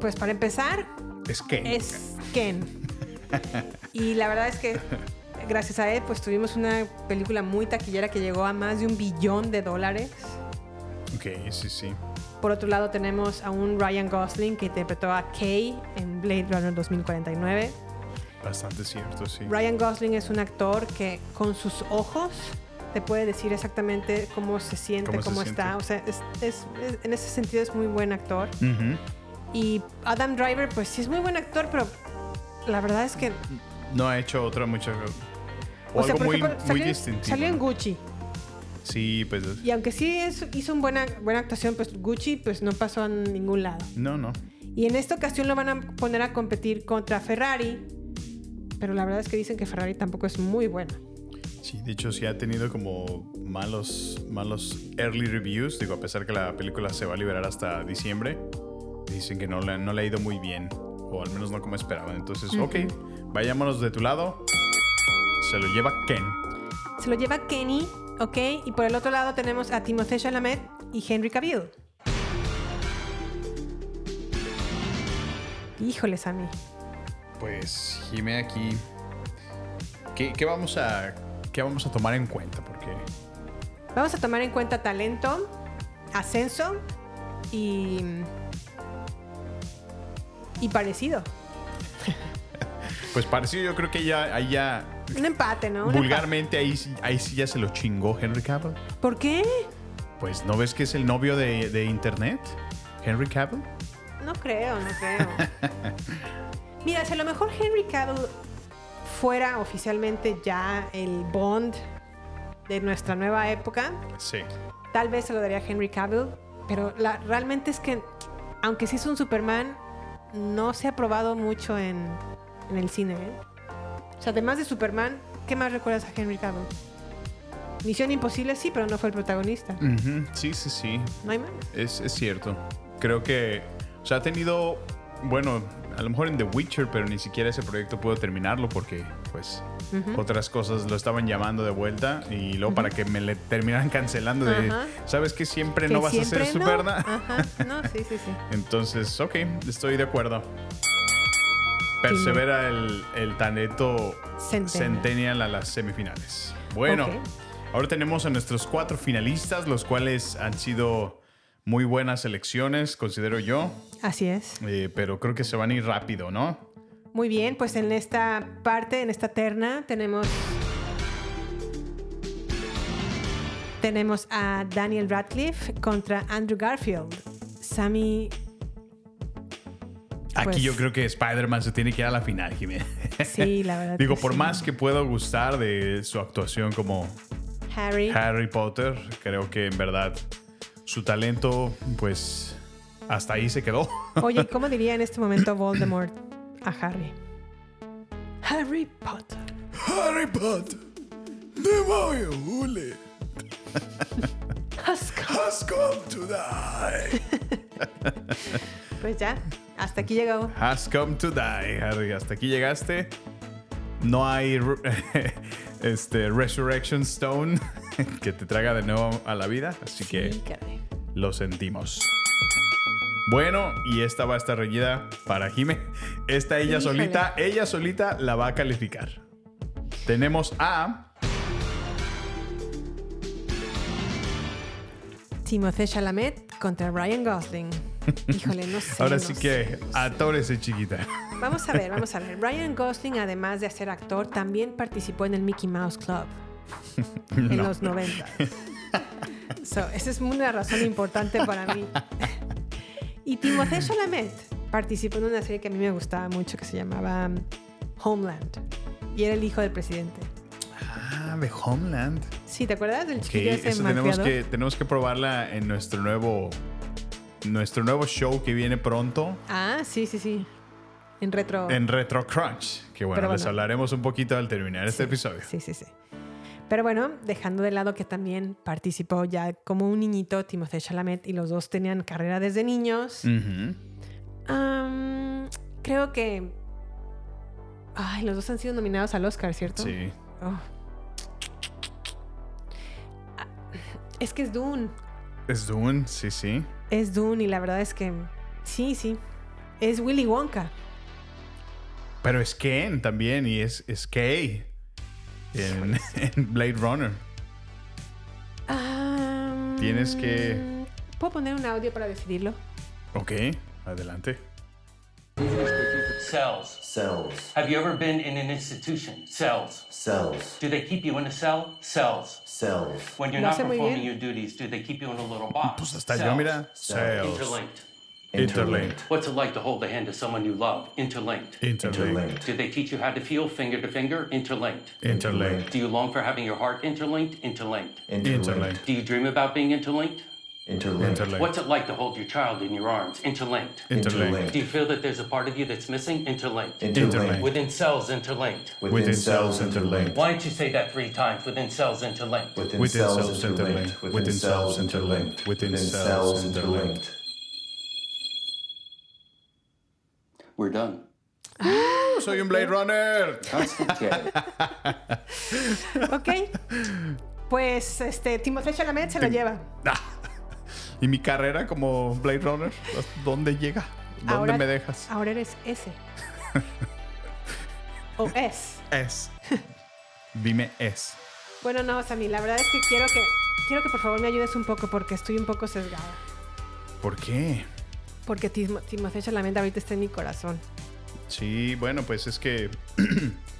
S6: pues para empezar,
S1: Es que...
S6: es Ken. Y la verdad es que gracias a él, pues tuvimos una película muy taquillera que llegó a más de un billón de dólares.
S1: Ok, sí, sí.
S6: Por otro lado, tenemos a un Ryan Gosling que interpretó a Kay en Blade Runner 2049.
S1: Bastante cierto, sí.
S6: Ryan Gosling es un actor que con sus ojos te puede decir exactamente cómo se siente,
S1: Cómo
S6: cómo,
S1: se
S6: está. O sea, es- es- es- en ese sentido es muy buen actor.
S1: Ujú.
S6: Y Adam Driver, pues sí es muy buen actor, pero la verdad es que.
S1: No ha hecho otra mucha. O,
S6: o sea,
S1: algo
S6: por
S1: muy,
S6: ejemplo,
S1: muy
S6: salió,
S1: distintivo.
S6: salió en Gucci.
S1: Sí, pues.
S6: Y aunque sí es- hizo una buena, buena actuación, pues Gucci pues no pasó a ningún lado.
S1: No, no.
S6: Y en esta ocasión lo van a poner a competir contra Ferrari. Pero la verdad es que dicen que Ferrari tampoco es muy buena.
S1: Sí, de hecho, sí ha tenido como malos, malos early reviews. Digo, a pesar que la película se va a liberar hasta diciembre, dicen que no le, no le ha ido muy bien. O al menos no como esperaban. Entonces, ok, vayámonos de tu lado. Se lo lleva Ken.
S6: Se lo lleva Kenny, ¿ok? Y por el otro lado tenemos a Timothée Chalamet y Henry Cavill. Híjoles a mí.
S1: Pues, Jime, aquí. ¿Qué, qué vamos a, ¿Qué vamos a tomar en cuenta? Porque.
S6: Vamos a tomar en cuenta talento, ascenso y. y parecido.
S1: Pues parecido, yo creo que ya, ahí ya
S6: Un empate, ¿no? Un
S1: vulgarmente ahí, sí- ahí sí ya se lo chingó Henry Cavill.
S6: empate. ¿Por qué?
S1: Pues no ves que es el novio de, de internet, Henry Cavill.
S6: No creo, no creo. Mira, si a lo mejor Henry Cavill fuera oficialmente ya el Bond de nuestra nueva época,
S1: Sí.
S6: tal vez se lo daría a Henry Cavill, pero la- realmente es que, aunque sí es un Superman, no se ha probado mucho en, en el cine. ¿eh? O sea, además de Superman, ¿qué más recuerdas a Henry Cavill? Misión Imposible sí, pero no fue el protagonista.
S1: Mm. Sí, sí, sí.
S6: No hay más.
S1: Es, es cierto. Creo que. O sea, ha tenido. Bueno, a lo mejor en The Witcher, pero ni siquiera ese proyecto pudo terminarlo porque, pues, otras cosas lo estaban llamando de vuelta y luego para que me le terminaran cancelando de.
S6: Ajá.
S1: ¿Sabes que siempre
S6: Que
S1: no vas a
S6: siempre
S1: ser
S6: no.
S1: Superna?
S6: Ajá, no, sí, sí, sí.
S1: Entonces, ok, estoy de acuerdo. Persevera el, el talento
S6: Centennial.
S1: Centennial a las semifinales. Bueno,
S6: Ok.
S1: ahora tenemos a nuestros cuatro finalistas, los cuales han sido muy buenas elecciones, considero yo,
S6: Así es.
S1: eh, pero creo que se van a ir rápido, ¿no?
S6: Muy bien, pues en esta parte, en esta terna, tenemos. Tenemos a Daniel Radcliffe contra Andrew Garfield. Sammy,
S1: Aquí
S6: Pues-
S1: yo creo que Spider-Man se tiene que ir a la final, Jiménez.
S6: sí, la verdad.
S1: Digo,
S6: que
S1: por
S6: sí.
S1: más que pueda gustar de su actuación como
S6: Harry.
S1: Harry Potter, creo que en verdad su talento, pues hasta ahí se quedó.
S6: Oye, ¿y ¿cómo diría en este momento Voldemort a Harry? Harry Potter.
S1: Harry Potter, demonio, Hule,
S6: has come.
S1: has come to die.
S6: Pues ya, hasta aquí llegó.
S1: Has come to die, Harry. Hasta aquí llegaste. No hay re- este Resurrection Stone que te traiga de nuevo a la vida, así
S6: Sí,
S1: que
S6: caray.
S1: lo sentimos. Bueno, y esta va a estar reñida para Jime. Esta ella
S6: Híjole.
S1: solita, ella solita la va a calificar. Tenemos a
S6: Timothée Chalamet contra Ryan Gosling. Híjole, no sé.
S1: Ahora
S6: no
S1: sí
S6: sé,
S1: que
S6: no sé.
S1: atórese, chiquita.
S6: Vamos a ver, vamos a ver. Ryan Gosling, además de ser actor, también participó en el Mickey Mouse Club en los 90. So, esa es una razón importante para mí. Y Timothée Chalamet participó en una serie que a mí me gustaba mucho que se llamaba um, Homeland. Y era el hijo del presidente.
S1: Ah, de Homeland.
S6: Sí, ¿te acuerdas del
S1: Que
S6: chiquillo ese
S1: eso tenemos
S6: malcriado?
S1: que, tenemos que probarla en nuestro nuevo nuestro nuevo show que viene pronto
S6: Ah, sí, sí, sí. En retro.
S1: en Retro Crunch. Que bueno,
S6: Pero
S1: les
S6: bueno.
S1: hablaremos un poquito al terminar este episodio.
S6: Sí, sí, sí. Pero bueno, dejando de lado que también participó ya como un niñito Timothée Chalamet y los dos tenían carrera desde niños.
S1: Ujú. Mm.
S6: Am, creo que... Ay, los dos han sido nominados al Oscar, ¿cierto?
S1: Sí.
S6: Oh. Ah, Es que es Dune.
S1: Es Dune, sí, sí.
S6: Es Dune y la verdad es que... Sí, sí. Es Willy Wonka.
S1: Pero es Ken también y es, es Kay en, en Blade Runner.
S6: Am,
S1: Tienes que-
S6: ¿Puedo poner un audio para decidirlo?
S1: Ok, adelante.
S7: Cells.
S8: Cells.
S7: Have you ever been in an institution? Cells.
S8: Cells.
S7: Do they keep you in a cell? Cells.
S8: Cells.
S7: When you're
S6: Lo
S7: not
S6: hace muy
S7: performing
S6: bien.
S7: your duties, do they keep you in a little box?
S1: Pues hasta yo,
S7: Cells.
S1: mira. Cells.
S7: Interlinked.
S1: Interlinked.
S7: What's it like to hold the hand of someone you love? Interlinked.
S1: Interlinked.
S7: Did they teach you how to feel finger to finger? Interlinked.
S1: Interlinked.
S7: Do you long for having your heart interlinked? Interlinked.
S1: Interlinked.
S7: Do you dream about being interlinked? What's
S1: Interlinked.
S7: it like to hold your child in your arms? Interlinked.
S1: Interlinked.
S7: Do you feel that there's a part of you that's missing? Interlinked.
S1: Interlinked.
S7: Within cells, interlinked.
S1: Within cells interlinked.
S7: Why don't you say that three times? Within cells, interlinked.
S1: Within cells interlinked. Within cells interlinked. Within cells interlinked.
S7: We're done.
S1: Soy un Blade Runner.
S6: Ok. Pues este, Timothée Chalamet se lo lleva.
S1: Ah. ¿Y mi carrera como Blade Runner? ¿Dónde llega? ¿Dónde
S6: Ahora-
S1: me dejas?
S6: Ahora eres ese. o es.
S1: Es. Dime es.
S6: Bueno, no, Sammy, la verdad es que quiero que quiero que por favor me ayudes un poco porque estoy un poco sesgada.
S1: ¿Por qué?
S6: Porque Timo- Timothée Chalamet ahorita está en mi corazón.
S1: Sí, bueno, pues es que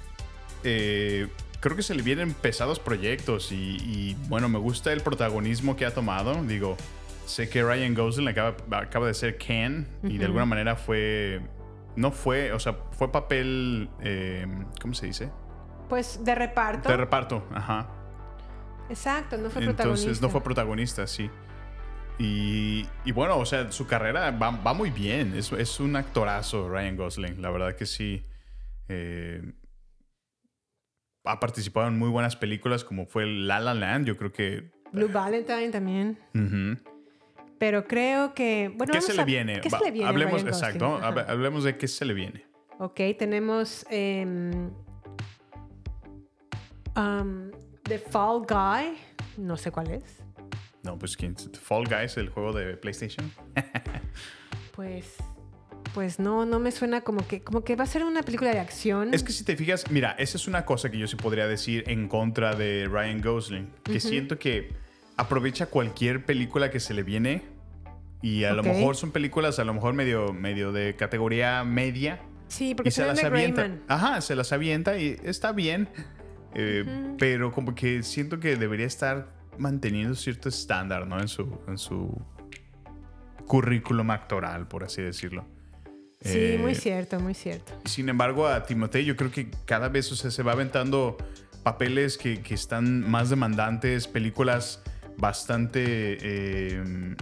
S1: eh, creo que se le vienen pesados proyectos y, y, bueno, me gusta el protagonismo que ha tomado. Digo, sé que Ryan Gosling acaba, acaba de ser Ken y de alguna manera fue, no fue, o sea, fue papel, eh, ¿cómo se dice?
S6: Pues de reparto.
S1: De reparto, ajá.
S6: Exacto, no fue protagonista.
S1: Entonces no fue protagonista, sí. Y, y bueno, o sea, su carrera va, va muy bien. Es, es un actorazo, Ryan Gosling. La verdad que sí. Eh, ha participado en muy buenas películas como fue La La Land. Yo creo que...
S6: Blue Valentine también.
S1: Ujú.
S6: Pero creo que. Bueno,
S1: ¿Qué
S6: vamos
S1: se le
S6: a-
S1: viene?
S6: ¿Qué se
S1: Va-
S6: le viene? a
S1: Hablemos,
S6: Ryan Gosling?
S1: exacto.
S6: Ajá.
S1: hable- Hablemos de qué se le viene.
S6: Ok, tenemos em, um, The Fall Guy, no sé cuál es.
S1: No, pues ¿quién? Fall Guys, el juego de PlayStation.
S6: Pues, pues no, no me suena como que, como que va a ser una película de acción.
S1: Es que si te fijas, mira, esa es una cosa que yo sí podría decir en contra de Ryan Gosling, que siento que aprovecha cualquier película que se le viene y a lo
S6: Ok.
S1: mejor son películas a lo mejor medio, medio de categoría media
S6: sí, porque
S1: y se
S6: se
S1: las
S6: de
S1: avienta.
S6: Rayman.
S1: Ajá, se las avienta y está bien, eh, pero como que siento que debería estar manteniendo cierto estándar, ¿no? En su, en su currículum actoral, por así decirlo.
S6: Sí, muy
S1: Eh,
S6: cierto, muy cierto.
S1: sin embargo, a Timoteo yo creo que cada vez o sea, se va aventando papeles que, que están más demandantes, películas bastante, eh,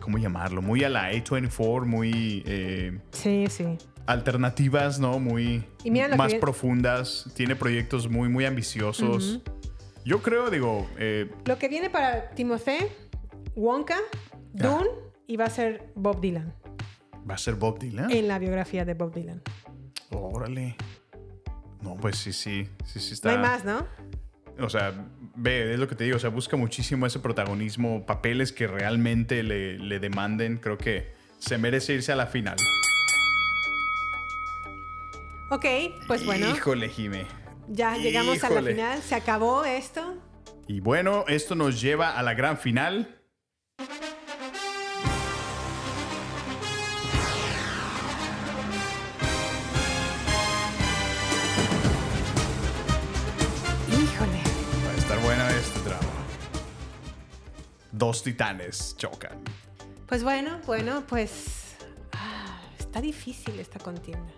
S1: ¿cómo llamarlo? Muy a la A24, muy eh,
S6: Sí, sí.
S1: alternativas, ¿no? Muy
S6: Y mira lo que
S1: más
S6: viene-
S1: profundas, tiene proyectos muy, muy ambiciosos. Yo creo, digo, eh,
S6: Lo que viene para Timothée, Wonka,
S1: Ah.
S6: Dune y va a ser Bob Dylan,
S1: va a ser Bob Dylan.
S6: en la biografía de Bob Dylan.
S1: Órale. No, pues sí, sí, sí, sí está.
S6: No hay más, ¿no?
S1: O sea, ve, es lo que te digo, o sea, busca muchísimo ese protagonismo, papeles que realmente le, le demanden. Creo que se merece irse a la final.
S6: Ok, pues bueno,
S1: Híjole, Jime.
S6: ya llegamos a la
S1: híjole.
S6: final, se acabó esto.
S1: Y bueno, esto nos lleva a la gran final.
S6: Híjole.
S1: Va a estar bueno este drama. Dos titanes chocan.
S6: Pues bueno, bueno, pues ah, está difícil esta contienda.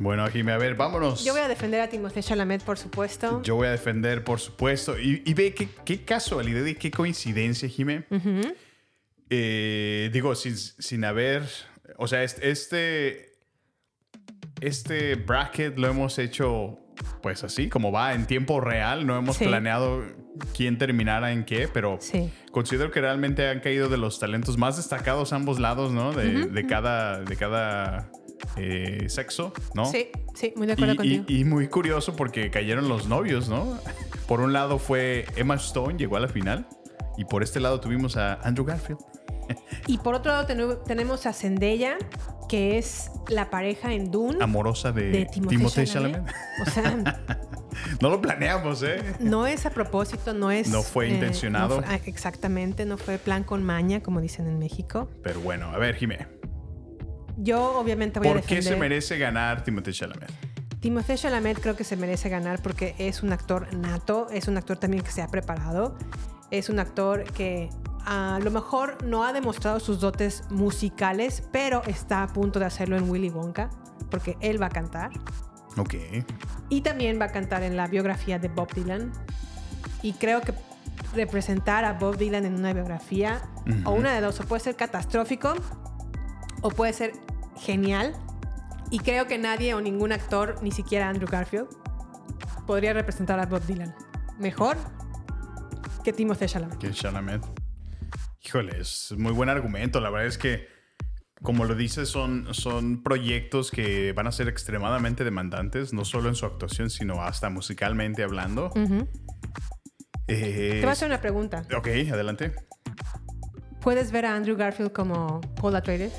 S1: Bueno, Jime, a ver, vámonos.
S6: Yo voy a defender a Timothée Chalamet, por supuesto.
S1: Yo voy a defender, por supuesto. Y, y ve qué, qué casualidad y qué coincidencia, Jimé. Eh, digo, sin, sin haber. O sea, es- este. Este bracket lo hemos hecho, pues así, como va, en tiempo real. No hemos
S6: Sí.
S1: planeado quién terminara en qué, pero
S6: Sí.
S1: considero que realmente han caído de los talentos más destacados a ambos lados, ¿no? De, de cada, de cada eh, sexo, ¿no?
S6: Sí, sí, muy de
S1: Y,
S6: acuerdo
S1: y-
S6: contigo.
S1: y muy curioso porque cayeron los novios, ¿no? Por un lado fue Emma Stone, llegó a la final. Y por este lado tuvimos a Andrew Garfield.
S6: Y, por otro lado tenu- tenemos a Zendaya, que es la pareja en Dune
S1: Amorosa de,
S6: Ah, de
S1: Timothée,
S6: Timothée, Chalamet.
S1: Chalamet.
S6: O sea,
S1: No lo planeamos, ¿eh?
S6: no es a propósito, no es...
S1: No fue
S6: no
S1: intencionado.
S6: fue- ah, exactamente, no fue plan con maña, como dicen en México.
S1: Pero bueno, a ver, Jimé.
S6: Yo obviamente voy a
S1: ¿Por
S6: defender...
S1: qué se merece ganar Timothée Chalamet?
S6: Timothée Chalamet creo que se merece ganar porque es un actor nato, es un actor también que se ha preparado, es un actor que a lo mejor no ha demostrado sus dotes musicales, pero está a punto de hacerlo en Willy Wonka, porque él va a cantar.
S1: Ok.
S6: Y también va a cantar en la biografía de Bob Dylan. Y creo que representar a Bob Dylan en una biografía, o una de dos, o puede ser catastrófico, o puede ser genial. Y creo que nadie o ningún actor, ni siquiera Andrew Garfield, podría representar a Bob Dylan mejor que Timothée Chalamet.
S1: Que Chalamet. Híjole, es muy buen argumento. La verdad es que, como lo dices, son, son proyectos que van a ser extremadamente demandantes, no solo en su actuación, sino hasta musicalmente hablando. Eh,
S6: Mm. Te voy a hacer una pregunta.
S1: Ok, adelante.
S6: ¿Puedes ver a Andrew Garfield como Paul Atreides?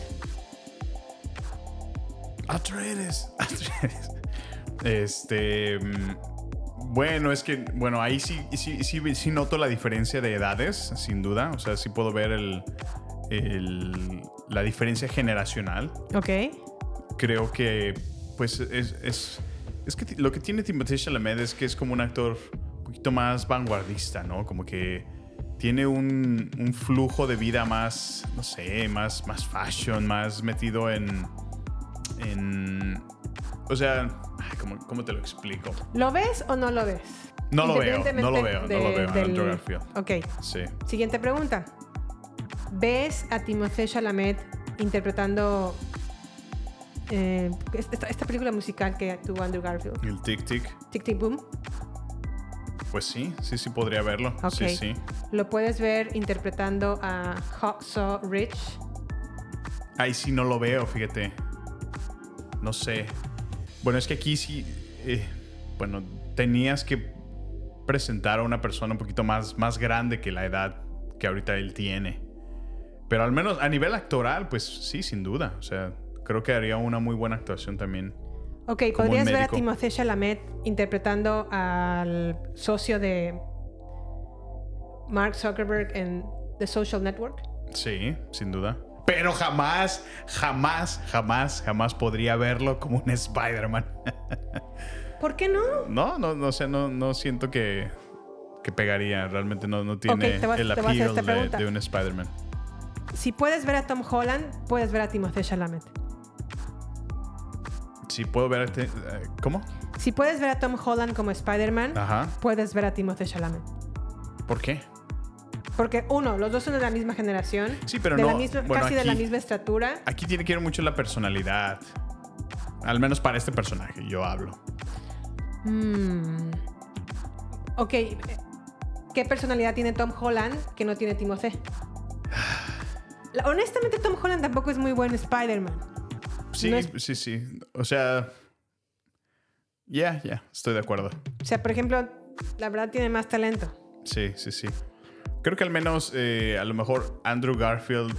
S1: Atreides. Atreides. Este. mm, Bueno, es que, bueno, ahí sí, sí, sí, sí noto la diferencia de edades, sin duda. O sea, sí puedo ver el, el- la diferencia generacional.
S6: Ok.
S1: Creo que, pues, es, es, es que ti- lo que tiene Timothée Chalamet es que es como un actor un poquito más vanguardista, ¿no? Como que tiene un, un flujo de vida más, no sé, más, más fashion, más metido en, en... O sea, ay, ¿cómo, cómo te lo explico?
S6: ¿Lo ves o no lo ves?
S1: No lo veo,
S6: Independientemente
S1: no lo veo, no
S6: de-
S1: lo veo,
S6: del-
S1: Andrew Garfield.
S6: Ok.
S1: Sí.
S6: Siguiente pregunta. ¿Ves a Timothée Chalamet interpretando eh, esta, esta película musical que tuvo Andrew Garfield?
S1: El tic-tic,
S6: Tic Tic Boom.
S1: pues sí, sí, sí podría verlo.
S6: Ok.
S1: Sí, sí.
S6: Lo puedes ver interpretando a Hawk So Rich.
S1: Ahí sí no lo veo, fíjate. No sé. Bueno, es que aquí sí. eh, bueno, tenías que presentar a una persona un poquito más, más grande que la edad que ahorita él tiene. Pero al menos a nivel actoral, pues sí, sin duda. O sea, creo que haría una muy buena actuación también.
S6: Ok,
S1: Como un
S6: podrías ver a
S1: médico.
S6: Timothée Chalamet interpretando al socio de Mark Zuckerberg en The Social Network.
S1: Sí, sin duda. Pero jamás, jamás, jamás, jamás podría verlo como un Spider-Man.
S6: ¿Por qué no?
S1: No, no, no, o sea, no, no siento que, que pegaría. Realmente no, no tiene
S6: Ok, te voy a-
S1: el
S6: te voy a hacer
S1: appeal
S6: esta
S1: de,
S6: pregunta.
S1: de un Spider-Man.
S6: Si puedes ver a Tom Holland, puedes ver a Timothée Chalamet.
S1: Si puedo ver este. eh, ¿Cómo?
S6: Si puedes ver a Tom Holland como Spider-Man,
S1: Ajá.
S6: puedes ver a Timothée Chalamet.
S1: ¿Por qué?
S6: Porque uno, los dos son de la misma generación,
S1: Sí, pero
S6: de la
S1: no-
S6: misma-
S1: bueno,
S6: casi de la
S1: aquí-
S6: misma estatura.
S1: Aquí tiene que ir mucho la personalidad. Al menos para este personaje, yo hablo.
S6: Mm. Ok, eh, ¿qué personalidad tiene Tom Holland que no tiene Timothée? La- Honestamente, Tom Holland tampoco es muy buen Spider-Man.
S1: Sí,
S6: No es-
S1: sí, sí. O sea. Ya, ya, estoy de acuerdo.
S6: O sea, por ejemplo, la verdad tiene más talento.
S1: Sí, sí, sí. Creo que al menos eh, a lo mejor Andrew Garfield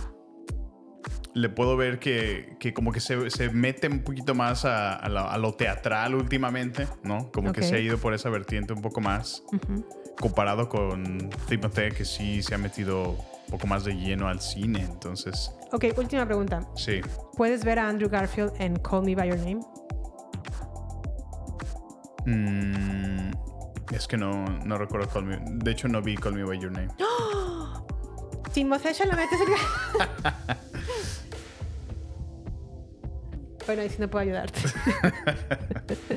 S1: le puedo ver que, que como que se, se mete un poquito más a, a la- a lo teatral últimamente, ¿no? Como
S6: Ok.
S1: que se ha ido por esa vertiente un poco más. Comparado con Timothée, que sí se ha metido un poco más de lleno al cine. Entonces,
S6: Ok, última pregunta.
S1: sí.
S6: ¿Puedes ver a Andrew Garfield en Call Me By Your Name?
S1: Mm, es que no, no recuerdo Call Me. De hecho, no vi Call Me By Your Name.
S6: Timothée Chalamet es el Bueno, ahí sí no puedo ayudarte.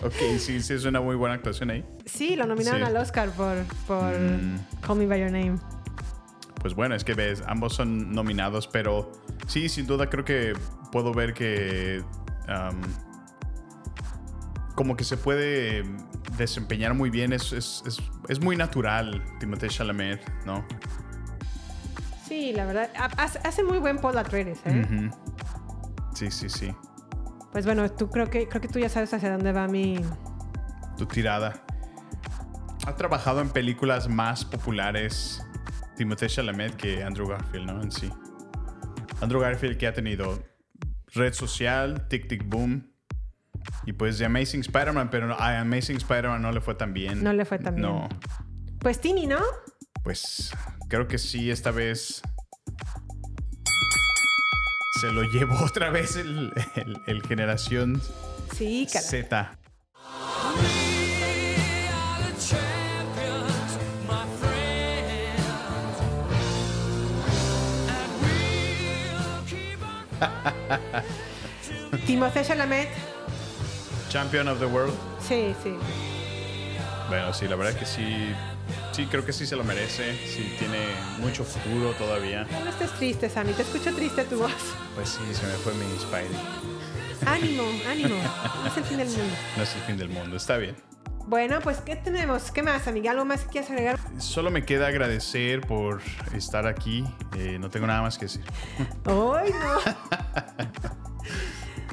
S1: ok, sí, sí, es una muy buena actuación ahí.
S6: Sí, lo nominaron
S1: Sí. Mm.
S6: al Oscar por, por Call Me By Your Name.
S1: Pues bueno, es que ves, ambos son nominados, pero sí, sin duda creo que puedo ver que am, como que se puede desempeñar muy bien, es, es, es- es muy natural Timothée Chalamet, ¿no?
S6: Sí, la verdad. ha- hace- Hace muy buen Paul Atreides, ¿eh?
S1: Ujú. Sí, sí, sí.
S6: Pues bueno, tú creo que, creo que tú ya sabes hacia dónde va mi...
S1: Tu tirada. Ha trabajado en películas más populares Timothée Chalamet que Andrew Garfield, ¿no? En sí. Andrew Garfield que ha tenido Red Social, Tic Tic Boom y pues The Amazing Spider-Man, pero a Amazing Spider-Man no le fue tan bien.
S6: No le fue tan bien.
S1: No.
S6: Pues Timmy, ¿no?
S1: Pues creo que sí, esta vez se lo llevó otra vez el, el- el generación
S6: Sí, caray.
S1: Z.
S8: Champions, my friend.
S6: Timothée Chalamet.
S1: Champion of the World.
S6: Sí, sí.
S1: Bueno, sí, la verdad que sí. Sí, creo que sí se lo merece. Sí, tiene mucho futuro todavía.
S6: No, no estés triste, Sammy. Te escucho triste tu voz.
S1: Pues sí, se me fue mi Spidey.
S6: Ánimo, ánimo. No es el fin del mundo.
S1: No es el fin del mundo, está bien.
S6: Bueno, pues, ¿qué tenemos? ¿Qué más, amiga? ¿Algo más que quieras agregar?
S1: Solo me queda agradecer por estar aquí. Eh, no tengo nada más que decir.
S6: ¡Ay, no!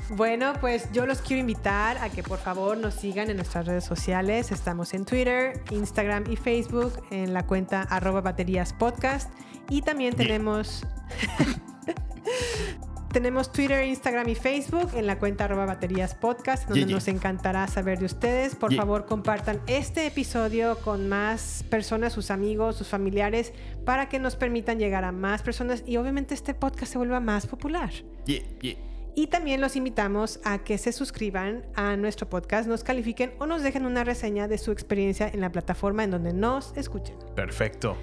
S6: Bueno, pues yo los quiero invitar a que por favor nos sigan en nuestras redes sociales. Estamos en Twitter, Instagram y Facebook en la cuenta arroba baterías podcast. Y también tenemos... Tenemos Twitter, Instagram y Facebook en la cuenta arroba baterías podcast, donde
S1: Yeah, yeah.
S6: nos encantará saber de ustedes. Por
S1: Yeah.
S6: favor, compartan este episodio con más personas, sus amigos, sus familiares, para que nos permitan llegar a más personas y obviamente este podcast se vuelva más popular.
S1: Yeah, yeah.
S6: Y también los invitamos a que se suscriban a nuestro podcast, nos califiquen o nos dejen una reseña de su experiencia en la plataforma en donde nos escuchen.
S1: Perfecto.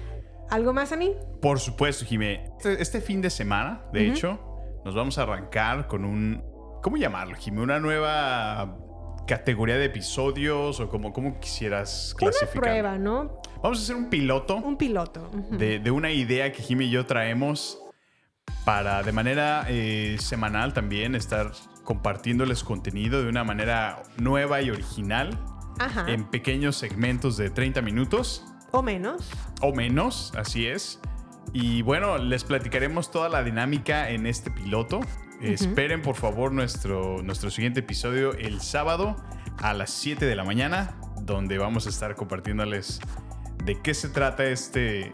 S6: ¿Algo más a mí?
S1: Por supuesto, Jimé. Este, este fin de semana, de hecho, nos vamos a arrancar con un. ¿Cómo llamarlo, Jimé? Una nueva categoría de episodios o como, como quisieras
S6: Una
S1: clasificar.
S6: prueba, ¿no?
S1: Vamos a hacer un piloto
S6: Un piloto. Ujú.
S1: de, de una idea que Jimmy y yo traemos para de manera eh, semanal también estar compartiéndoles contenido de una manera nueva y original
S6: Ajá.
S1: en pequeños segmentos de 30 minutos
S6: O menos.
S1: o menos, así es. Y bueno, les platicaremos toda la dinámica en este piloto. Esperen por favor nuestro, nuestro siguiente episodio el sábado a las 7 de la mañana, donde vamos a estar compartiéndoles de qué se trata este,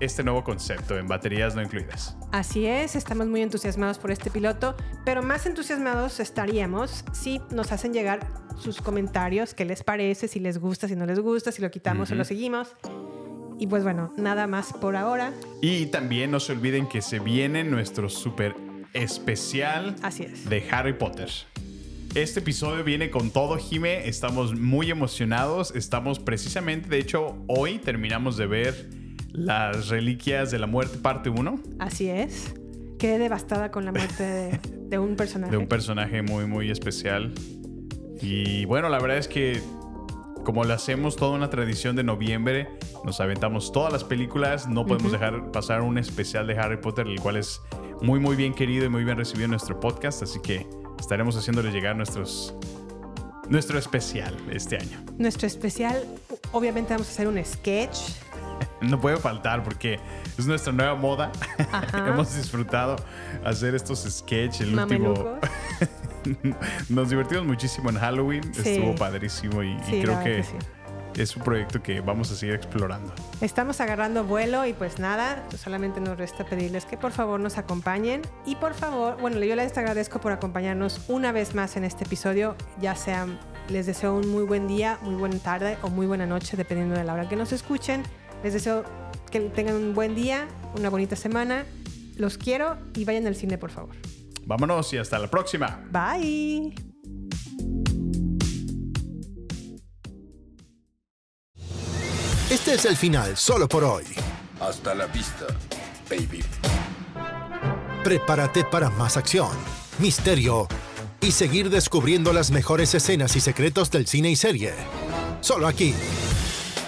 S1: este nuevo concepto en baterías no incluidas.
S6: Así es, estamos muy entusiasmados por este piloto, pero más entusiasmados estaríamos si nos hacen llegar sus comentarios, qué les parece, si les gusta, si no les gusta, si lo quitamos o lo seguimos. Y pues bueno, nada más por ahora.
S1: Y también no se olviden que se viene nuestro super especial
S6: Así es.
S1: de Harry Potter. Este episodio viene con todo, Jime. Estamos muy emocionados. Estamos precisamente, de hecho, hoy terminamos de ver Las Reliquias de la Muerte, parte 1,
S6: Así es. Quedé devastada con la muerte de, de un personaje.
S1: de un personaje muy, muy especial. Y bueno, la verdad es que, como lo hacemos toda una tradición de noviembre, nos aventamos todas las películas. No podemos dejar pasar un especial de Harry Potter, el cual es muy, muy bien querido y muy bien recibido en nuestro podcast. Así que estaremos haciéndole llegar nuestros. Nuestro especial este año.
S6: Nuestro especial, obviamente vamos a hacer un sketch.
S1: No puede faltar porque es nuestra nueva moda.
S6: Ajá.
S1: Hemos disfrutado hacer estos sketches. El último.
S6: Mamelucos.
S1: Nos divertimos muchísimo en Halloween.
S6: Sí.
S1: Estuvo padrísimo y, y
S6: Sí, la
S1: creo
S6: verdad
S1: que,
S6: que sí.
S1: es un proyecto que vamos a seguir explorando.
S6: Estamos agarrando vuelo y pues nada, solamente nos resta pedirles que por favor nos acompañen y por favor, bueno, yo les agradezco por acompañarnos una vez más en este episodio, ya sea les deseo un muy buen día, muy buena tarde o muy buena noche, dependiendo de la hora que nos escuchen. Les deseo que tengan un buen día, una bonita semana. Los quiero y vayan al cine, por favor.
S1: Vámonos y hasta la próxima.
S6: Bye.
S2: Este es el final solo por hoy.
S8: Hasta la vista, baby.
S2: Prepárate para más acción, misterio y seguir descubriendo las mejores escenas y secretos del cine y serie. Solo aquí.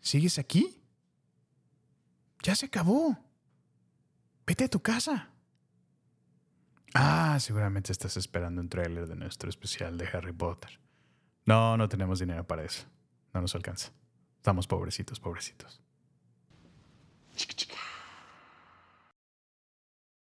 S1: ¿Sigues aquí? Ya se acabó. Vete a tu casa. Ah, seguramente estás esperando un tráiler de nuestro especial de Harry Potter. No, no tenemos dinero para eso. No nos alcanza. Estamos pobrecitos, pobrecitos.